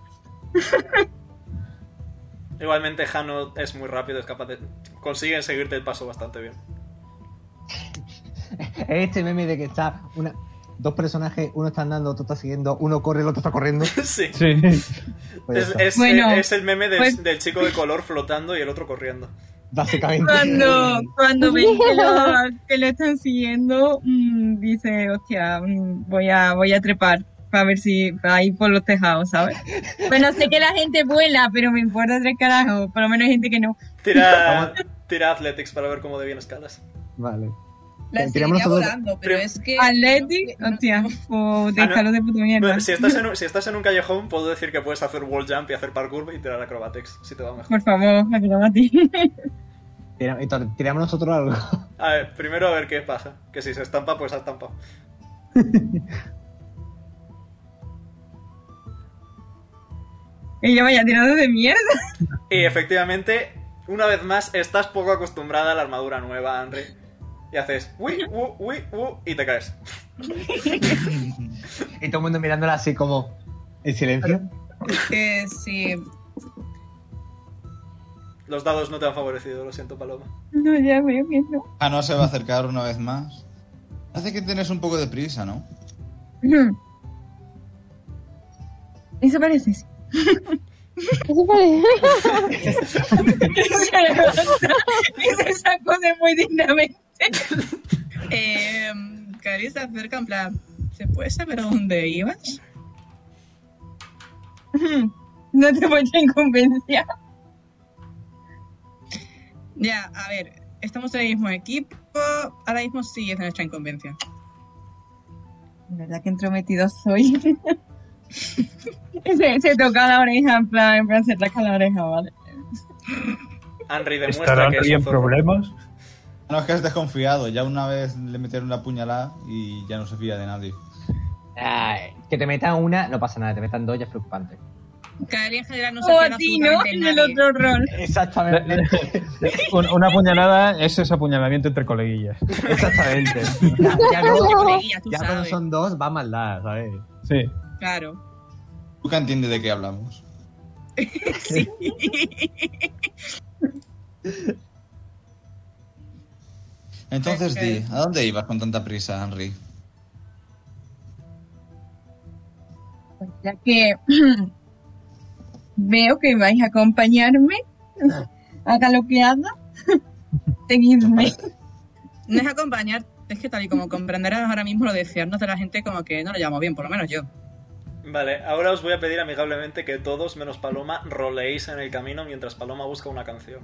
Igualmente, Jano es muy rápido, es capaz de... Consiguen seguirte el paso bastante bien. [LAUGHS] Es Este meme de que está una, dos personajes, uno está andando, otro está siguiendo, uno corre, el otro está corriendo. Sí. Sí. Pues ya Es, está. es- Bueno, es el meme del- pues- del chico de color flotando y el otro corriendo. Básicamente. Cuando, cuando [LAUGHS] ven que lo, que lo están siguiendo, mm, dice, hostia, mm, voy a, voy a trepar para ver si va a ir por los tejados, [LAUGHS] ¿sabes? Bueno, sé que la gente vuela, pero me importa tres carajos, por lo menos hay gente que no. Tira, tira Athletics para ver cómo de bien escalas. Vale. La Tiramos seguiría nosotros- volando, pero Prim- es que. Atleti, no- no- hostia, o Ah, de no. escalos de puta mierda. Bueno, si, estás en un, si estás en un callejón, puedo decir que puedes hacer wall jump y hacer parkour y tirar acrobatics, si te va mejor. Por favor, la que lo [LAUGHS] mate. Tira- y tor- tiramos nosotros algo. [LAUGHS] A ver, primero a ver qué pasa. Que si se estampa, pues se estampa. Ella vaya tirando de mierda. Y efectivamente, una vez más, estás poco acostumbrada a la armadura nueva, Henry. Y haces uy, u, uy, u, y te caes. Y todo el mundo mirándola así como en silencio. Que sí. Los dados no te han favorecido, lo siento, Paloma. No, ya veo que no. Ah, no, se va a acercar una vez más. Hace que tienes un poco de prisa, ¿no? [CLEARS THROAT] [LAUGHS] Eso parece. [LAUGHS] sí. [LAUGHS] Eso parece- y se sacó de muy dignamente. [LAUGHS] Eh, Cari se acerca en [LAUGHS] plan, ¿se puede saber a dónde ibas? No te voy a inconveniencia. Ya, a ver, estamos en el mismo equipo, ahora mismo sí es nuestra inconveniencia. La verdad que entrometido soy. se, se toca la oreja, en plan, en plan, se toca la oreja, ¿vale? Henry demuestra ¿Estarán que es ahí un en zorro. problemas? Ah, No es que es desconfiado, ya una vez le metieron la puñalada y ya no se fía de nadie. Ay, que te metan una, no pasa nada, te metan dos ya es preocupante. Cari en general no se o fía de a ti, ¿no? absolutamente En el nadie. otro rol. Exactamente. [LAUGHS] Un- Una puñalada es ese apuñalamiento entre coleguillas. Exactamente. Ya, ya Tú no, creías, tú ya cuando sabes. son dos, va a maldad, ¿sabes? Sí. Claro. Nunca entiende de qué hablamos. Sí. Entonces, Ok. di, ¿a dónde ibas con tanta prisa, Henry? Pues ya que [CLEARS THROAT] veo que vais a [LAUGHS] acompañarme a galoqueada, [LAUGHS] seguidme. no es acompañar, es que tal y como comprenderás ahora mismo lo de fiarnos de la gente como que no lo llamo bien, por lo menos yo. Vale, ahora os voy a pedir amigablemente que todos, menos Paloma, roleéis en el camino mientras Paloma busca una canción.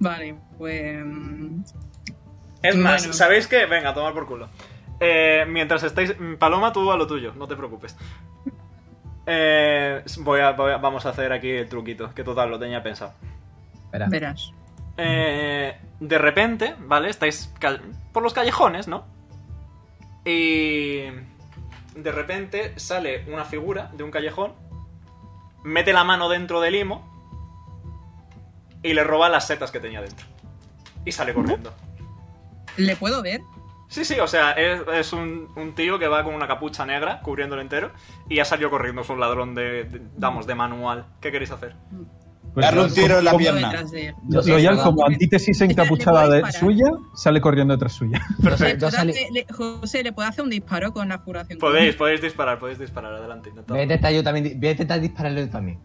Vale, pues... mm, Es más, Bueno. ¿sabéis qué? Venga, a tomar por culo. Eh, mientras estáis... Paloma, tú a lo tuyo, no te preocupes. Eh, voy a- voy a- vamos a hacer aquí el truquito, que total, lo tenía pensado. Espera. Verás. Eh, de repente, ¿vale? Estáis cal- por los callejones, ¿no? Y... De repente sale una figura de un callejón, mete la mano dentro del limo y le roba las setas que tenía dentro. Y sale corriendo. ¿Le puedo ver? Sí, sí, o sea, es, es un, un tío que va con una capucha negra cubriéndolo entero y ha salido corriendo, es un ladrón de, de- vamos, de manual. ¿Qué queréis hacer? Pues Darle un tiro en la como- Yo pierna. detrás de él. Yo soy Loyal, soldado. como antítesis encapuchada de suya, sale corriendo tras suya. José, Perfecto, ¿tú sale- hace- le- José, ¿le puedo hacer un disparo con la curación? Podéis, podéis disparar, podéis disparar, adelante, intentad. Voy a intentar yo también, voy a intentar dispararle yo también.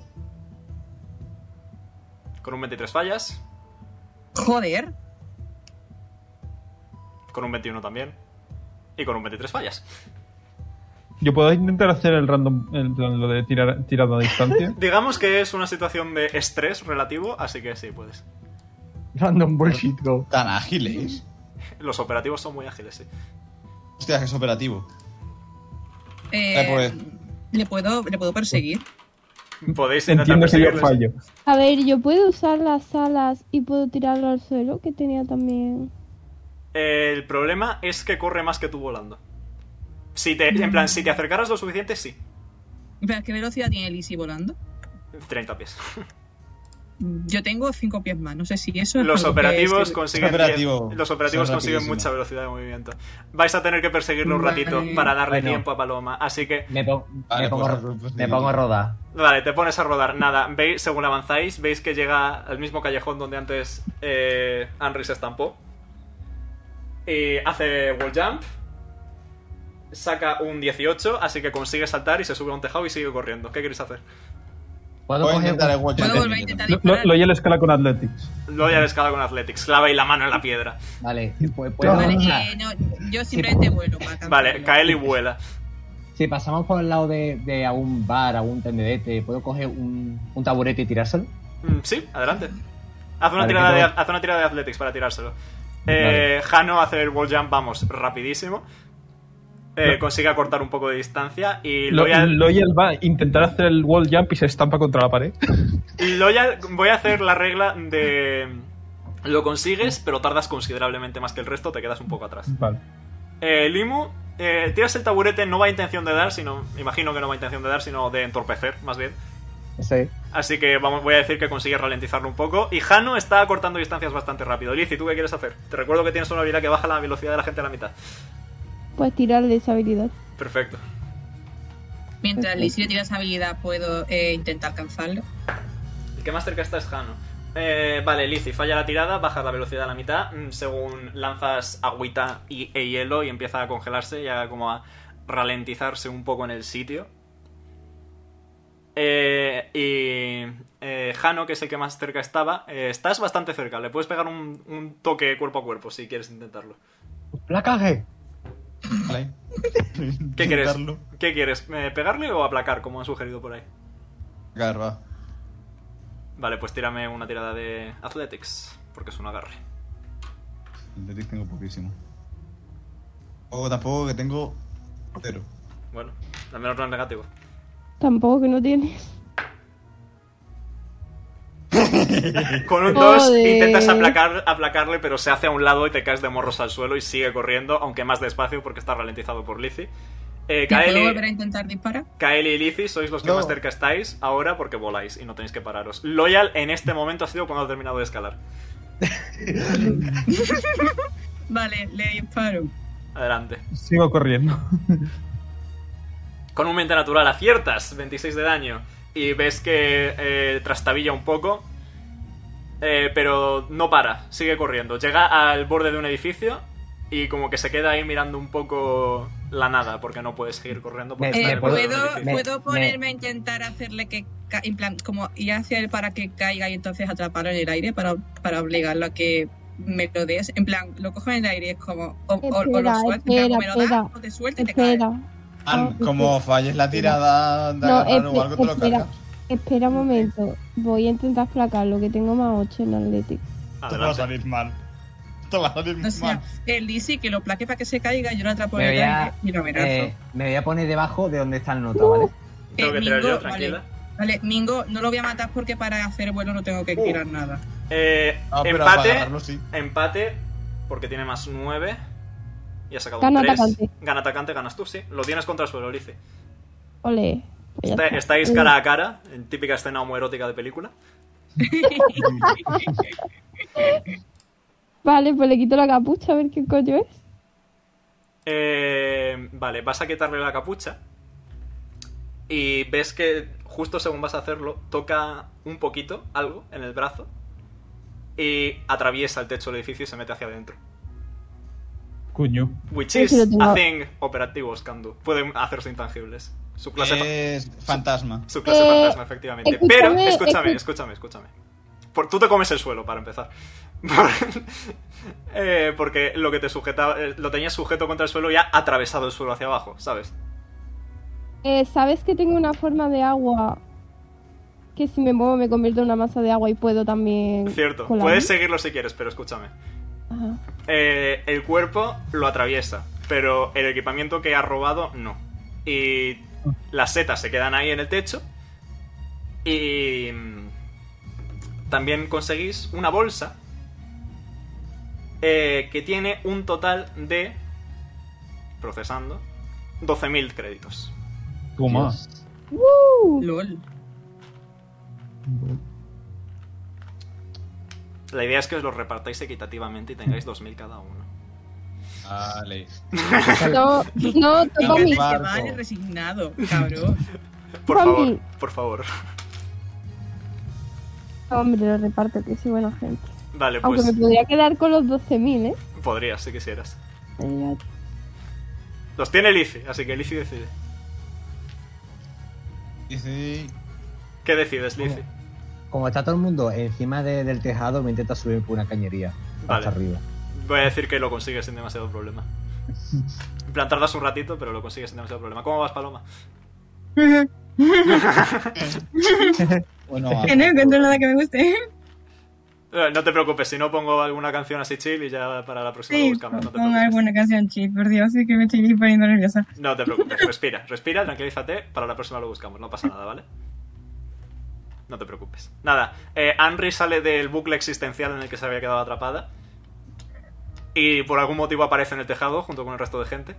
Con un 23 fallas, Joder. con un 21 también y con un 23 fallas. Yo puedo intentar hacer el random, el plan, lo de tirar tirado a [LAUGHS] distancia. Digamos que es una situación de estrés relativo, así que sí, puedes. Random bullshit go. Tan ágiles. Los operativos son muy ágiles, sí. Hostia, que es operativo. Eh, Ah, pues. ¿le, puedo, ¿Le puedo perseguir? Podéis intentar Entiendo que yo perseguirles. fallo. A ver, yo puedo usar las alas y puedo tirarlo al suelo, que tenía también. El problema es que corre más que tú volando. Si te, en plan, si te acercaras lo suficiente, sí. Espera, ¿Qué velocidad tiene Lizzie volando? 30 pies. Yo tengo cinco pies más, no sé si eso es [LAUGHS] Los algo que operativos sirve. consiguen, Operativo. diez- los operativos Son consiguen rapidísimos. mucha velocidad de movimiento. Vais a tener que perseguirlo un Vale. ratito para darle Bueno. tiempo a Paloma. Así que, Me, pon- Vale, me, pongo, pues, a ro- pues, me sí. pongo a rodar. vale, te pones a rodar. Nada, veis, según avanzáis, veis que llega al mismo callejón donde antes eh, Henry se estampó. Y hace wall jump. Saca un 18, así que consigue saltar y se sube a un tejado y sigue corriendo. ¿Qué queréis hacer? Puedo Voy a coger intentar un- el watch. Puedo volver a intentar Lo- Lo, disparar. Loyal escala con Athletics. Lo ya escala con Athletics. Clava y la mano en la piedra. Vale, ah, pu- puedo Vale, una. eh, no, yo simplemente vuelo. para Vale, alcanzarlo. cae y vuela. Si pasamos por el lado de, de algún bar, algún tendedete, ¿puedo coger un, un taburete y tirárselo? Mm, Sí, adelante. Haz una, Vale, tirada de, tengo- haz una tirada de Athletics para tirárselo. Eh, Jano hace el wall jump, vamos, rapidísimo. Eh, Consigue acortar un poco de distancia y Lo- Loyal, Loyal va a intentar hacer el wall jump y se estampa contra la pared. Loyal- voy a hacer la regla de... Lo consigues, pero tardas considerablemente más que el resto, te quedas un poco atrás. Vale. Eh, Limu, eh, tiras el taburete, no va a intención de dar, sino... Imagino que no va a intención de dar, sino de entorpecer, más bien. Sí. Así que vamos, voy a decir que consigues ralentizarlo un poco. Y Jano está acortando distancias bastante rápido. Liz, ¿y tú qué quieres hacer? Te recuerdo que tienes una habilidad que baja la velocidad de la gente a la mitad. Pues tirarle esa habilidad. Perfecto. Mientras Lizzie tira esa habilidad, puedo eh, intentar alcanzarlo. El que más cerca está es Jano. Eh, vale, Lizzy, falla la tirada, bajas la velocidad a la mitad. mm, Según lanzas agüita y, e hielo y empieza a congelarse, ya como a ralentizarse un poco en el sitio. Eh, y eh, Jano, que es el que más cerca estaba, eh, estás bastante cerca. Le puedes pegar un, un toque cuerpo a cuerpo si quieres intentarlo. ¡La cagué! Vale. ¿Qué quieres? Intentarlo. ¿Qué quieres? eh, ¿Pegarle o aplacar, como han sugerido por ahí? Claro, va. Vale, pues tírame una tirada de Athletics, porque es un agarre. Athletics tengo poquísimo. O Oh, tampoco que tengo cero. Bueno, al menos no es negativo. Tampoco que no tienes. Con un 2 Joder. intentas aplacar, aplacarle, pero se hace a un lado y te caes de morros al suelo y sigue corriendo, aunque más despacio porque está ralentizado por Lizzie. Eh, ¿Puedo volver a Kaeli, intentar disparar? Kaeli y Lizzie sois los que No. más cerca estáis ahora porque voláis y no tenéis que pararos. Loyal en este momento ha sido cuando ha terminado de escalar. Vale, le disparo. Adelante. Sigo corriendo. Con un mente natural aciertas, 26 de daño. Y ves que eh, trastabilla un poco. eh, pero no para, sigue corriendo. Llega al borde de un edificio y como que se queda ahí mirando un poco la nada, porque no puede seguir corriendo. porque Me- está me Eh, en el puedo- borde de un ¿Puedo, edificio. me- puedo me- ponerme a intentar hacerle que ca- en plan, como ir hacia él para que caiga y entonces atraparlo en el aire para, para obligarlo a que me lo des? En plan, lo cojo en el aire, es como, o, o- o lo Espera, suelto, en plan, o me lo das, espera, o te suelto y te caes. Espera, Ah, Ah, como falles la tirada de No, agarrar o este, espe- algo, te lo espera. cargas. espera un momento. Voy a intentar placarlo, que tengo más 8 en Atlético. Esto va a Adelante. salir mal. Esto va a salir O sea, mal. el DC que lo plaque para que se caiga, yo lo atrapo en Me el voy, aire a, y lo amenazo. eh, me voy a poner debajo de donde está el nota, ¿vale? Tengo que Eh, tirar yo, Mingo, tranquila. Vale, Mingo, no lo voy a matar porque para hacer vuelo no tengo que Uh. tirar nada. Eh, Ah, pero para empate, agarrarlo sí. empate, porque tiene más 9. Y ha sacado Gana un 3. atacante. Gana atacante, ganas tú, sí. Lo tienes contra el suelo, Lice. Ole. Pues ya Está- está. estáis cara a cara, en típica escena homoerótica de película. Vale, pues le quito la capucha a ver qué coño es. Eh, vale, vas a quitarle la capucha. Y ves que justo según vas a hacerlo, toca un poquito algo en el brazo. Y atraviesa el techo del edificio y se mete hacia adentro. Coño. Which Sí, is sí, lo tengo. a thing operativos, Kandu. Pueden hacerse intangibles. Su clase, fa- Es fantasma. su clase Eh, fantasma, efectivamente. escúchame, Pero, escúchame, escu- escúchame, escúchame. Por, tú te comes el suelo, para empezar. [LAUGHS] Por- eh, porque lo que te sujetaba, eh, lo tenías sujeto contra el suelo y ha atravesado el suelo hacia abajo, ¿sabes? Eh, ¿Sabes que tengo una forma de agua? Que si me muevo me convierto en una masa de agua y puedo también. Cierto, colarme? puedes seguirlo si quieres, pero escúchame. Ajá. Eh, el cuerpo lo atraviesa, pero el equipamiento que ha robado no. Y las setas se quedan ahí en el techo. Y mm, también conseguís una bolsa eh, que tiene un total de, procesando, 12.000 créditos. ¿Cómo? Dios. [LAUGHS] LOL. La idea es que os los repartáis equitativamente y tengáis 2.000 cada uno. Vale. No, no, toco Venga, mi. barco. vale, resignado, cabrón. Por Juanmi. favor, por favor. [LAUGHS] Hombre, lo reparto, que soy buena gente. Vale, Aunque pues me podría quedar con los 12.000, ¿eh? podrías si quisieras. Eh, Los tiene Lizzie, así que Lizzie decide. Dice. ¿Qué decides, Lizzie? Como está todo el mundo encima de- del tejado, me intenta subir por una cañería. Vale. Hasta arriba. Voy a decir que lo consigues sin demasiado [LAUGHS] problema. En plan, tardas un ratito, pero lo consigues sin demasiado problema. ¿Cómo vas, Paloma? [LAUGHS] Bueno, Que no encuentro nada que me guste. Eh, No te preocupes, si no pongo alguna canción así chill y ya para la próxima lo Sí, buscamos. No te pon preocupes. alguna canción chill, por Dios, es que me estoy poniendo nerviosa. No te preocupes, respira, respira, tranquilízate, para la próxima lo buscamos, no pasa nada, ¿vale? No te preocupes. Nada, eh, Henry sale del bucle existencial en el que se había quedado atrapada y por algún motivo aparece en el tejado junto con el resto de gente.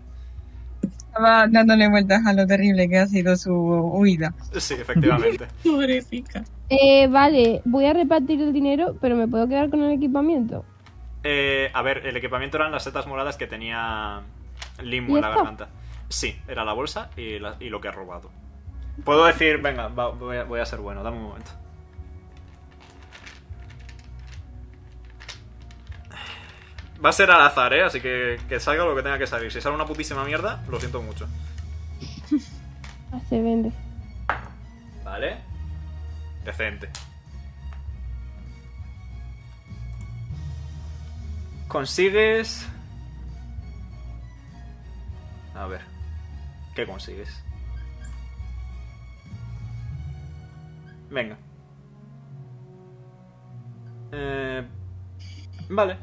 Estaba dándole vueltas a lo terrible que ha sido su huida. Sí, [LAUGHS] efectivamente. Pobrecita. Eh, vale, voy a repartir el dinero, pero me puedo quedar con el equipamiento. Eh, a ver, el equipamiento eran las setas moradas que tenía Limo ¿Y en la esto? garganta. Sí, era la bolsa y, la- y lo que ha robado. Puedo decir, venga, va, voy, a, voy a ser bueno, dame un momento. Va a ser al azar, ¿eh? Así que que salga lo que tenga que salir. Si sale una putísima mierda, lo siento mucho. Ah, se vende. Vale. Decente. Consigues... A ver. ¿Qué consigues? Venga. Eh, vale.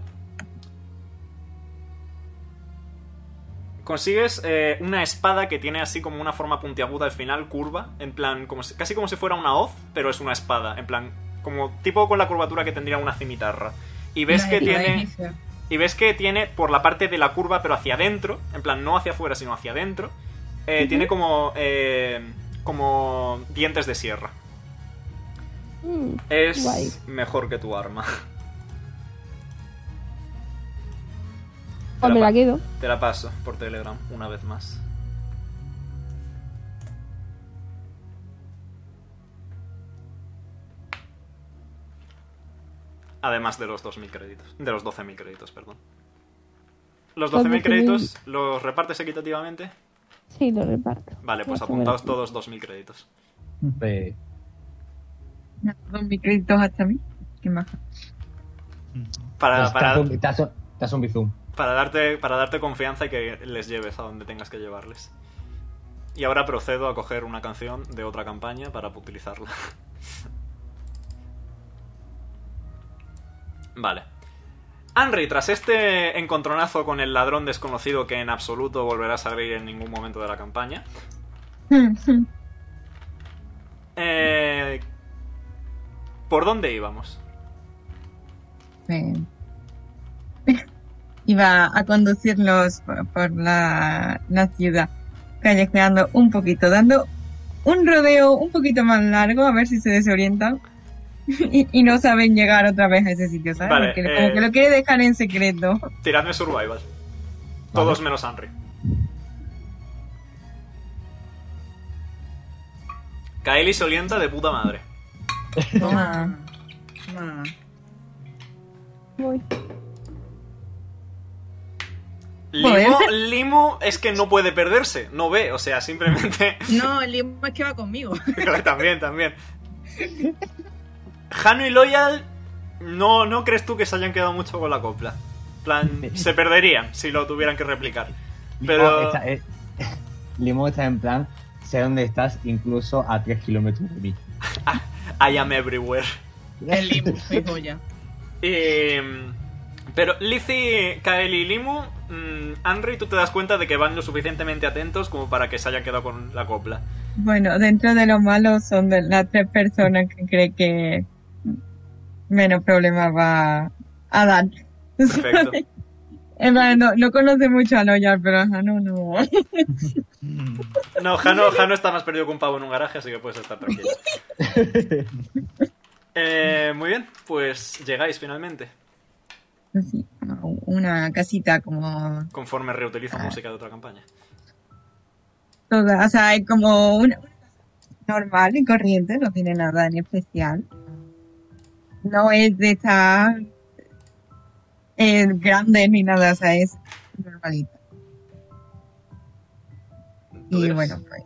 Consigues eh, una espada que tiene así como una forma puntiaguda al final, curva, en plan, como si- casi como si fuera una hoz, pero es una espada, en plan, como tipo con la curvatura que tendría una cimitarra. Y ves La- que la tiene... inicia. Y ves que tiene por la parte de la curva, pero hacia adentro, en plan, no hacia afuera, sino hacia adentro, eh, tiene como, eh, como dientes de sierra. Mm, Es Guay. mejor que tu arma. [LAUGHS] pues me la quedo. Te la paso por Telegram una vez más. Además de los 2.000 créditos. De los 12.000 créditos, perdón. Los 12.000 12.000. créditos los repartes equitativamente. Sí, lo reparto. Vale, pues Ya se me la apuntaos quedo. todos 2.000 créditos. Eh, Me dan mis créditos hasta mí. Qué maja. Para, pues te hace para, un- te hace- te hace un bizum. para darte, para darte confianza y que les lleves a donde tengas que llevarles. Y ahora procedo a coger una canción de otra campaña para utilizarla. [LAUGHS] Vale. Henry, tras este encontronazo con el ladrón desconocido que en absoluto volverás a abrir en ningún momento de la campaña, eh, ¿por dónde íbamos? Me- [LAUGHS] Iba a conducirlos por, por la, la ciudad, callejeando un poquito, dando un rodeo un poquito más largo, a ver si se desorientan [LAUGHS] y, y no saben llegar otra vez a ese sitio, ¿sabes? Vale, Porque eh, como que lo quiere dejar en secreto. Tiradme survival. Todos menos Henry. Kaeli se orienta de puta madre. Toma. Toma. Voy. Limo, Joder. Limo es que no puede perderse, no ve, o sea, simplemente... [LAUGHS] No, el limo es que va [LAUGHS] conmigo. también, también. Jano y Loyal, no, no crees tú que se hayan quedado mucho con la copla. En plan, se perderían si lo tuvieran que replicar. Pero- Limo está, eh, [LAUGHS] Limo está en plan, sé dónde estás, incluso a 3 kilómetros de mí. I am everywhere. El limo, soy joya. Eh, pero Lizzie, Kaeli y Limu, mm, Henry, tú te das cuenta de que van lo suficientemente atentos como para que se hayan quedado con la copla. Bueno, dentro de los malos son de las tres personas que cree que menos problemas va a dar. Perfecto. En plan, no, no conoce mucho a Loyal, pero ajá, no, no. No, Jano, Jano está más perdido que un pavo en un garaje, así que puedes estar tranquilo. Eh, muy bien, pues llegáis finalmente. Así, a una casita como Conforme Ah. reutilizo música de otra campaña. toda, o sea, es como una una casa normal y corriente, no tiene nada en especial. No es de estar eh, grande ni nada, o sea, es normalita. Tú Y dirás. bueno, pues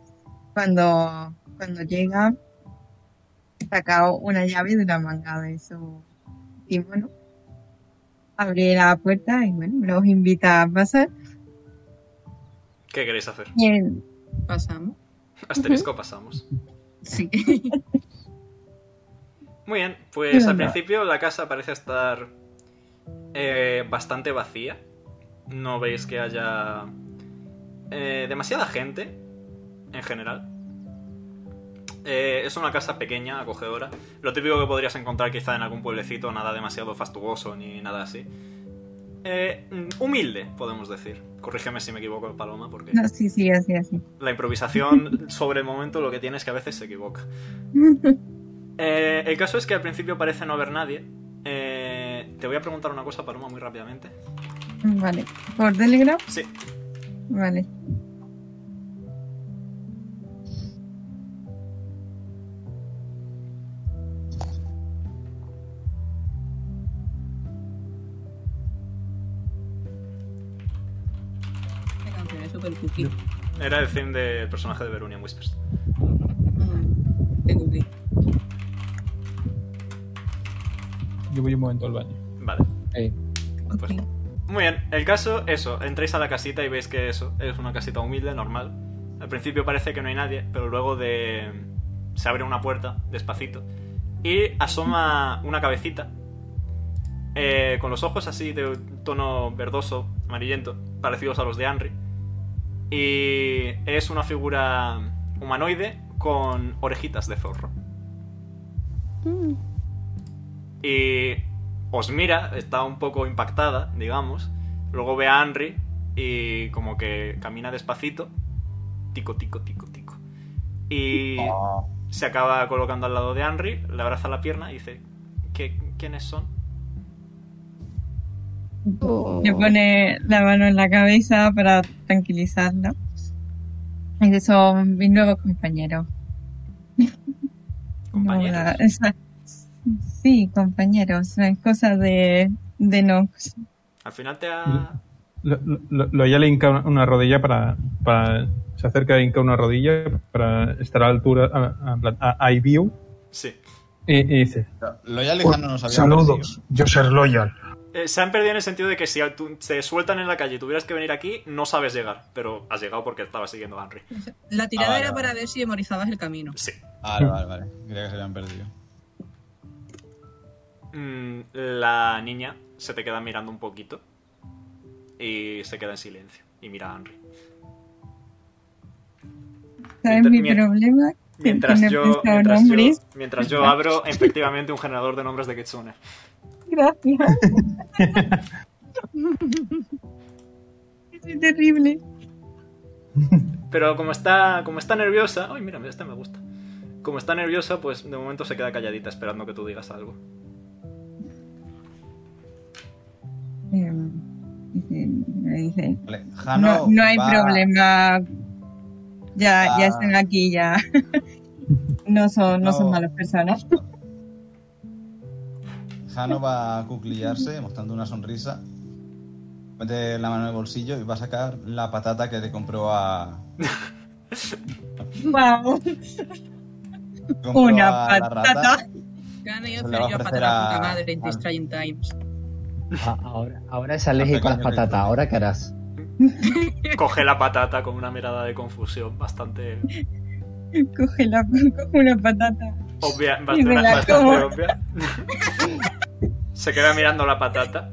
cuando, cuando llega, saca una llave de la manga de su y bueno, abre la puerta y bueno, los invita a pasar. ¿Qué queréis hacer? Y el- Pasamos. Asterisco pasamos. Sí. Muy bien, Sí, pues al anda. principio la casa parece estar eh, bastante vacía. No veis que haya eh, demasiada gente en general. Eh, es una casa pequeña, acogedora. Lo típico que podrías encontrar quizá en algún pueblecito, nada demasiado fastuoso ni nada así. Eh, mm, humilde, podemos decir. Corrígeme si me equivoco, Paloma, porque no, sí, sí, así, así. la improvisación sobre el momento lo que tiene es que a veces se equivoca. Eh, el caso es que al principio parece no haber nadie. Eh, te voy a preguntar una cosa, Paloma, muy rápidamente. Vale, por Telegram, Sí, vale. Esta canción es súper cookie. era el fin del personaje de Verunia en Whispers. Mm, De cookie. Yo voy un momento al baño. Vale. Eh, Pues- Ok. Muy bien, el caso, eso, entráis a la casita y veis que eso es una casita humilde, normal. Al principio parece que no hay nadie, pero luego de... se abre una puerta, despacito, y asoma una cabecita, eh, con los ojos así de tono verdoso, amarillento, parecidos a los de Henry. Y es una figura humanoide con orejitas de zorro. Mm. Y os mira, está un poco impactada, digamos. Luego ve a Henry y como que camina despacito. Tico, tico, tico, tico. Y se acaba colocando al lado de Henry, le abraza la pierna y dice, "¿Qué- ¿quiénes son? Oh. Le pone la mano en la cabeza para tranquilizarla. Y que son mis nuevos compañeros. ¿Compañeros? No, esa- sí, compañeros. Es cosa de, de Nox. Al final te ha... Lo, lo- lo- ya le hinca una, una rodilla para, para- Se acerca e hinca una rodilla para estar a la altura a, a, a Ivy Sí. y, y dice: Loyal y Jano nos habían perseguido. Pues, Saludos, yo ser loyal. [LAUGHS] Eh, se han perdido en el sentido de que si tú- se sueltan en la calle y tuvieras que venir aquí, no sabes llegar. Pero has llegado porque estabas siguiendo a Henry. La Ah, tirada vale, era vale. para ver si memorizabas el camino. Sí. Vale, Ah, vale, vale. Creía que se habían perdido. Mm, la niña se te queda mirando un poquito y se queda en silencio y mira a Henry. ¿Sabes Mientras- mi mien- problema? Que Mientras no he yo, pensado mientras yo, nombres. mientras yo abro efectivamente un generador de nombres de Kitsune. Gracias. [LAUGHS] es terrible. Pero como está, como está nerviosa... Ay, mira, este me gusta. Como está nerviosa, pues de momento se queda calladita esperando que tú digas algo. Eh, dice- me dice, Vale. no, Jano no hay Ah, va- problema. Ya, va- ya están aquí, ya. [LAUGHS] No son, no son No. malas personas. Jano va a cuclillarse mostrando una sonrisa. Mete la mano en el bolsillo y va a sacar la patata que le compró a. Wow, que compró una a la rata. patata. Gana y Se yo, le va pero a yo a ofrecer patar a a- la puta madre en a- Distraying Times. Ah, Ahora, ahora es alérgico a las Pequeño patatas, ritual. ¿ahora qué harás? Coge la patata con una mirada de confusión bastante Coge, la, coge una patata. obvia. Y Bastante, me la bastante como. obvia. [LAUGHS] Se queda mirando la patata.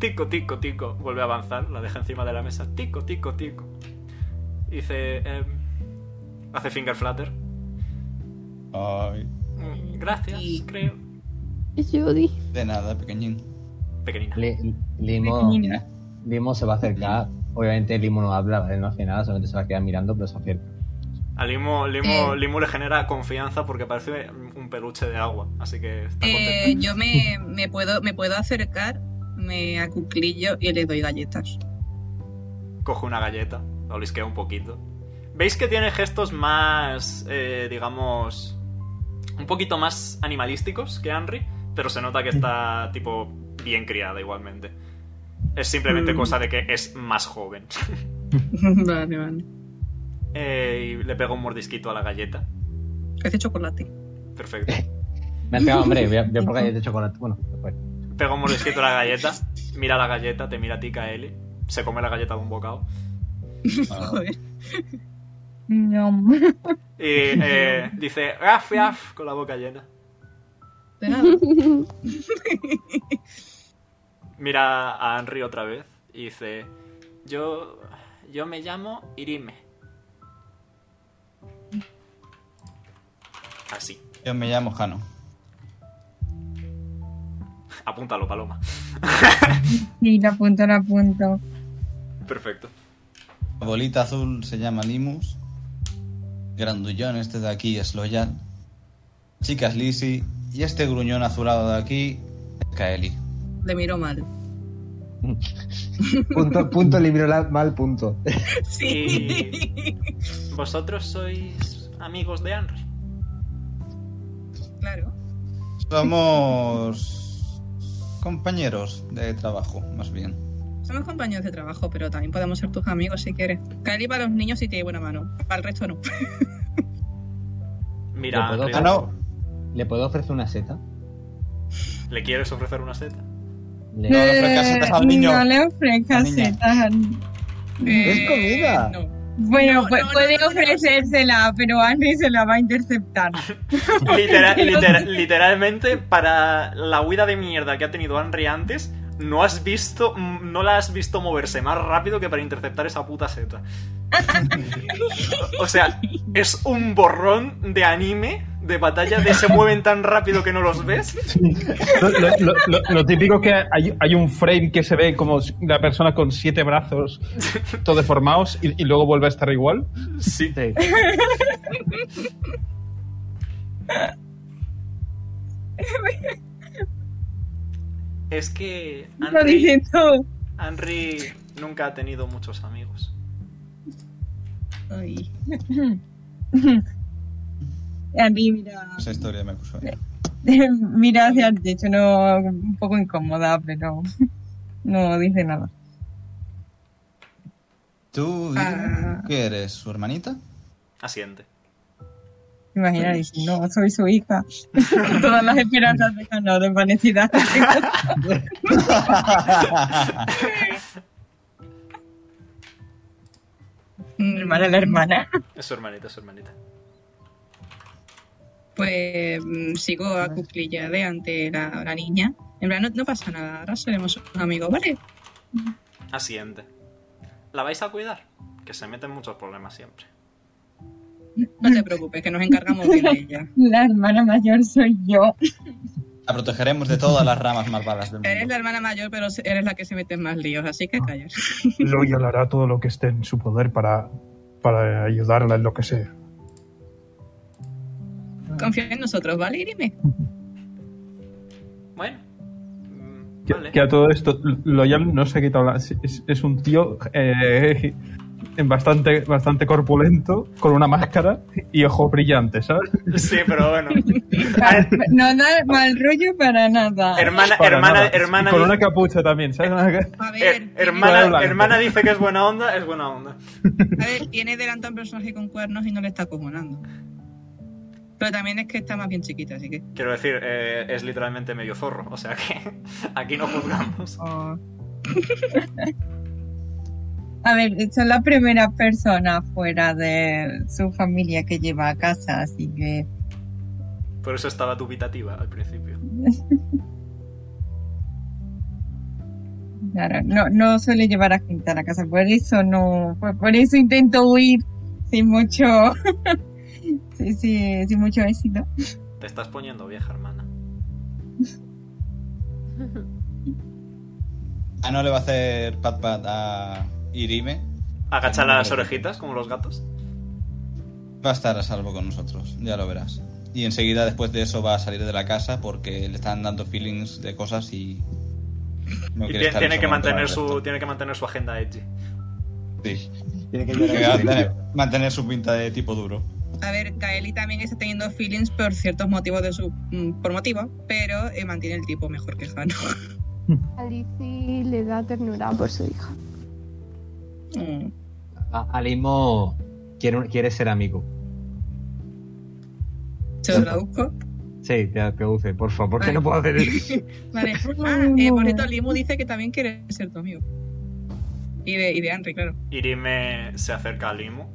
Tico, tico, tico. Vuelve a avanzar, la deja encima de la mesa. Tico, tico, tico. Dice. em, hace finger flutter. Ay, Mm, Gracias, Sí. creo. Judy. de nada, pequeñín. Pequeñina. Le- Limo, Limo se va a acercar. Obviamente Limo no habla, ¿vale? no hace nada, solamente se va a quedar mirando, pero se acerca. A Limo, Limo, Eh. Limo le genera confianza porque parece un peluche de agua. Así que está Eh, contento. yo me, me, puedo, me puedo acercar, me acuclillo y le doy galletas. [LAUGHS] coge una galleta, lo lisquea un poquito. Veis que tiene gestos más, eh, digamos, un poquito más animalísticos que Henry, pero se nota que está tipo bien criada igualmente. Es simplemente Mm. cosa de que es más joven. vale, vale. Eh, y le pega un mordisquito a la galleta. Es de chocolate. Perfecto. Me ha pegado, hombre, voy a, voy a por galletas de chocolate. Bueno, pues, después. Pega un mordisquito a la galleta, mira la galleta, te mira a ti, Kaeli. Se come la galleta de un bocado. Joder. No. Y [LAUGHS] eh, dice, gaf, gaf, con la boca llena. De nada. mira a Henry otra vez y dice, yo, yo me llamo Irime. Así. Yo me llamo Jano. Apúntalo, Paloma. [LAUGHS] Sí, la apunto, la apunto. Perfecto. La bolita azul se llama Limus. Grandullón, este de aquí es Loyal. Chicas Lizzy. Y este gruñón azulado de aquí es Kaeli. Le miro mal. Punto, punto, libro mal, punto. Sí. ¿Vosotros sois amigos de Henry? claro. Somos compañeros de trabajo, más bien. Somos compañeros de trabajo, pero también podemos ser tus amigos si quieres. Cali para los niños si tiene buena mano. Para el resto no. Mira, Yo puedo- Ah, Ah, Henry, Jano, ¿Le puedo ofrecer una seta? ¿le quieres ofrecer una seta? Le- No le ofrezcas setas Eh, al niño. No le ofrezcas Al niño. setas al- Eh, comida. No. Bueno, No, pu- no, no, puede no, no. ofrecérsela, pero Henry se la va a interceptar. [LAUGHS] Litera- litera- literalmente, para la huida de mierda que ha tenido Henry antes, no has visto. No la has visto moverse más rápido que para interceptar esa puta seta. O sea, es un borrón de anime, de batalla, de se mueven tan rápido que no los ves. Lo, lo- lo- lo- lo típico es que hay, hay un frame que se ve como la persona con siete brazos, todos deformados, y, y luego vuelve a estar igual. Sí. Sí. Es que. Lo dice Henry, todo. Henry nunca ha tenido muchos amigos. Ay. Henry mira, [LAUGHS] Esa historia me eh. acusó. mira hacia el techo, no, un poco incómoda, pero [LAUGHS] no dice nada. ¿Tú Ah. qué eres? ¿Su hermanita? Asiente. Imagina, dice, no, soy su hija. [LAUGHS] Todas las esperanzas de Hannah [LAUGHS] desvanecidas. Mi hermana, la hermana. Es su hermanita, es su hermanita. Pues mm, sigo a cuclilla de ante la, la niña. En plan, no, no pasa nada, ahora seremos amigos, ¿vale? Asiente. ¿La vais a cuidar? Que se meten muchos problemas siempre. No te preocupes, que nos encargamos bien de [LAUGHS] ella. La hermana mayor soy yo. La protegeremos de todas las ramas malvadas del Eres mundo. la hermana mayor, pero eres la que se mete en más líos, así que callas. Loyal hará todo lo que esté en su poder para, para ayudarla en lo que sea. Ah. Confía en nosotros, ¿vale? Y dime. Bueno. mm, Que, Vale. que a todo esto, Loyal no se ha quitado la. Es, es un tío eh, en bastante, bastante corpulento, con una máscara y ojos brillantes, ¿sabes? [LAUGHS] Sí, [LAUGHS] pero bueno. No da mal rollo para nada. Hermana, Para hermana, nada. hermana, Con una dice, capucha también, ¿sabes? Una- A ver, tiene- her- Cuadro Eh, hermana, blanco. hermana dice que es buena onda, es buena onda. A ver, tiene delante a un personaje con cuernos y no le está acojonando. Pero también es que está más bien chiquita, así que. Quiero decir, eh, es literalmente medio zorro, o sea que [LAUGHS] aquí no juzgamos. Oh. [LAUGHS] A ver, son las primeras personas fuera de su familia que lleva a casa, así que Por eso estaba dubitativa al principio. claro, no, no suele llevar a gente a la casa, por eso no, por, por eso intento huir sin mucho, sí, sí, sin mucho éxito. Te estás poniendo vieja, hermana. Ah, no le va a hacer pat pat a Irime. Agacha las orejitas como los gatos. Va a estar a salvo con nosotros, ya lo verás. Y enseguida después de eso va a salir de la casa porque le están dando feelings de cosas y... no Y quiere tiene, estar tiene que encerrado con el mantener su, resto. tiene que mantener su agenda edgy. Sí, Tiene que que va a llorar. tener- mantener su pinta de tipo duro. A ver, Kaeli también está teniendo feelings por ciertos motivos de su. mm, por motivos, pero eh, mantiene el tipo mejor que Jano. Alicia le da ternura por su hija. Mm. A- Alimo Ah, quiere, un- quiere ser amigo. ¿Se lo traduzco? Sí, te traduce, por favor. ¿Por qué no puedo hacer eso? [LAUGHS] Vale. Ah, eh, por cierto, Limu dice que también quiere ser tu amigo. Y de, y de Henry, claro. Irime se acerca a Limo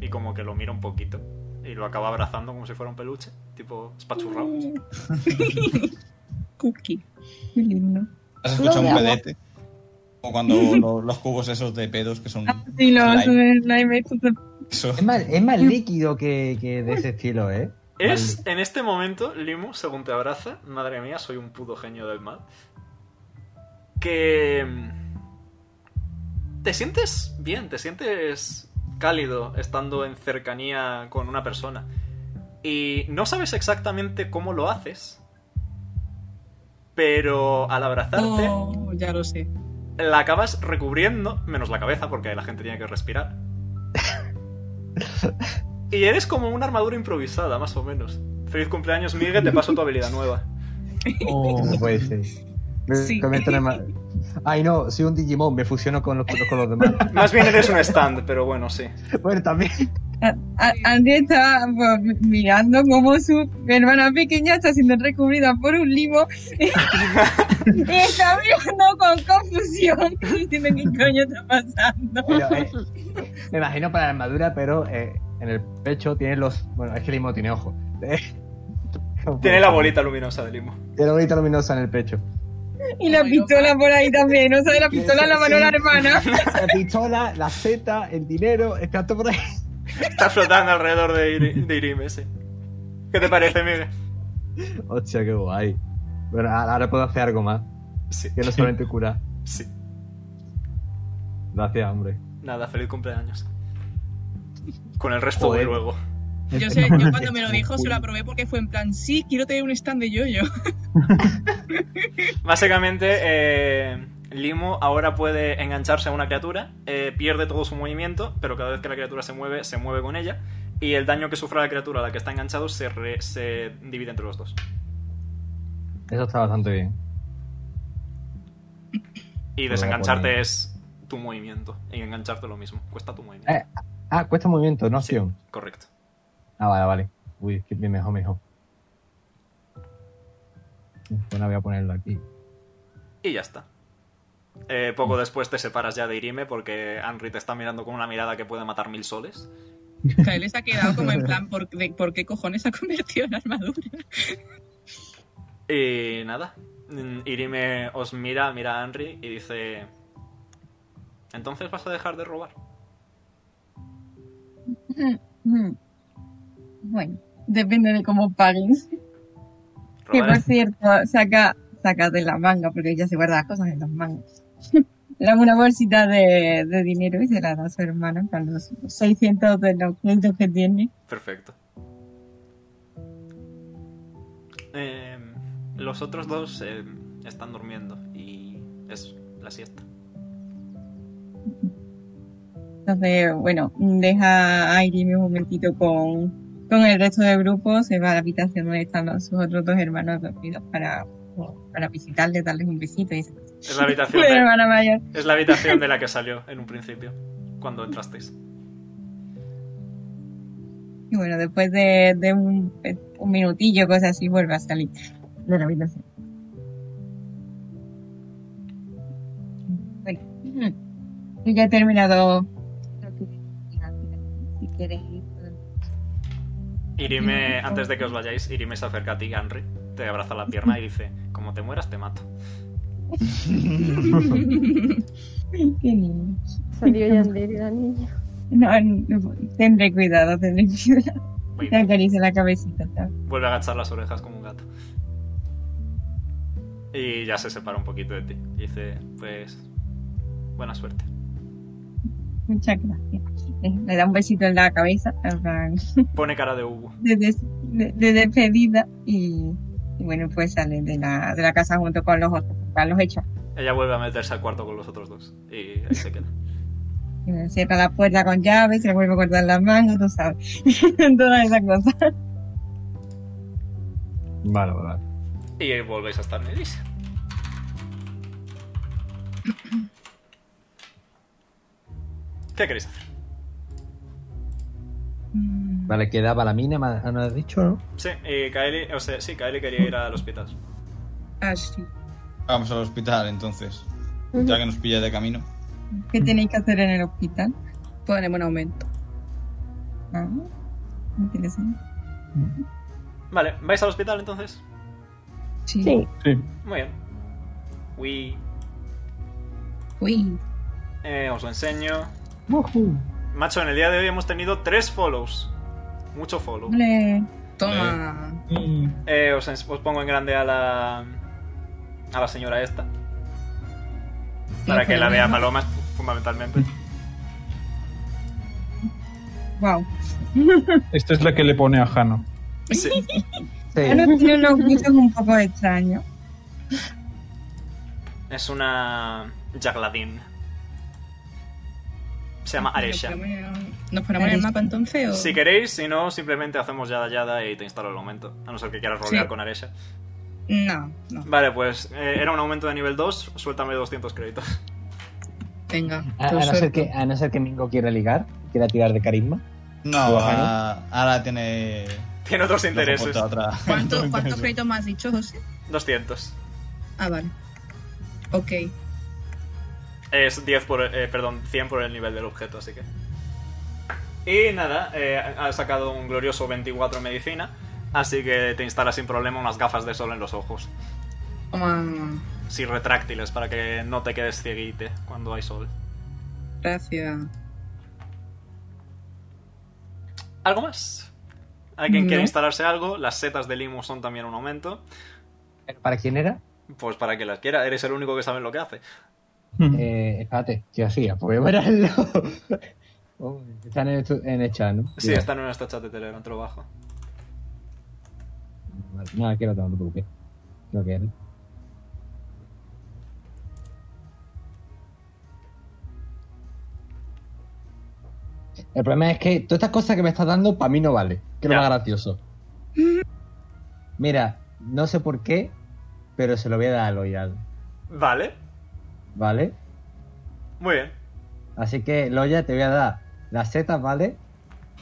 y como que lo mira un poquito y lo acaba abrazando como si fuera un peluche, tipo espachurrado. Cookie. Qué lindo. ¿Has escuchado No, un mi amor. pedete? Como cuando [LAUGHS] lo- los cubos esos de pedos que son... Sí, los slime. slime estos de- Eso. Es más, es más líquido que, que de ese estilo, ¿eh? Es en este momento, Limu, según te abraza, madre mía, soy un puto genio del mal. Que. mm, Te sientes bien, te sientes cálido estando en cercanía con una persona. Y no sabes exactamente cómo lo haces. Pero al abrazarte, Oh, ya lo sé. la acabas recubriendo, menos la cabeza, porque la gente tiene que respirar. y eres como una armadura improvisada, más o menos. Feliz cumpleaños, Miguel, te paso tu habilidad nueva. Oh. No puede ser. Me Sí. convierto en alma- Ay, [LAUGHS] no, soy un Digimon, me fusiono con los, con los demás. Más bien eres un stand, pero bueno, sí. Bueno, también. A- a- Andy está pues, mirando cómo su hermana pequeña está siendo recubrida por un limo [LAUGHS] y está mirando con confusión [LAUGHS] diciendo qué coño está pasando. Pero, eh, me imagino para la armadura, pero eh, en el pecho tiene los. Bueno, es que el limo tiene ojo. Eh, [LAUGHS] Tiene la bolita luminosa del limo. Tiene la bolita luminosa en el pecho. Y la pistola por ahí también, no sabe la pistola en la mano de la hermana. [LAUGHS] La pistola, la Z, el dinero, está todo por ahí. Está flotando alrededor de, Iri- de Irim ese. ¿Qué te parece, Miguel? Hostia, qué guay. Bueno, a- ahora puedo hacer algo más. Sí, Que no solamente curar. sí. Gracias, hombre. Nada, feliz cumpleaños. Con el resto Joder. de luego. [LAUGHS] Este Yo, sé, yo cuando me lo dijo se lo aprobé porque fue en plan, sí, quiero tener un stand de yo-yo. [LAUGHS] Básicamente, eh, Limo ahora puede engancharse a una criatura, eh, pierde todo su movimiento, pero cada vez que la criatura se mueve, se mueve con ella. Y el daño que sufra la criatura a la que está enganchado se, re- se divide entre los dos. Eso está bastante bien. Y Muy desengancharte bonito. es tu movimiento. Y engancharte lo mismo. Cuesta tu movimiento. Eh, ah, cuesta movimiento, no acción. Correcto. Ah, vale, vale. Uy, qué bien, mejor, mejor. Bueno, Pues voy a ponerlo aquí. Y ya está. Eh, poco después te separas ya de Irime porque Henry te está mirando con una mirada que puede matar mil soles. Kael se ha quedado como en plan, ¿por, de- ¿por qué cojones se ha convertido en armadura? Y nada. Mm, Irime os mira, mira a Henry y dice... Entonces vas a dejar de robar. Mm. Bueno, depende de cómo paguen. Que pues. Robar por es- cierto, saca, saca de la manga, porque ella se guarda las cosas en las mangas. [LAUGHS] Le da una bolsita de, de dinero y se la da a su hermana para los 600 de los créditos que tiene. Perfecto. Eh, los otros dos eh, están durmiendo y es la siesta. Entonces, bueno, deja a Irene un momentito con, con el resto del grupo, se va a la habitación donde están los- sus otros dos hermanos dormidos para, para visitarles, darles un besito y esas cosas. Es la [LAUGHS] habitación ¿eh? La de, hermana mayor. es la, habitación de la que salió en un principio, cuando entrasteis. Y bueno, después de, de un, un minutillo, cosas así, vuelve a salir de la habitación. Bueno, yo ya he terminado. lo que tenía que hacer. Si queréis ir, podemos- Irime, antes de que os vayáis, Irime se acerca a ti, Henry, te abraza la pierna y dice, como te mueras te mato. Ay, qué lindo. Salió [LAUGHS] Yandere, la niña. No, no, tendré cuidado, tendré [LAUGHS] cuidado. Muy Te bien. acaricia la cabecita. ¿sabes? Vuelve a agachar las orejas como un gato. Y ya se separa un poquito de ti. Y dice, pues, buena suerte. Muchas gracias. Eh, Le da un besito en la cabeza. en plan, Pone cara de Hugo. de, des- de- de despedida y, y bueno, pues salen de la, de la casa junto con los otros, con los hechos. Ella vuelve a meterse al cuarto con los otros dos. Y ahí se queda. Y bueno, Cierra la puerta con llave, se le vuelve a cortar las manos, tú sabes. [LAUGHS] Todas esas cosas. Vale, vale, vale. Y ahí volvéis a estar Melissa. ¿Qué queréis hacer? Vale, quedaba la mina, me ha- me has dicho, ah, ¿no? Sí, y Kaeli, o sea, sí, Kaeli quería ir al hospital. Ah, Así. Vamos al hospital entonces. Ya que nos pilla de camino. ¿Qué tenéis que hacer en el hospital? Ponemos un aumento. Ah, interesante. Vale, ¿vais al hospital entonces? Sí. Sí. Sí. Muy bien. Uy, Uy. eh, os lo enseño. Macho, en el día de hoy hemos tenido tres follows. Mucho follow. Ole. Toma. Mm. Eh, os, ens- os pongo en grande a la. a la señora esta. Para que la vea Paloma, fundamentalmente. Wow. Esta es la que le pone a Jano. Sí. Sí. Ahora tiene unos gustos un poco extraños. Es una Jagladin. Se Ah, Ah, llama Aresha. Nos ponemos en- ¿Nos ponemos en el mapa entonces? o- Si queréis, si no, simplemente hacemos yada yada y te instalo el aumento. A no ser que quieras rolear Sí. con Aresha. No, no. Vale, pues eh, era un aumento de nivel 2, suéltame 200 créditos. [LAUGHS] Venga. Ah, A, a no ser que, a no ser que Mingo quiera ligar, quiera tirar de carisma. No, ¿Lo baja, ahora, ahora tiene. Tiene otros lo intereses. soporta otra- [LAUGHS] ¿Cuánto- [LAUGHS] otro ¿Cuántos interés. créditos me has dicho, José? 200. Ah, vale. Ok. Es 10 por, eh, perdón, 100 por el nivel del objeto, así que. Y nada, eh, ha sacado un glorioso 24 en medicina, así que te instala sin problema unas gafas de sol en los ojos. Toma. Sí, retráctiles para que no te quedes cieguite cuando hay sol. Gracias. ¿Algo más? ¿Alguien quien quiere No. instalarse algo? Las setas de limo son también un aumento. ¿Para quién era? Pues para que las quiera, eres el único que sabe lo que hace. Mm. Eh, espérate, ¿qué hacía? Pues veráslo. [LAUGHS] Oh, Están en el, tu- en el chat, ¿no? Sí, Mira. están en nuestra chat de Telegram, te lo bajo. Vale, Nada, que no te no te preocupes. Lo que era. El problema es que todas estas cosas que me estás dando para mí no vale. Que Ya. no va gracioso. Mira, no sé por qué, pero se lo voy a dar a Loyal, Vale, ¿vale? muy bien. Así que, Loya, te voy a dar las setas, ¿vale?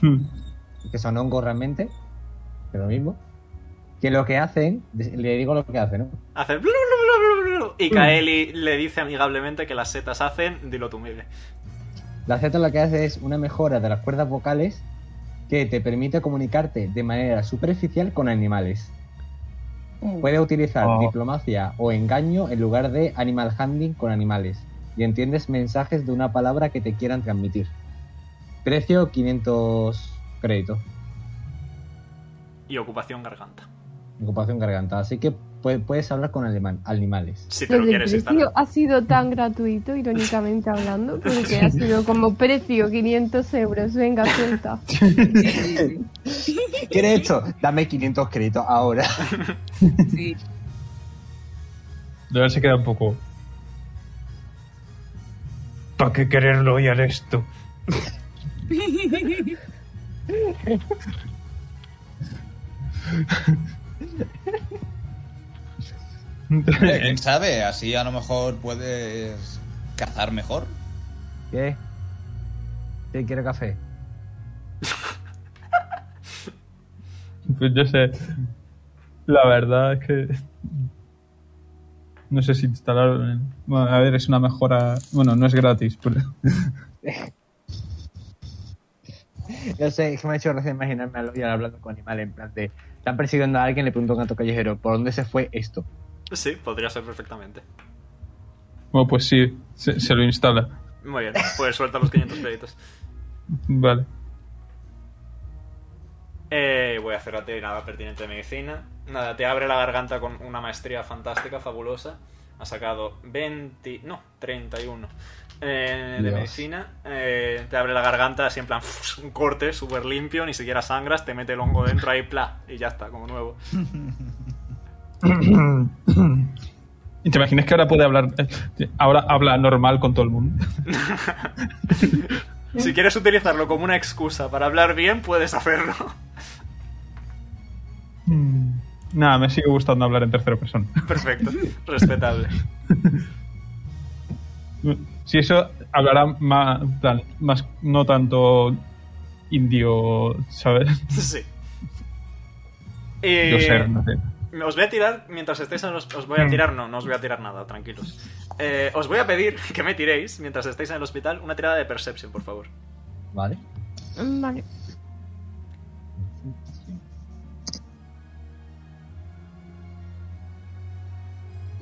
Mm. que son hongos realmente, que es lo mismo, que lo que hacen, le digo lo que hacen, ¿no? Hace blu, blu, blu, blu, blu, y Kaeli le dice amigablemente que las setas hacen, dilo tú, Miguel. La Z lo que hace es una mejora de las cuerdas vocales que te permite comunicarte de manera superficial con animales. Puedes utilizar Oh. diplomacia o engaño en lugar de animal handling con animales y entiendes mensajes de una palabra que te quieran transmitir. Precio 500 créditos. Y ocupación garganta. Ocupación garganta. Así que pu- puedes hablar con alema- animales. Si te Pero lo el quieres precio instalar. ha sido tan gratuito, irónicamente [LAUGHS] hablando, porque ha sido como precio 500 euros. Venga, suelta. Sí, sí, sí. ¿Quieres esto? Dame 500 créditos ahora. Sí. De ver si queda un poco. ¿Para qué quererlo y al esto? Eh, ¿Quién sabe? Así a lo mejor puedes cazar mejor. ¿Qué? ¿Qué quiere café? Pues yo sé. La verdad es que. No sé si instalar. Bueno, a ver, es una mejora. Bueno, no es gratis, pero. Yo sé, es que me ha hecho gracia imaginarme a Loyal hablando con animales en plan de. Están persiguiendo a alguien, le pregunto a un gato callejero, ¿por dónde se fue esto? Sí, podría ser perfectamente. Bueno, pues sí, se, se lo instala. Muy bien, pues suelta los 500 créditos. [COUGHS] Vale. Eh, voy a hacer a ti nada pertinente de medicina. Nada, te abre la garganta con una maestría fantástica, fabulosa. Ha sacado 20... No, 31. eh, de Dios. medicina. Eh, te abre la garganta así en plan... Un corte súper limpio, ni siquiera sangras. Te mete el hongo dentro ahí, pla. Y ya está, como nuevo. ¿Y te imaginas que ahora puede hablar. eh, Ahora habla normal con todo el mundo? Si quieres utilizarlo como una excusa para hablar bien, puedes hacerlo. [LAUGHS] Mm, Nada, me sigue gustando hablar en tercera persona. Perfecto, respetable. Si eso hablará más, en plan, más no tanto indio, ¿sabes? [LAUGHS] Sí. Y- Yo ser, no Mm. sé. Os voy a tirar, mientras estéis en los... Os voy a tirar, no, no os voy a tirar nada, tranquilos. Eh, os voy a pedir [LAUGHS] que me tiréis, mientras estéis en el hospital, una tirada de Perception, por favor. Vale. Mm, Vale.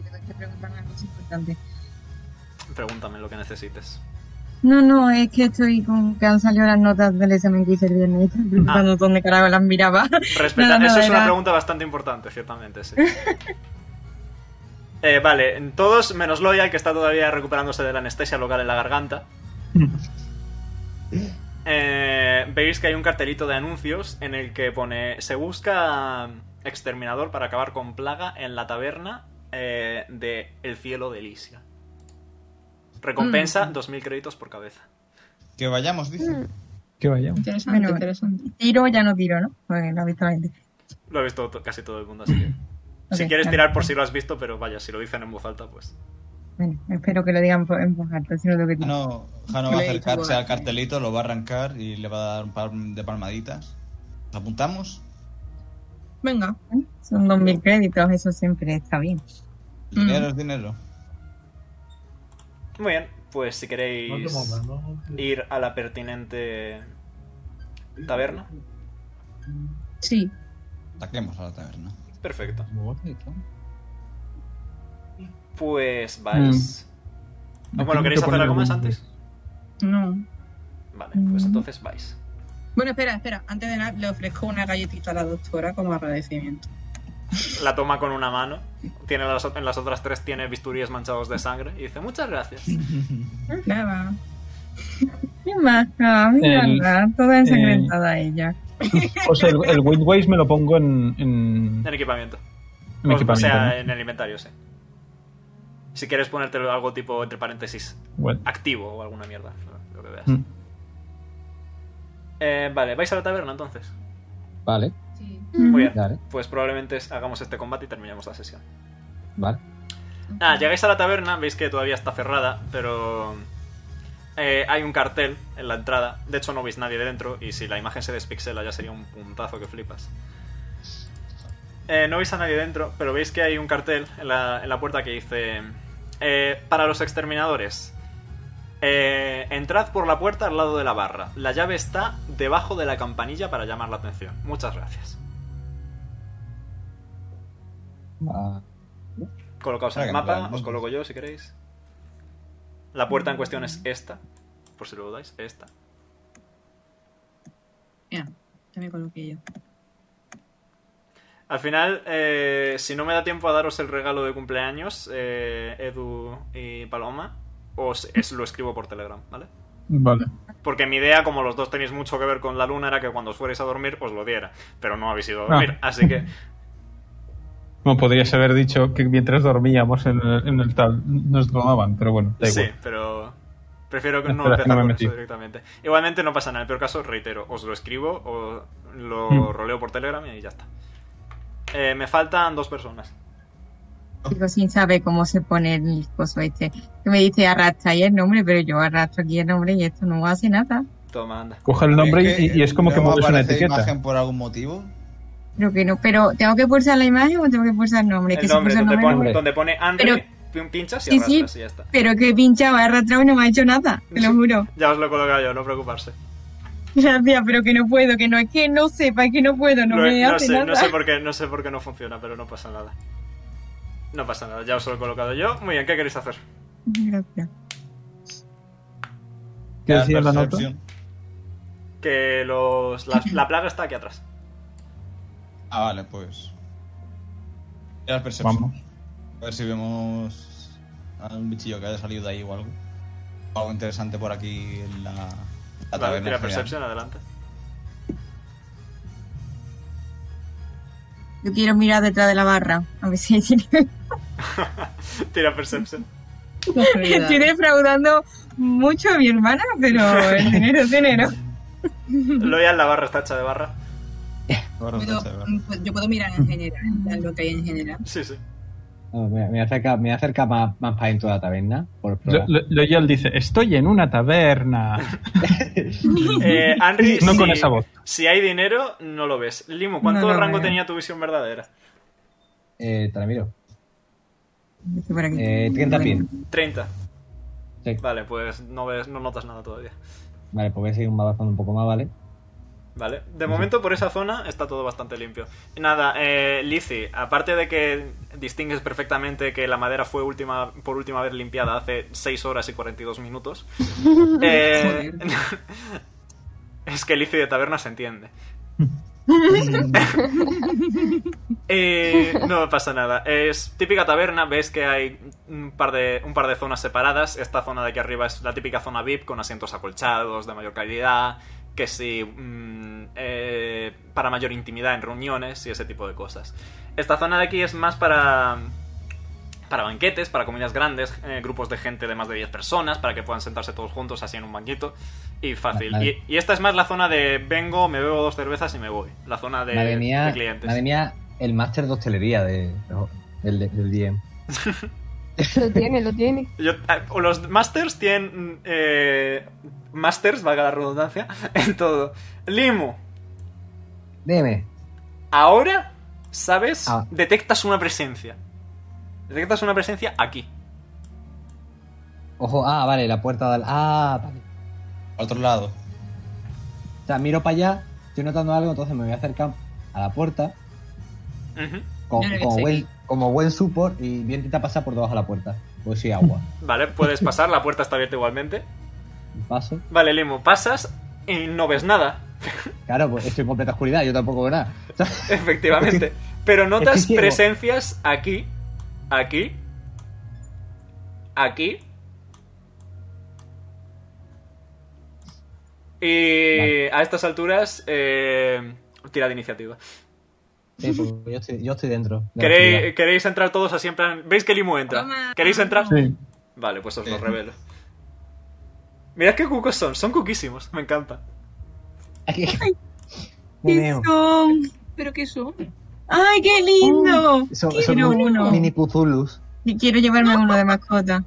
Tengo que preguntarme algo importante. Pregúntame lo que necesites. No, no, es que estoy con que han salido las notas del examen que hice el viernes. Estoy preguntando dónde carajo las miraba. [LAUGHS] Respeta, No, no, eso es una era- pregunta bastante importante, ciertamente, [LAUGHS] sí. Eh, vale, todos menos Loyal, que está todavía recuperándose de la anestesia local en la garganta. Eh, veis que hay un cartelito de anuncios en el que pone se busca exterminador para acabar con plaga en la taberna eh, de El Cielo de Elysia. Recompensa 2.000 créditos por cabeza. Que vayamos, Mm. dice. [LAUGHS] Que vayamos. Interesante, Bueno, interesante. Tiro, ya no tiro, ¿no? Pues lo ha visto la gente. Lo ha visto to- casi todo el mundo, así que... Ok, si quieres vale. tirar por si lo has visto, pero vaya, si lo dicen en voz alta, pues... Bueno, espero que lo digan po- en voz alta, si no lo que digo. Jano, Jano va a Le he dicho acercarse por al aquí. cartelito, lo va a arrancar y le va a dar un par de palmaditas. ¿Lo apuntamos? Venga. Son 2.000 créditos, eso siempre está bien. El Mm. dinero es dinero. Muy bien, pues si No te queréis muevas, no te- ir a la pertinente taberna, Sí. Ataquemos a la taberna. perfecto. Muévete, ¿no? Pues vais. Mm. Ah, Bueno, ¿queréis hacer algo más antes? No. Vale, Mm. pues entonces vais. Bueno, espera, espera. Antes de nada, le ofrezco una galletita a la doctora como agradecimiento. La toma con una mano, tiene las, en las otras tres tiene bisturíes manchados de sangre y dice muchas [LAUGHS] gracias. Nada. Ah. [LAUGHS] Qué Ah. maja, mira, El- la- ¿eh? toda ensangrentada ella. O sea, Eh, pues el, el Wind Ways me lo pongo en, [LAUGHS] en, En equipamiento. en O- equipamiento. O sea, ¿no? en el inventario, sí. Si quieres ponértelo algo tipo, entre paréntesis, Bueno. activo o alguna mierda, lo que veas. Mm. Eh, vale, vais a la taberna entonces. Vale, Sí. Muy bien. dale, Pues probablemente hagamos este combate y terminemos la sesión. vale. Ah, llegáis a la taberna, veis que todavía está cerrada, pero eh, hay un cartel en la entrada. De hecho, no veis nadie de dentro y si la imagen se despixela ya sería un puntazo que flipas. Eh, no veis a nadie dentro, pero veis que hay un cartel en la, en la puerta que dice... eh, para los exterminadores. Eh, entrad por la puerta al lado de la barra. La llave está debajo de la campanilla para llamar la atención. Muchas gracias. Ah, Colocaos en el Venga, mapa, vamos. os coloco yo si queréis. La puerta en cuestión es esta, por si lo dudáis, esta. Ya, ya me coloqué yo. Al final, eh, si no me da tiempo a daros el regalo de cumpleaños, eh, Edu y Paloma, os es- lo escribo por Telegram, ¿vale? Vale. Porque mi idea, como los dos tenéis mucho que ver con la luna, era que cuando os fuerais a dormir os lo diera, pero no habéis ido a dormir, así que Como podrías haber dicho que mientras dormíamos en el, en el tal nos lo daban, pero bueno, da sí, igual. pero prefiero que no Espera, que no empezar me con metí. eso directamente. Igualmente no pasa nada, en el peor caso, reitero, os lo escribo o lo Mm. roleo por Telegram y ya está. Eh, me faltan dos personas. Digo, sin saber cómo se pone el coso este. Que me dice arrastra ahí el nombre, pero yo arrastro aquí el nombre y esto no hace nada. Toma, anda. Coge el nombre Es y, y es como que luego mueves una aparece etiqueta. imagen por algún motivo? Creo que no, pero ¿tengo que pulsar la imagen o tengo que pulsar el nombre? que El si nombre, pulso el donde nombre, pone, nombre. donde pone Andre, pin- pinchas y Sí, sí. arrastras y ya está. Pero que he pinchado, he arrastrado y no me ha hecho nada, te lo juro. [LAUGHS] Ya os lo he colocado yo, no preocuparse. Gracias, pero que no puedo, que no es que no sepa, es que no puedo, no Lo he- me hace sé, nada. no sé por qué, no sé por qué no funciona, pero no pasa nada. No pasa nada, ya os lo he colocado yo. Muy bien, ¿qué queréis hacer? Gracias. ¿Qué decía la nota? Percepción. Que los, las- la plaga está aquí atrás. Ah, vale, pues. Era percepción. Vamos. A ver si vemos a un bichillo que haya salido de ahí o algo. O algo interesante por aquí en la, la Vale, taberna. tira en general. percepción, adelante. [LAUGHS] Yo quiero mirar detrás de la barra, a ver si tiene- Tira percepción. estoy defraudando mucho a mi hermana, pero el dinero es dinero. Loyal, la barra está hecha de barra. Ahora ¿Puedo- está, ahora. mm, yo puedo mirar en general lo que hay en general. Sí, sí. No, ah, me, me acerca, me acerca más, más para dentro de la taberna. Por Lo- probar. lo- Loyal dice, estoy en una taberna. Eh, Henry, [LAUGHS] No si, con esa voz. si hay dinero, no lo ves. Limo, ¿cuánto No lo rango veo. tenía tu visión verdadera? Eh, te la miro. Estoy por aquí. Eh, 30 pies. 30. Sí. Vale, pues no ves, no notas nada todavía. Vale, pues voy a seguir avanzando un poco más, ¿vale? Vale, de momento por esa zona está todo bastante limpio. Nada, eh, Lizzy, aparte de que distingues perfectamente que la madera fue última, por última vez limpiada hace 6 horas y 42 minutos, eh, [LAUGHS] es que Lizzy de taberna se entiende. Eh, no pasa nada. Es típica taberna, ves que hay un par, de, un par de zonas separadas. Esta zona de aquí arriba es la típica zona VIP con asientos acolchados de mayor calidad, que sí, mm, eh, para mayor intimidad en reuniones y ese tipo de cosas. Esta zona de aquí es más para para banquetes, para comidas grandes, eh, grupos de gente de más de 10 personas, para que puedan sentarse todos juntos así en un banquito y fácil. Vale. Y, y esta es más la zona de vengo, me bebo dos cervezas y me voy. La zona de, madre, mía, de clientes. madre mía, el máster de hostelería de, del, del DM. Lo tiene, lo tiene. Yo- ah, los masters tienen. eh, masters, valga la redundancia, [LAUGHS] en todo. Limu, Dime. ahora sabes, Ah. detectas una presencia. Detectas una presencia aquí. Ojo, ah, vale, la puerta del. Ah, vale. Al otro lado. O sea, miro para allá, estoy notando algo, entonces me voy a acercar a la puerta Ujú. con- Yo le voy a como, buen, seguir. como buen support y voy a intentar pasar por debajo de la puerta. Pues sí, agua. [LAUGHS] Vale, puedes pasar, la puerta está abierta igualmente. Paso. Vale, Limu, pasas y no ves nada, [LAUGHS] Claro, pues estoy en completa oscuridad, yo tampoco veo nada. [LAUGHS] efectivamente. Pero notas es que ciego. presencias aquí, aquí, aquí. Y a estas alturas, eh, tira de iniciativa. Sí, pues yo estoy, yo estoy dentro. de la ¿Queréis, ¿Queréis entrar todos así en plan? ¿Veis que Limu entra? Toma. ¿Queréis entrar? Sí. Vale, pues os lo Eh. revelo. Mirad qué cucos son, son cuquísimos, me encanta. oscuridad. ¿Qué [LAUGHS] Meneo. son? ¿Pero qué son? ¡Ay, qué Oh, lindo! Son, Qué son lindo. mini- mini puzulus. Y quiero llevarme uno de mascota.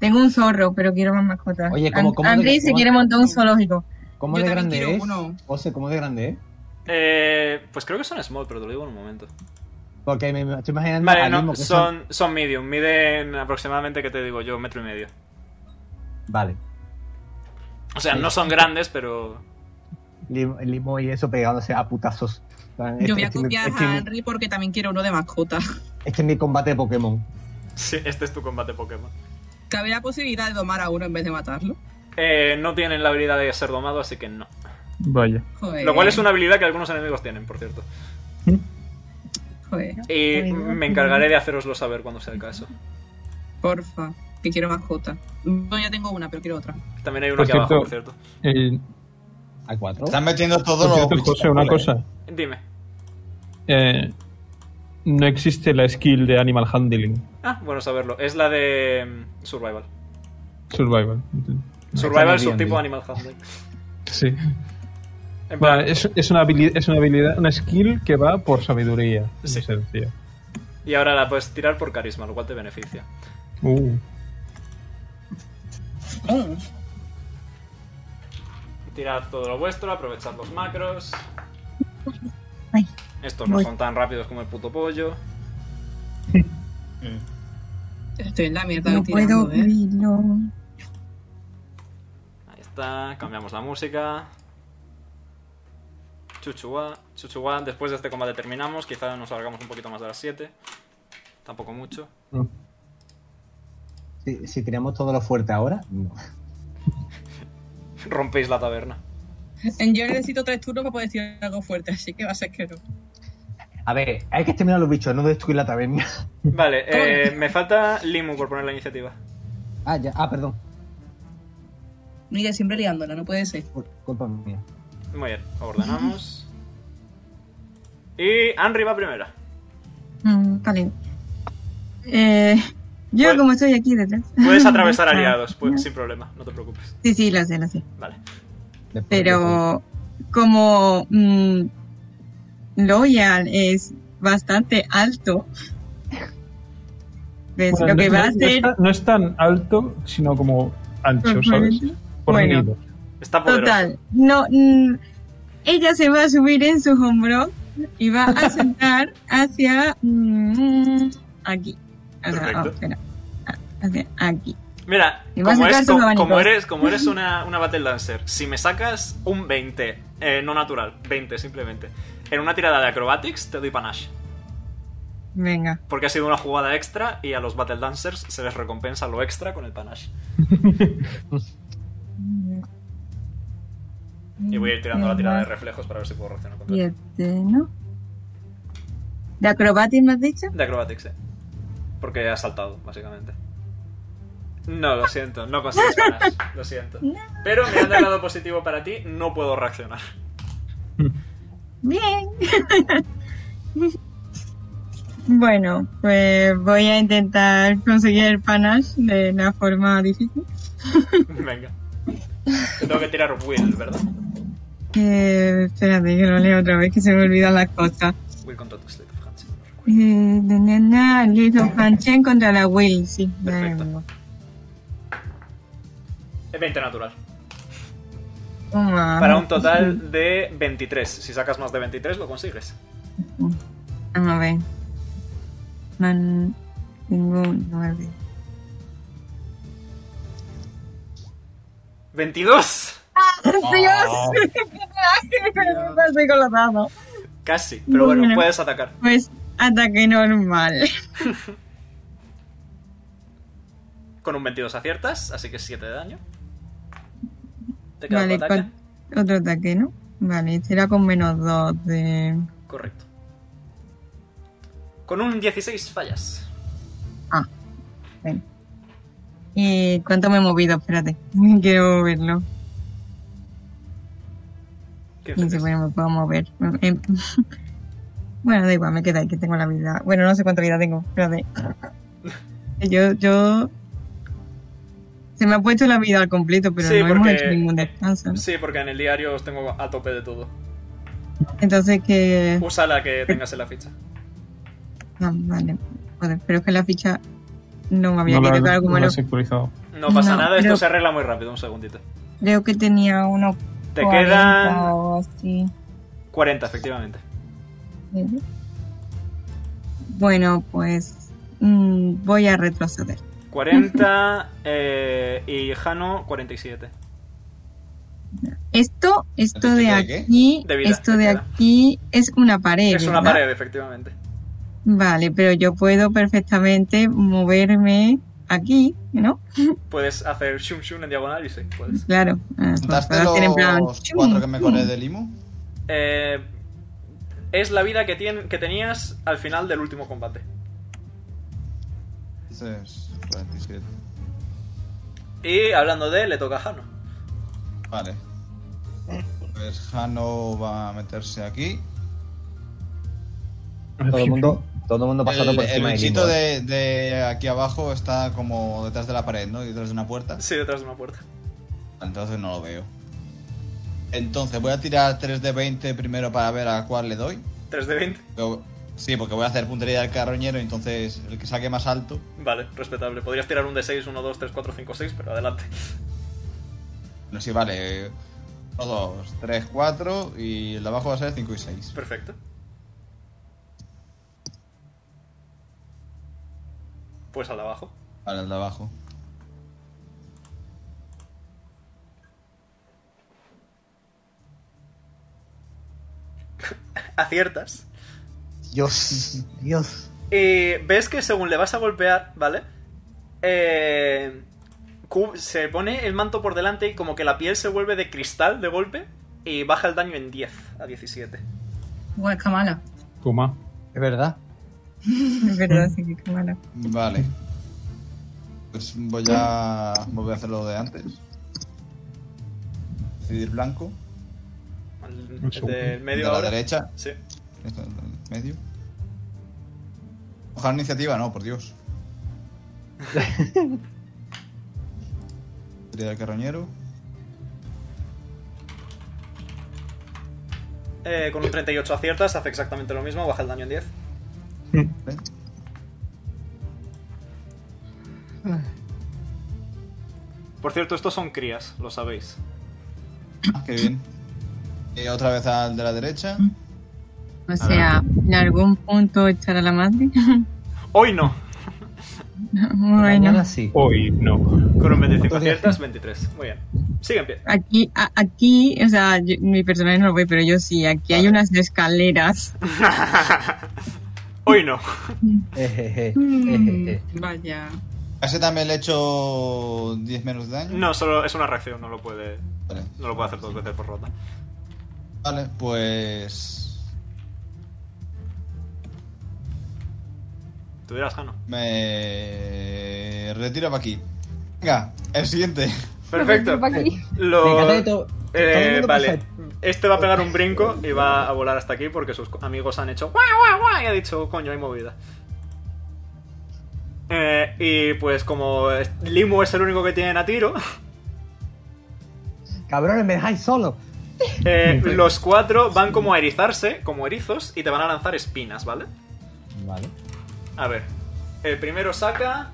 Tengo un zorro, pero quiero más mascotas. Oye, ¿cómo- An- cómo Andrés de- se cómo- quiere montar un zoológico. ¿Cómo Yo de también grande quiero es? uno. José, ¿cómo de grande es? Eh, pues creo que son small, pero te lo digo en un momento. Porque me, me estoy imaginando Vale, al no, mismo que son, son medium. Miden aproximadamente, ¿qué te digo yo? Metro y medio. Vale. O sea, Sí. no son grandes, pero... Lim- Limo y eso pegándose a putazos. Yo voy a mi- copiar este, a mi- Henry porque también quiero uno de mascota. [LAUGHS] este es mi combate de Pokémon. [LAUGHS] Sí, este es tu combate Pokémon. Cabe la posibilidad de domar a uno en vez de matarlo. Eh, no tienen la habilidad de ser domado, así que no. Vaya. Joder. Lo cual es una habilidad que algunos enemigos tienen, por cierto. Joder. Y me encargaré de haceroslo saber cuando sea el caso. Porfa, que quiero mascota. No, ya tengo una, pero quiero otra. También hay uno Por aquí abajo, cierto. por cierto. Eh, A cuatro. Están metiendo todo por lo cierto, José, una cosa. Dime. Eh, no existe la skill de Animal Handling. Ah, bueno saberlo. Es la de mm, Survival. Survival. Survival, está en el subtipo D&D. Animal Handling. Sí. En plan, Vale, es, es una habilidad, es una habilidad, una skill que va por sabiduría. en Sí. esencia. Y ahora la puedes tirar por carisma, lo cual te beneficia. Uh, Tirad todo lo vuestro, aprovechad los macros. Ay, Estos no voy. son tan rápidos como el puto pollo. Estoy en la mierda. No tirando, puedo ¿eh? abrirlo. Ahí está, cambiamos la música. Chuchuá, chuchuá. Después de este combate terminamos. Quizá nos salgamos un poquito más de las 7. Tampoco mucho. [LAUGHS] Si, si tiramos todo lo fuerte ahora, no. Rompéis la taberna. Yo necesito tres turnos para poder decir algo fuerte, así que va a ser que no. A ver, hay que exterminar a los bichos, no destruir la taberna. Vale, eh, me falta Limu por poner la iniciativa. Ah, ya, ah, perdón. Mira, siempre liándola, no puede ser. Cul- Culpa mía. Muy bien, ordenamos. Y Henry va primera. Mm, vale. Eh, yo Bueno. como estoy aquí detrás. Puedes atravesar aliados, pues, sin problema, no te preocupes. Sí, sí, lo sé, lo sé. Vale. Después- Pero como mm, Loyal es bastante alto, pues Bueno, lo que no, va no- a no hacer... está- no es tan alto, sino como ancho, ¿sabes? Bueno. Fornido. Está poderoso. Total, no, mm, ella se va a subir en sus hombros y va a sentar hacia mm, aquí. O sea, Perfecto. oh, espera. Hacia aquí. Mira, Y vas como, a sacar es- tus co- abanicos. como eres, como [LAUGHS] eres una, una Battle Dancer, si me sacas un 20, eh, no natural, 20 simplemente, en una tirada de acrobatics te doy panache. Venga. Porque ha sido una jugada extra y a los Battle Dancers se les recompensa lo extra con el [LAUGHS] panache. Y voy a ir tirando la tirada de reflejos para ver si puedo reaccionar con él. Siete, ¿no? ¿De acrobatis me has dicho? De acrobatics, eh. Porque ha saltado, básicamente. No, lo siento, no consigues panache, lo siento. Pero mirando el lado positivo para ti, no puedo reaccionar. [LAUGHS] Bien. bueno, pues voy a intentar conseguir el panache de la forma difícil. Venga. Tengo que tirar Will, ¿verdad? Eh, espérate, que lo leo otra vez, que se me olvidan las cosas. Will contra tu Slate of Hand, si no lo recuerdo. Eh, de nena, Liz of Hanchen contra la Will, sí. la- Perfecto. Es 20 natural. Toma. Para un total de 23. Si sacas más de 23, lo consigues. Vamos a ver. Man, tengo nueve. 22. ¡Dios! Estoy con los dados. Casi, pero bueno, Bueno. puedes atacar. Pues ataque normal. Con un 22 aciertas, así que 7 de daño. Te queda Vale, otro ataque. con- otro ataque, ¿no? Vale, será con menos dos de... Correcto. Con un 16 fallas. ¿Y cuánto me he movido? Espérate, [LAUGHS] quiero moverlo. 15 15, veces. bueno, me puedo mover. Em, [LAUGHS] Bueno, da igual, me queda ahí que tengo la vida. Bueno, no sé cuánta vida tengo, [LAUGHS] espérate. Yo, yo... Se me ha puesto la vida al completo, pero Sí, no hemos porque- hecho ningún descanso. ¿no? Sí, porque en el diario os tengo a tope de todo. Entonces que... Usa la que tengas en la ficha. Ah, vale. Joder, pero es que la ficha no me había No quedado la, claro como no la lo... he sectorizado. No pasa No, nada, esto pero- se arregla muy rápido, un segundito. Creo que tenía unos Te 40 quedan o así. 40, efectivamente. Bueno, pues mm, voy a retroceder. [LAUGHS] 40 eh, y Jano 47. Esto, esto ¿Te de queda qué? aquí, De vida, esto te de queda. aquí es una pared. Es una ¿verdad? pared, efectivamente. Vale, pero yo puedo perfectamente moverme aquí, ¿no? Puedes hacer shum shum en diagonal y sí, puedes. Claro. ah, pues ¿Contaste puedo hacer en plan, los cuatro que me colé de limo? Eh, es la vida que, tien- que tenías al final del último combate. Entonces, 47. Y hablando de, le toca a Jano. Vale. Pues Hano va a meterse aquí. [LAUGHS] Todo el mundo, todo el mundo pasando El, por el encima de bichito Limbo. de, de aquí abajo está como detrás de la pared, ¿no? Y detrás de una puerta. Sí, detrás de una puerta. Entonces no lo veo. Entonces voy a tirar 3 de 20 primero para ver a cuál le doy. 3 de 20. Yo- Sí, porque voy a hacer puntería al carroñero, entonces el que saque más alto. Vale, respetable. Podrías tirar un de 6, 1, 2, 3, 4, 5, 6, pero adelante. [LAUGHS] No sé, vale. 1, 2, 3, 4 y el de abajo va a ser 5 y 6. Perfecto. Pues al de abajo. Vale, el de abajo. Aciertas. Dios, Dios. Y ves que según le vas a golpear, ¿vale? Eh, cu- se pone el manto por delante y como que la piel se vuelve de cristal de golpe y baja el daño en 10 a 17. Huesca mala. Toma. Es verdad. [LAUGHS] es verdad, sí, qué mala. Vale. Pues voy a. Voy a hacer lo de antes. Decidir blanco. El, Un el segundo. del De medio la ahora. derecha. Sí. Esto, el medio. Ojalá iniciativa, no, por Dios. Sería el carroñero. Eh, con un 38 aciertas, hace exactamente lo mismo, baja el daño en 10. ¿vale? Por cierto, estos son crías, lo sabéis. Ah, qué bien. Y otra vez al de la derecha. O sea, en algún punto echará la madre. [LAUGHS] Hoy no. bueno, Mañana sí. [LAUGHS] Hoy no. Con un 25 aciertas, 23. Muy bien. Sigue en pie. [LAUGHS] aquí, a- aquí, o sea, yo- mi personaje no lo ve, pero yo sí, aquí hay unas escaleras. Hoy no. Ejeje, Mm, ejeje. Vaya. Casi también le he hecho 10 menos de daño. No, solo es una reacción, no lo puede, Vale. no lo puede hacer dos veces por ronda. Vale, pues. Tú dirás, "Ah, Jano. Me. Retiro para aquí. Venga, el siguiente. [LAUGHS] Perfecto. Pa' aquí. Me Lo... encanta que to- Eh, todo el mundo vale, pasa- este va a pegar un brinco y va a volar hasta aquí porque sus amigos han hecho guau, guau, guau y ha dicho, coño, hay movida. Eh, y pues como es- Limu es el único que tienen a tiro, eh, Cabrones, me dejáis solo. eh, los cuatro van como a erizarse, como erizos, y te van a lanzar espinas, ¿vale? Vale. A ver. El primero saca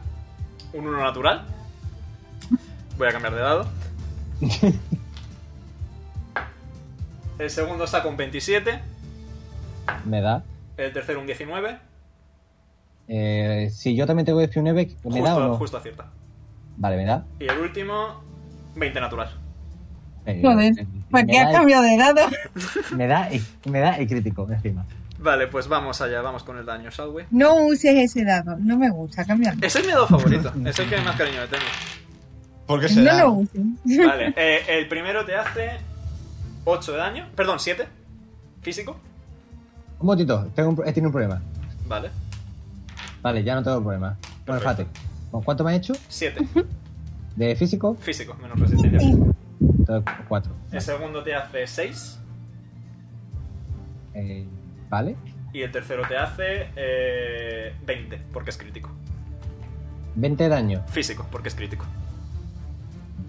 un 1 natural. Voy a cambiar de dado. El segundo saca un 27. Me da. El tercero un 19. Eh, si yo también tengo 19, ¿me da o Justo, no? justo acierta. Vale, me da. Y el último, 20 natural. Eh, Joder, eh, ¿Por me qué da has el- cambiado de dado? Me da, y- me da el crítico encima. Vale, pues vamos allá, vamos con el daño, shall we? No uses ese dado, no me gusta, cambiarlo. Ese es mi dado [LAUGHS] favorito, es el que más cariño le tengo. ¿Por qué No será? lo uses. Vale, eh, el primero te hace 8 de daño, perdón, 7 físico. Un momentito, tengo un, pro- eh, tiene un problema. Vale, Vale, ya no tengo problema. Bueno, Perfecto. fíjate. ¿Con cuánto me ha hecho? 7 De físico, físico, menos resistencia. física. entonces 4. El segundo te hace 6 Eh, vale. y el tercero te hace eh, 20, porque es crítico. 20 de daño, Físico, porque es crítico.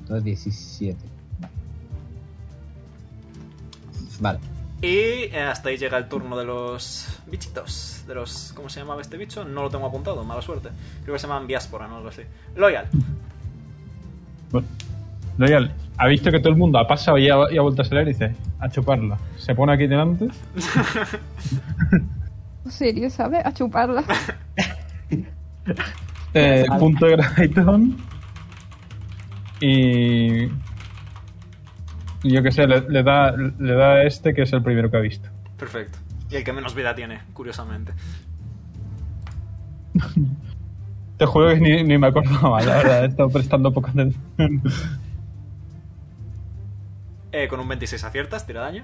entonces 17. Vale. Y eh, hasta ahí llega el turno de los bichitos. De los. ¿Cómo se llamaba este bicho? No lo tengo apuntado, mala suerte. Creo que se llaman Biaspora, no algo así. Loyal. Loyal, ha visto que todo el mundo ha pasado y ha, y ha vuelto a salir y dice, a chuparla. Se pone aquí delante. ¿En serio, sabes? A chuparla. Eh, punto de Graviton. Y. y Yo qué sé, le, le da, le da a este que es el primero que ha visto. Perfecto. Y el que menos vida tiene, curiosamente. Te juro que Este ni, ni me acordaba, la verdad, he estado prestando poca atención. Eh, con un 26 aciertas, tira daño.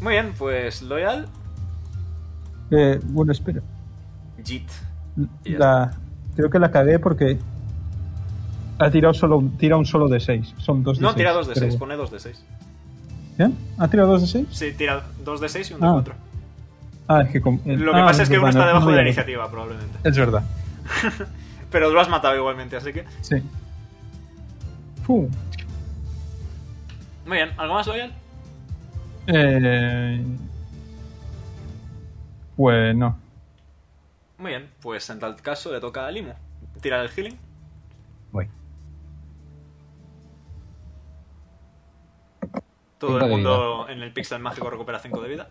Muy bien, pues Loyal, Eh, bueno, espera. Jit. Y ya La, creo que la cagué porque. Ha tirado solo un- tira un solo de 6. Son dos de No, seis, tira 2 de creo. 6, pone 2 de 6. ¿Eh? ¿Ha tirado dos de 6? Sí, tira 2 de 6 y 1 Ah. de 4. Ah, es que. con- Lo que ah, pasa es que uno bueno, está debajo no de la había- iniciativa, probablemente. Es verdad, [LAUGHS] Pero lo has matado igualmente, así que. sí. Fu. Muy bien, ¿algo más, Loyal? Eh, pues no. Muy bien, pues en tal caso le toca a Limo. Tirar el healing. Voy. Todo Cinco el de mundo en el pixel mágico recupera 5 de vida.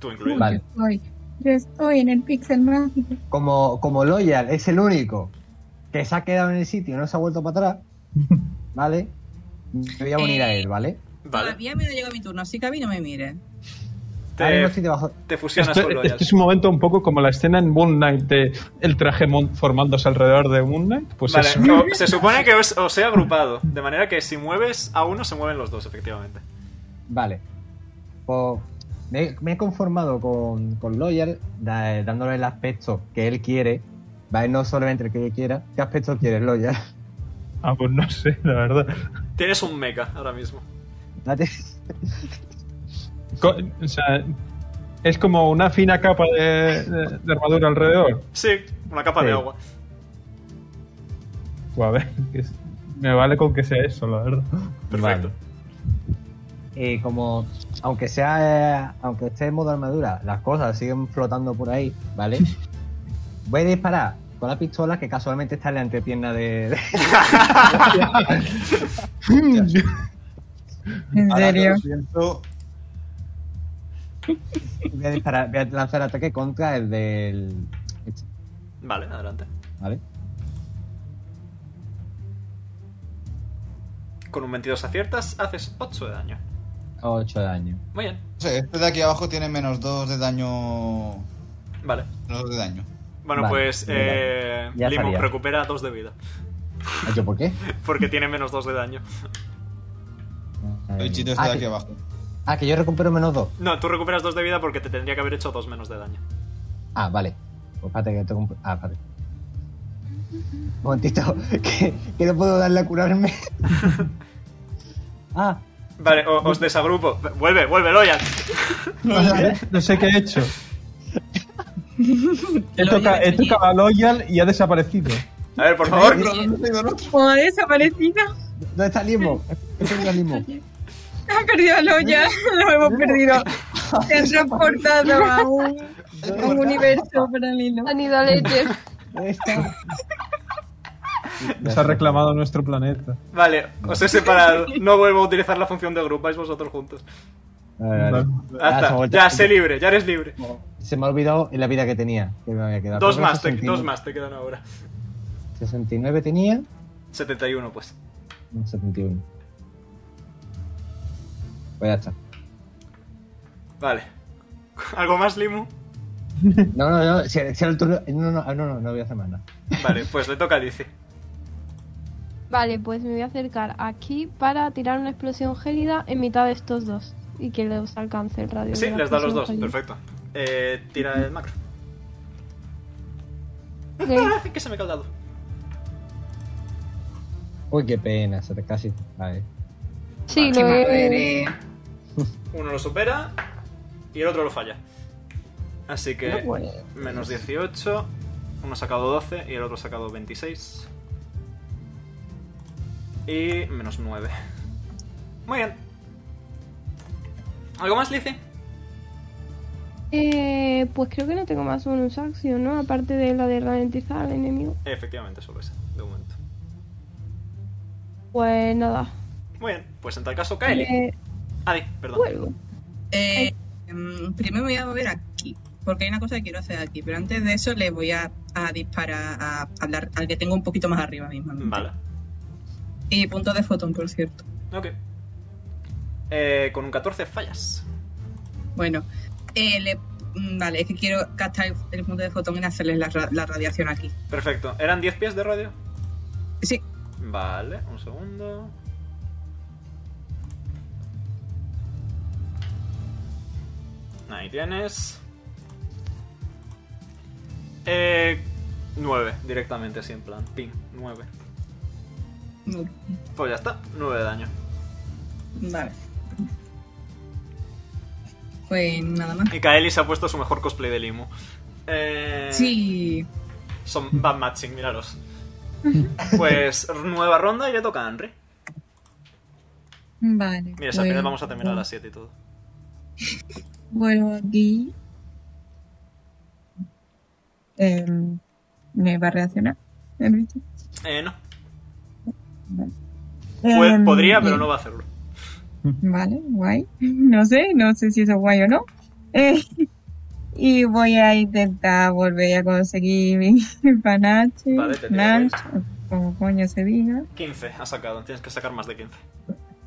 Tú incluido. Vale. Ay, Yo estoy en el pixel mágico. Como, como Loyal es el único que se ha quedado en el sitio y no se ha vuelto para atrás, ¿vale? Me voy a unir a él, ¿vale? Vale. Todavía me no llega mi turno, así que a mí no me mires. Ahora mismo Te, estoy debajo. te fusionas Este, con este Loyal. es un momento un poco como la escena en Moon Knight de el traje mon- formándose alrededor de Moon Knight. Pues Vale, eso. o- se supone que os, os he agrupado. De manera que si mueves a uno, se mueven los dos, efectivamente. Vale. Pues me, me he conformado con, con Loyal, da- dándole el aspecto que él quiere. ¿Vale? No solamente el que yo quiera. ¿Qué aspecto quieres, Loyal? [LAUGHS] Ah, pues no sé, la verdad. Tienes un mecha ahora mismo. Date- Co- o sea, es como una fina capa de, de- de armadura alrededor. Sí, una capa de Sí. agua. Pues a ver, [LAUGHS] que es- me vale con que sea eso, la verdad. Perfecto. eh, como aunque sea eh, aunque esté en modo armadura las cosas siguen flotando por ahí vale voy a disparar con la pistola que casualmente está en la entrepierna de, de- En serio. Ahora que lo pienso, voy a disparar voy a lanzar ataque contra el del este, Vale, adelante. vale Con un 22 aciertas, haces 8 de daño. 8 daño Muy bien, no sé, este de aquí abajo tiene menos 2 de daño. vale. Menos 2 de daño. Bueno, Vale, pues mira, eh, ya Limo sabía. recupera 2 de vida. [LAUGHS] Ay, Ah, ¿yo por qué? Porque tiene menos 2 de daño. El bichito este ah, de aquí que, abajo. ah, que yo recupero menos 2 No, tú recuperas 2 de vida porque te tendría que haber hecho 2 menos de daño. ah vale pues espérate que tengo un... ah vale un momentito [LAUGHS] que, que no puedo darle a curarme ah Vale, o- os desagrupo. Vuelve, vuelve, Loyal. ¿Eh? No sé qué he hecho. He, Loyal, toca- he Loyal. tocado a Loyal y ha desaparecido. A ver, por favor. No, no, no, no, no, no. [LAUGHS] Como desaparecida. ¿Dónde está Limo? ¿Qué organismo? Ha perdido el hoyo, [LAUGHS] lo hemos [LAUGHS] perdido. Se han transportado a un, a un universo paralelo. Han ido a [LAUGHS] leches. Nos ha reclamado nuestro planeta. Vale, os he separado. No vuelvo a utilizar la función de agrupáis vosotros juntos. Ya Ah, se ha está, vuelto Ah, ya a- sé libre, ya eres libre. Se me ha olvidado en la vida que tenía. Que me había quedado. Dos Creo que más, te, 69. dos más te quedan ahora. 69 tenía, 71, pues. no, 71. Pues ya está. Vale. [LAUGHS] ¿Algo más, Limu? No, no, no, si, si era el turno. No, no, no, no, no voy a hacer más nada. Vale, pues le toca a Lizzie. Vale, pues me voy a acercar aquí para tirar una explosión gélida en mitad de estos dos. Y que los alcance el radio. pues Sí, de la les da a los dos, explosión gélida. perfecto. Eh, tira el macro. Ok. Ah, [LAUGHS] que se me ha caldado. Uy, qué pena, se te casi. Vale. Sí, Qué lo malo he... eres. Uno lo supera y el otro lo falla. Así que menos 18, uno ha sacado 12 y el otro ha sacado 26. Y menos 9. Muy bien. ¿Algo más, Lizzie? Eh, pues creo que no tengo más bonus action, ¿no? Aparte de la de ralentizar al enemigo. Efectivamente, solo ese, de momento. Pues nada. Muy bien, pues en tal caso, Kylie. Eh, Adi, perdón. vuelvo. Eh, mm, primero me voy a mover aquí, porque hay una cosa que quiero hacer aquí, pero antes de eso le voy a, a disparar a, hablar al que tengo un poquito más arriba mismo. Vale. Y punto de fotón, por cierto. Ok. Eh, con un 14 fallas. Bueno, eh, le- mm, vale, es que quiero captar el, el punto de fotón y hacerle la, ra- la radiación aquí. Perfecto. ¿Eran 10 pies de radio? Sí, Vale, un segundo. Ahí tienes. Eh, 9, directamente, así en plan. Ping, 9. no, Pues ya está, 9 de daño. Mm, vale. Pues nada más. Y Kaeli se ha puesto su mejor cosplay de Limo. Eh, Sí, Son bad matching, míralos. Pues nueva ronda y le toca a Henry. Vale. Mira, si al pues, final vamos a terminar a las 7 y todo. Vuelvo aquí. Eh, ¿Me va a reaccionar el bicho? Eh, no. Eh, Pu- Pues, podría, pero bien. no va a hacerlo. Em, Vale, guay. [LAUGHS] No sé, no sé si eso es guay o no. Eh, [LAUGHS] y voy a intentar volver a conseguir mi [LAUGHS] panache. Vale, te tiro lunch, como coño se diga. 15 ha sacado, tienes que sacar más de 15.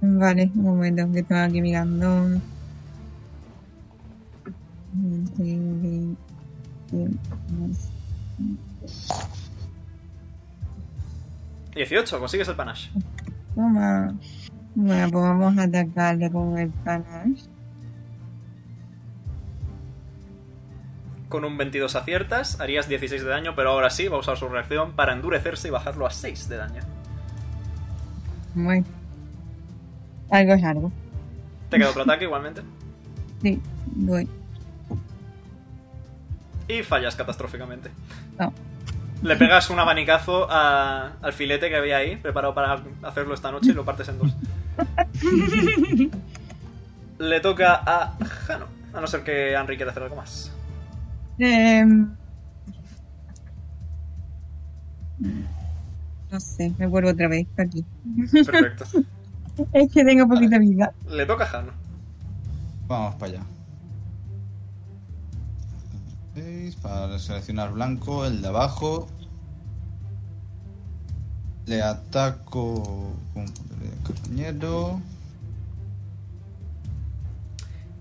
Vale, un momento que tengo aquí mi gandón. Vale, 18, consigues el panache. Toma. Bueno, pues vamos a atacarle con el panache. Con un 22 aciertas, harías 16 de daño, pero ahora sí va a usar su reacción para endurecerse y bajarlo a 6 de daño. Bueno. Algo es algo. Te queda otro ataque igualmente. Sí, voy. Y fallas catastróficamente. No. Le pegas un abanicazo a- al filete que había ahí, preparado para hacerlo esta noche, y lo partes en dos. Le toca a Jano, a no ser que Henry quiera hacer algo más. Eh, no sé, me vuelvo otra vez pa' aquí. Perfecto. Es que tengo poquita vida. Le toca a Jano. Vamos para allá. Seis, Para seleccionar blanco, el de abajo. Le ataco con puntería de compañero.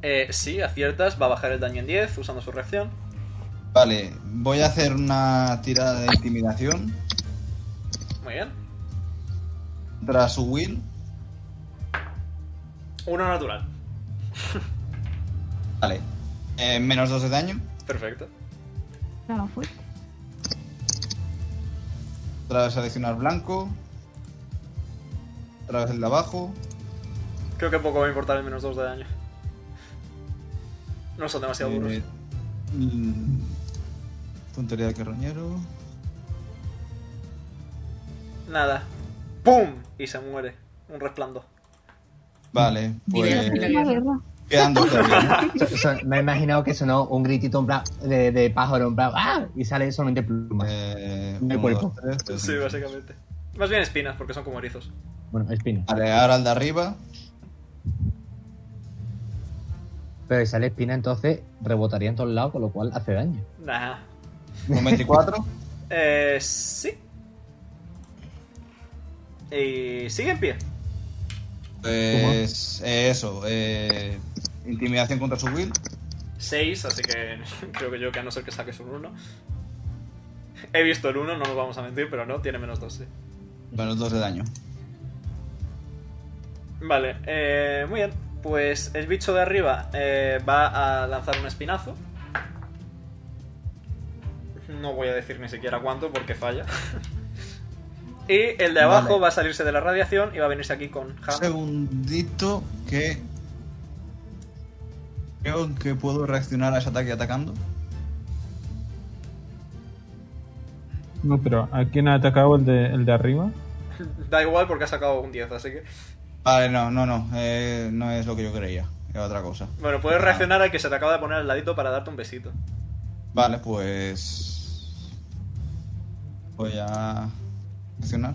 Eh, sí, aciertas, va a bajar el daño en 10 usando su reacción. Vale, voy a hacer una tirada de intimidación Muy bien. contra su will. Uno natural. Vale, eh, menos dos de daño. Perfecto. Nada, fuerte. Otra vez seleccionar blanco. Otra vez el de abajo. Creo que poco va a importar el menos 2 de daño. No son demasiado duros. Eh, mm, puntería de carroñero. Nada. ¡Pum! Y se muere. Un resplandor. Vale, pues. Dinero. La guerra. Quedan dos todavía, ¿no? So- so- me he imaginado que sonó un gritito en plan de, de pájaro en plan ¡ah! y sale solamente plumas. Eh, De uno, cuerpo. dos, tres, tres, Sí, cinco. básicamente. Más bien espinas, porque son como erizos. Bueno, espina. Vale, ahora al de arriba. Pero si sale espina entonces rebotaría en todos lados, con lo cual hace daño. Nah. Con 24. Eh, sí. Y sigue en pie. Pues. eh, eso. Eh, intimidación contra su will. 6, así que [LAUGHS] creo que yo que a no ser que saques un 1. He visto el 1, no nos vamos a mentir, pero no, tiene menos 2, sí. Menos dos de daño. Vale, eh, muy bien. Pues el bicho de arriba eh, va a lanzar un espinazo. No voy a decir ni siquiera cuánto porque falla. y el de abajo Vale. va a salirse de la radiación y va a venirse aquí con Ham. Segundito que. Creo que puedo reaccionar a ese ataque atacando. No, pero ¿a quién ha atacado el de, el de arriba? Da igual porque ha sacado un 10, así que. Vale, no, no, no. eh, no es lo que yo creía. Era otra cosa. Bueno, puedes reaccionar al que se te acaba de poner al ladito para darte un besito. Vale, pues. Voy a. Accionar.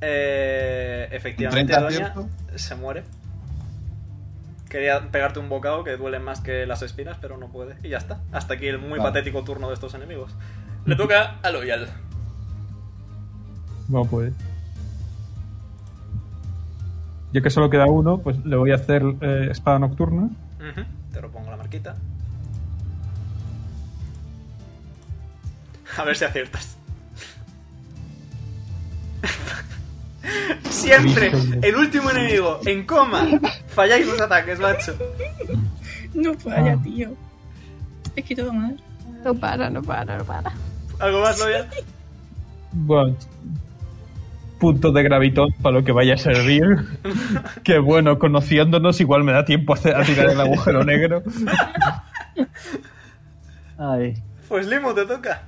Eh, Un efectivamente, 30 Doña acierto. se muere. Quería pegarte un bocado que duele más que las espinas, pero no puede. Y ya está. Hasta aquí el muy Vale. patético turno de estos enemigos. Le toca a Loyal. No puede. Ya que solo queda uno, pues le voy a hacer eh, espada nocturna. Ujú, Te lo pongo la marquita. A ver si aciertas. [LAUGHS] Siempre, el último enemigo, en coma. Falláis los ataques, macho. No falla, Ah. tío. Es que todo mal. No para, no para, no para. ¿Algo más, Loyal? Bueno, punto de gravitón para lo que vaya [LAUGHS] a servir. que bueno, conociéndonos, igual me da tiempo a, hacer- a tirar el agujero negro. Ay. Pues Limo, te toca.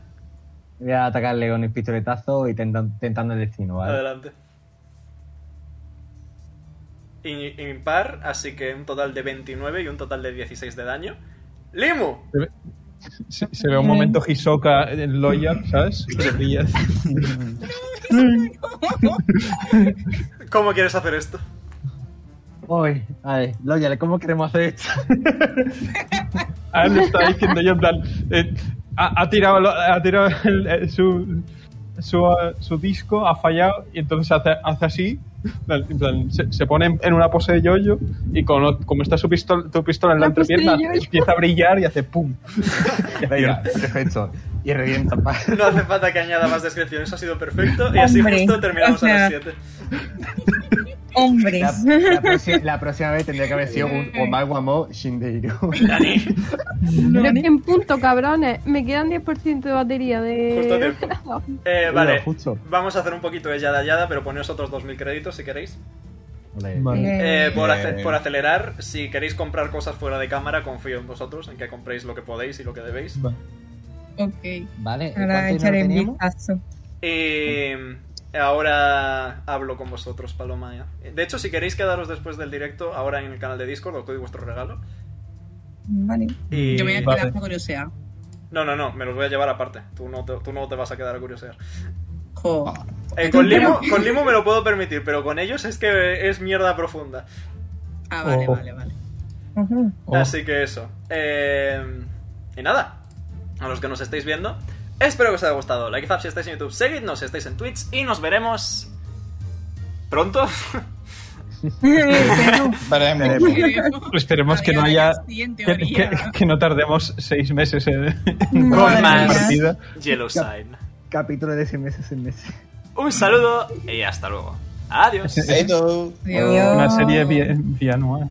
Voy a atacarle con el pistoletazo y tentan- tentando el destino, ¿vale? Adelante. Y- y Impar, así que un total de 29 y un total de 16 de daño. ¡Limu! Se, se ve un momento Hisoka en Loyal, ¿sabes? Que brilla. ¿Cómo quieres hacer esto? Uy, a ver, Loyal, ¿cómo queremos hacer esto? Ahora lo estaba diciendo yo en plan. eh, ha, ha tirado, lo- ha tirado el- eh, su, su, eh, su disco, ha fallado y entonces hace, hace así. en plan, se, se pone en, en una pose de yoyo y con lo- como está su pistola, tu pistola en la, La pose de entrepierna yo-yo. empieza a brillar y hace pum. [LAUGHS] Venga, perfecto. Y revienta. pa. No hace falta que añada más descripción, eso ha sido perfecto. Y así Hombre, justo terminamos o a las sea- 7. La, Hombres. la próxima, la próxima vez tendría que haber sido [LAUGHS] un Omagwamo Shindeiro. Dani, ¿eh? en punto, cabrones. Me quedan 10% de batería Justo a de. [LAUGHS] tiempo. eh, vale, Mira, justo. vamos a hacer un poquito de yada yada, pero poneos otros 2.000 créditos si queréis. Vale. Vale. Eh, por, Bien. ace- por acelerar, si queréis comprar cosas fuera de cámara, confío en vosotros, en que compréis lo que podéis y lo que debéis. Vale. Ok. Vale, Ahora ¿cuánto echaré dinero teníamos? un vistazo. Eh, ahora hablo con vosotros, Paloma. ya. De hecho, si queréis quedaros después del directo, ahora en el canal de Discord os doy vuestro regalo. Vale. Y... Yo me voy a vale. quedar para curiosear. No, no, no, me los voy a llevar aparte. Tú no te, tú no te vas a quedar a curiosear. Jo. Eh, con, limo, con Limo me lo puedo permitir, pero con ellos es que es mierda profunda. Ah, vale, Oh. vale, vale. Ujú. Oh. Así que eso. Eh, y nada, a los que nos estáis viendo, espero que os haya gustado. Like, zap si estáis en YouTube, seguidnos si estáis en Twitch y nos veremos pronto. [LAUGHS] Esperemos. Esperemos que no Habría haya. la siguiente Que, orilla. que- que no tardemos seis meses en, en Madre la mía. partida. Yellow Sign. Capítulo de ese mes, ese mes. Un saludo y hasta luego. Adiós. Adiós. Una serie bien bianual.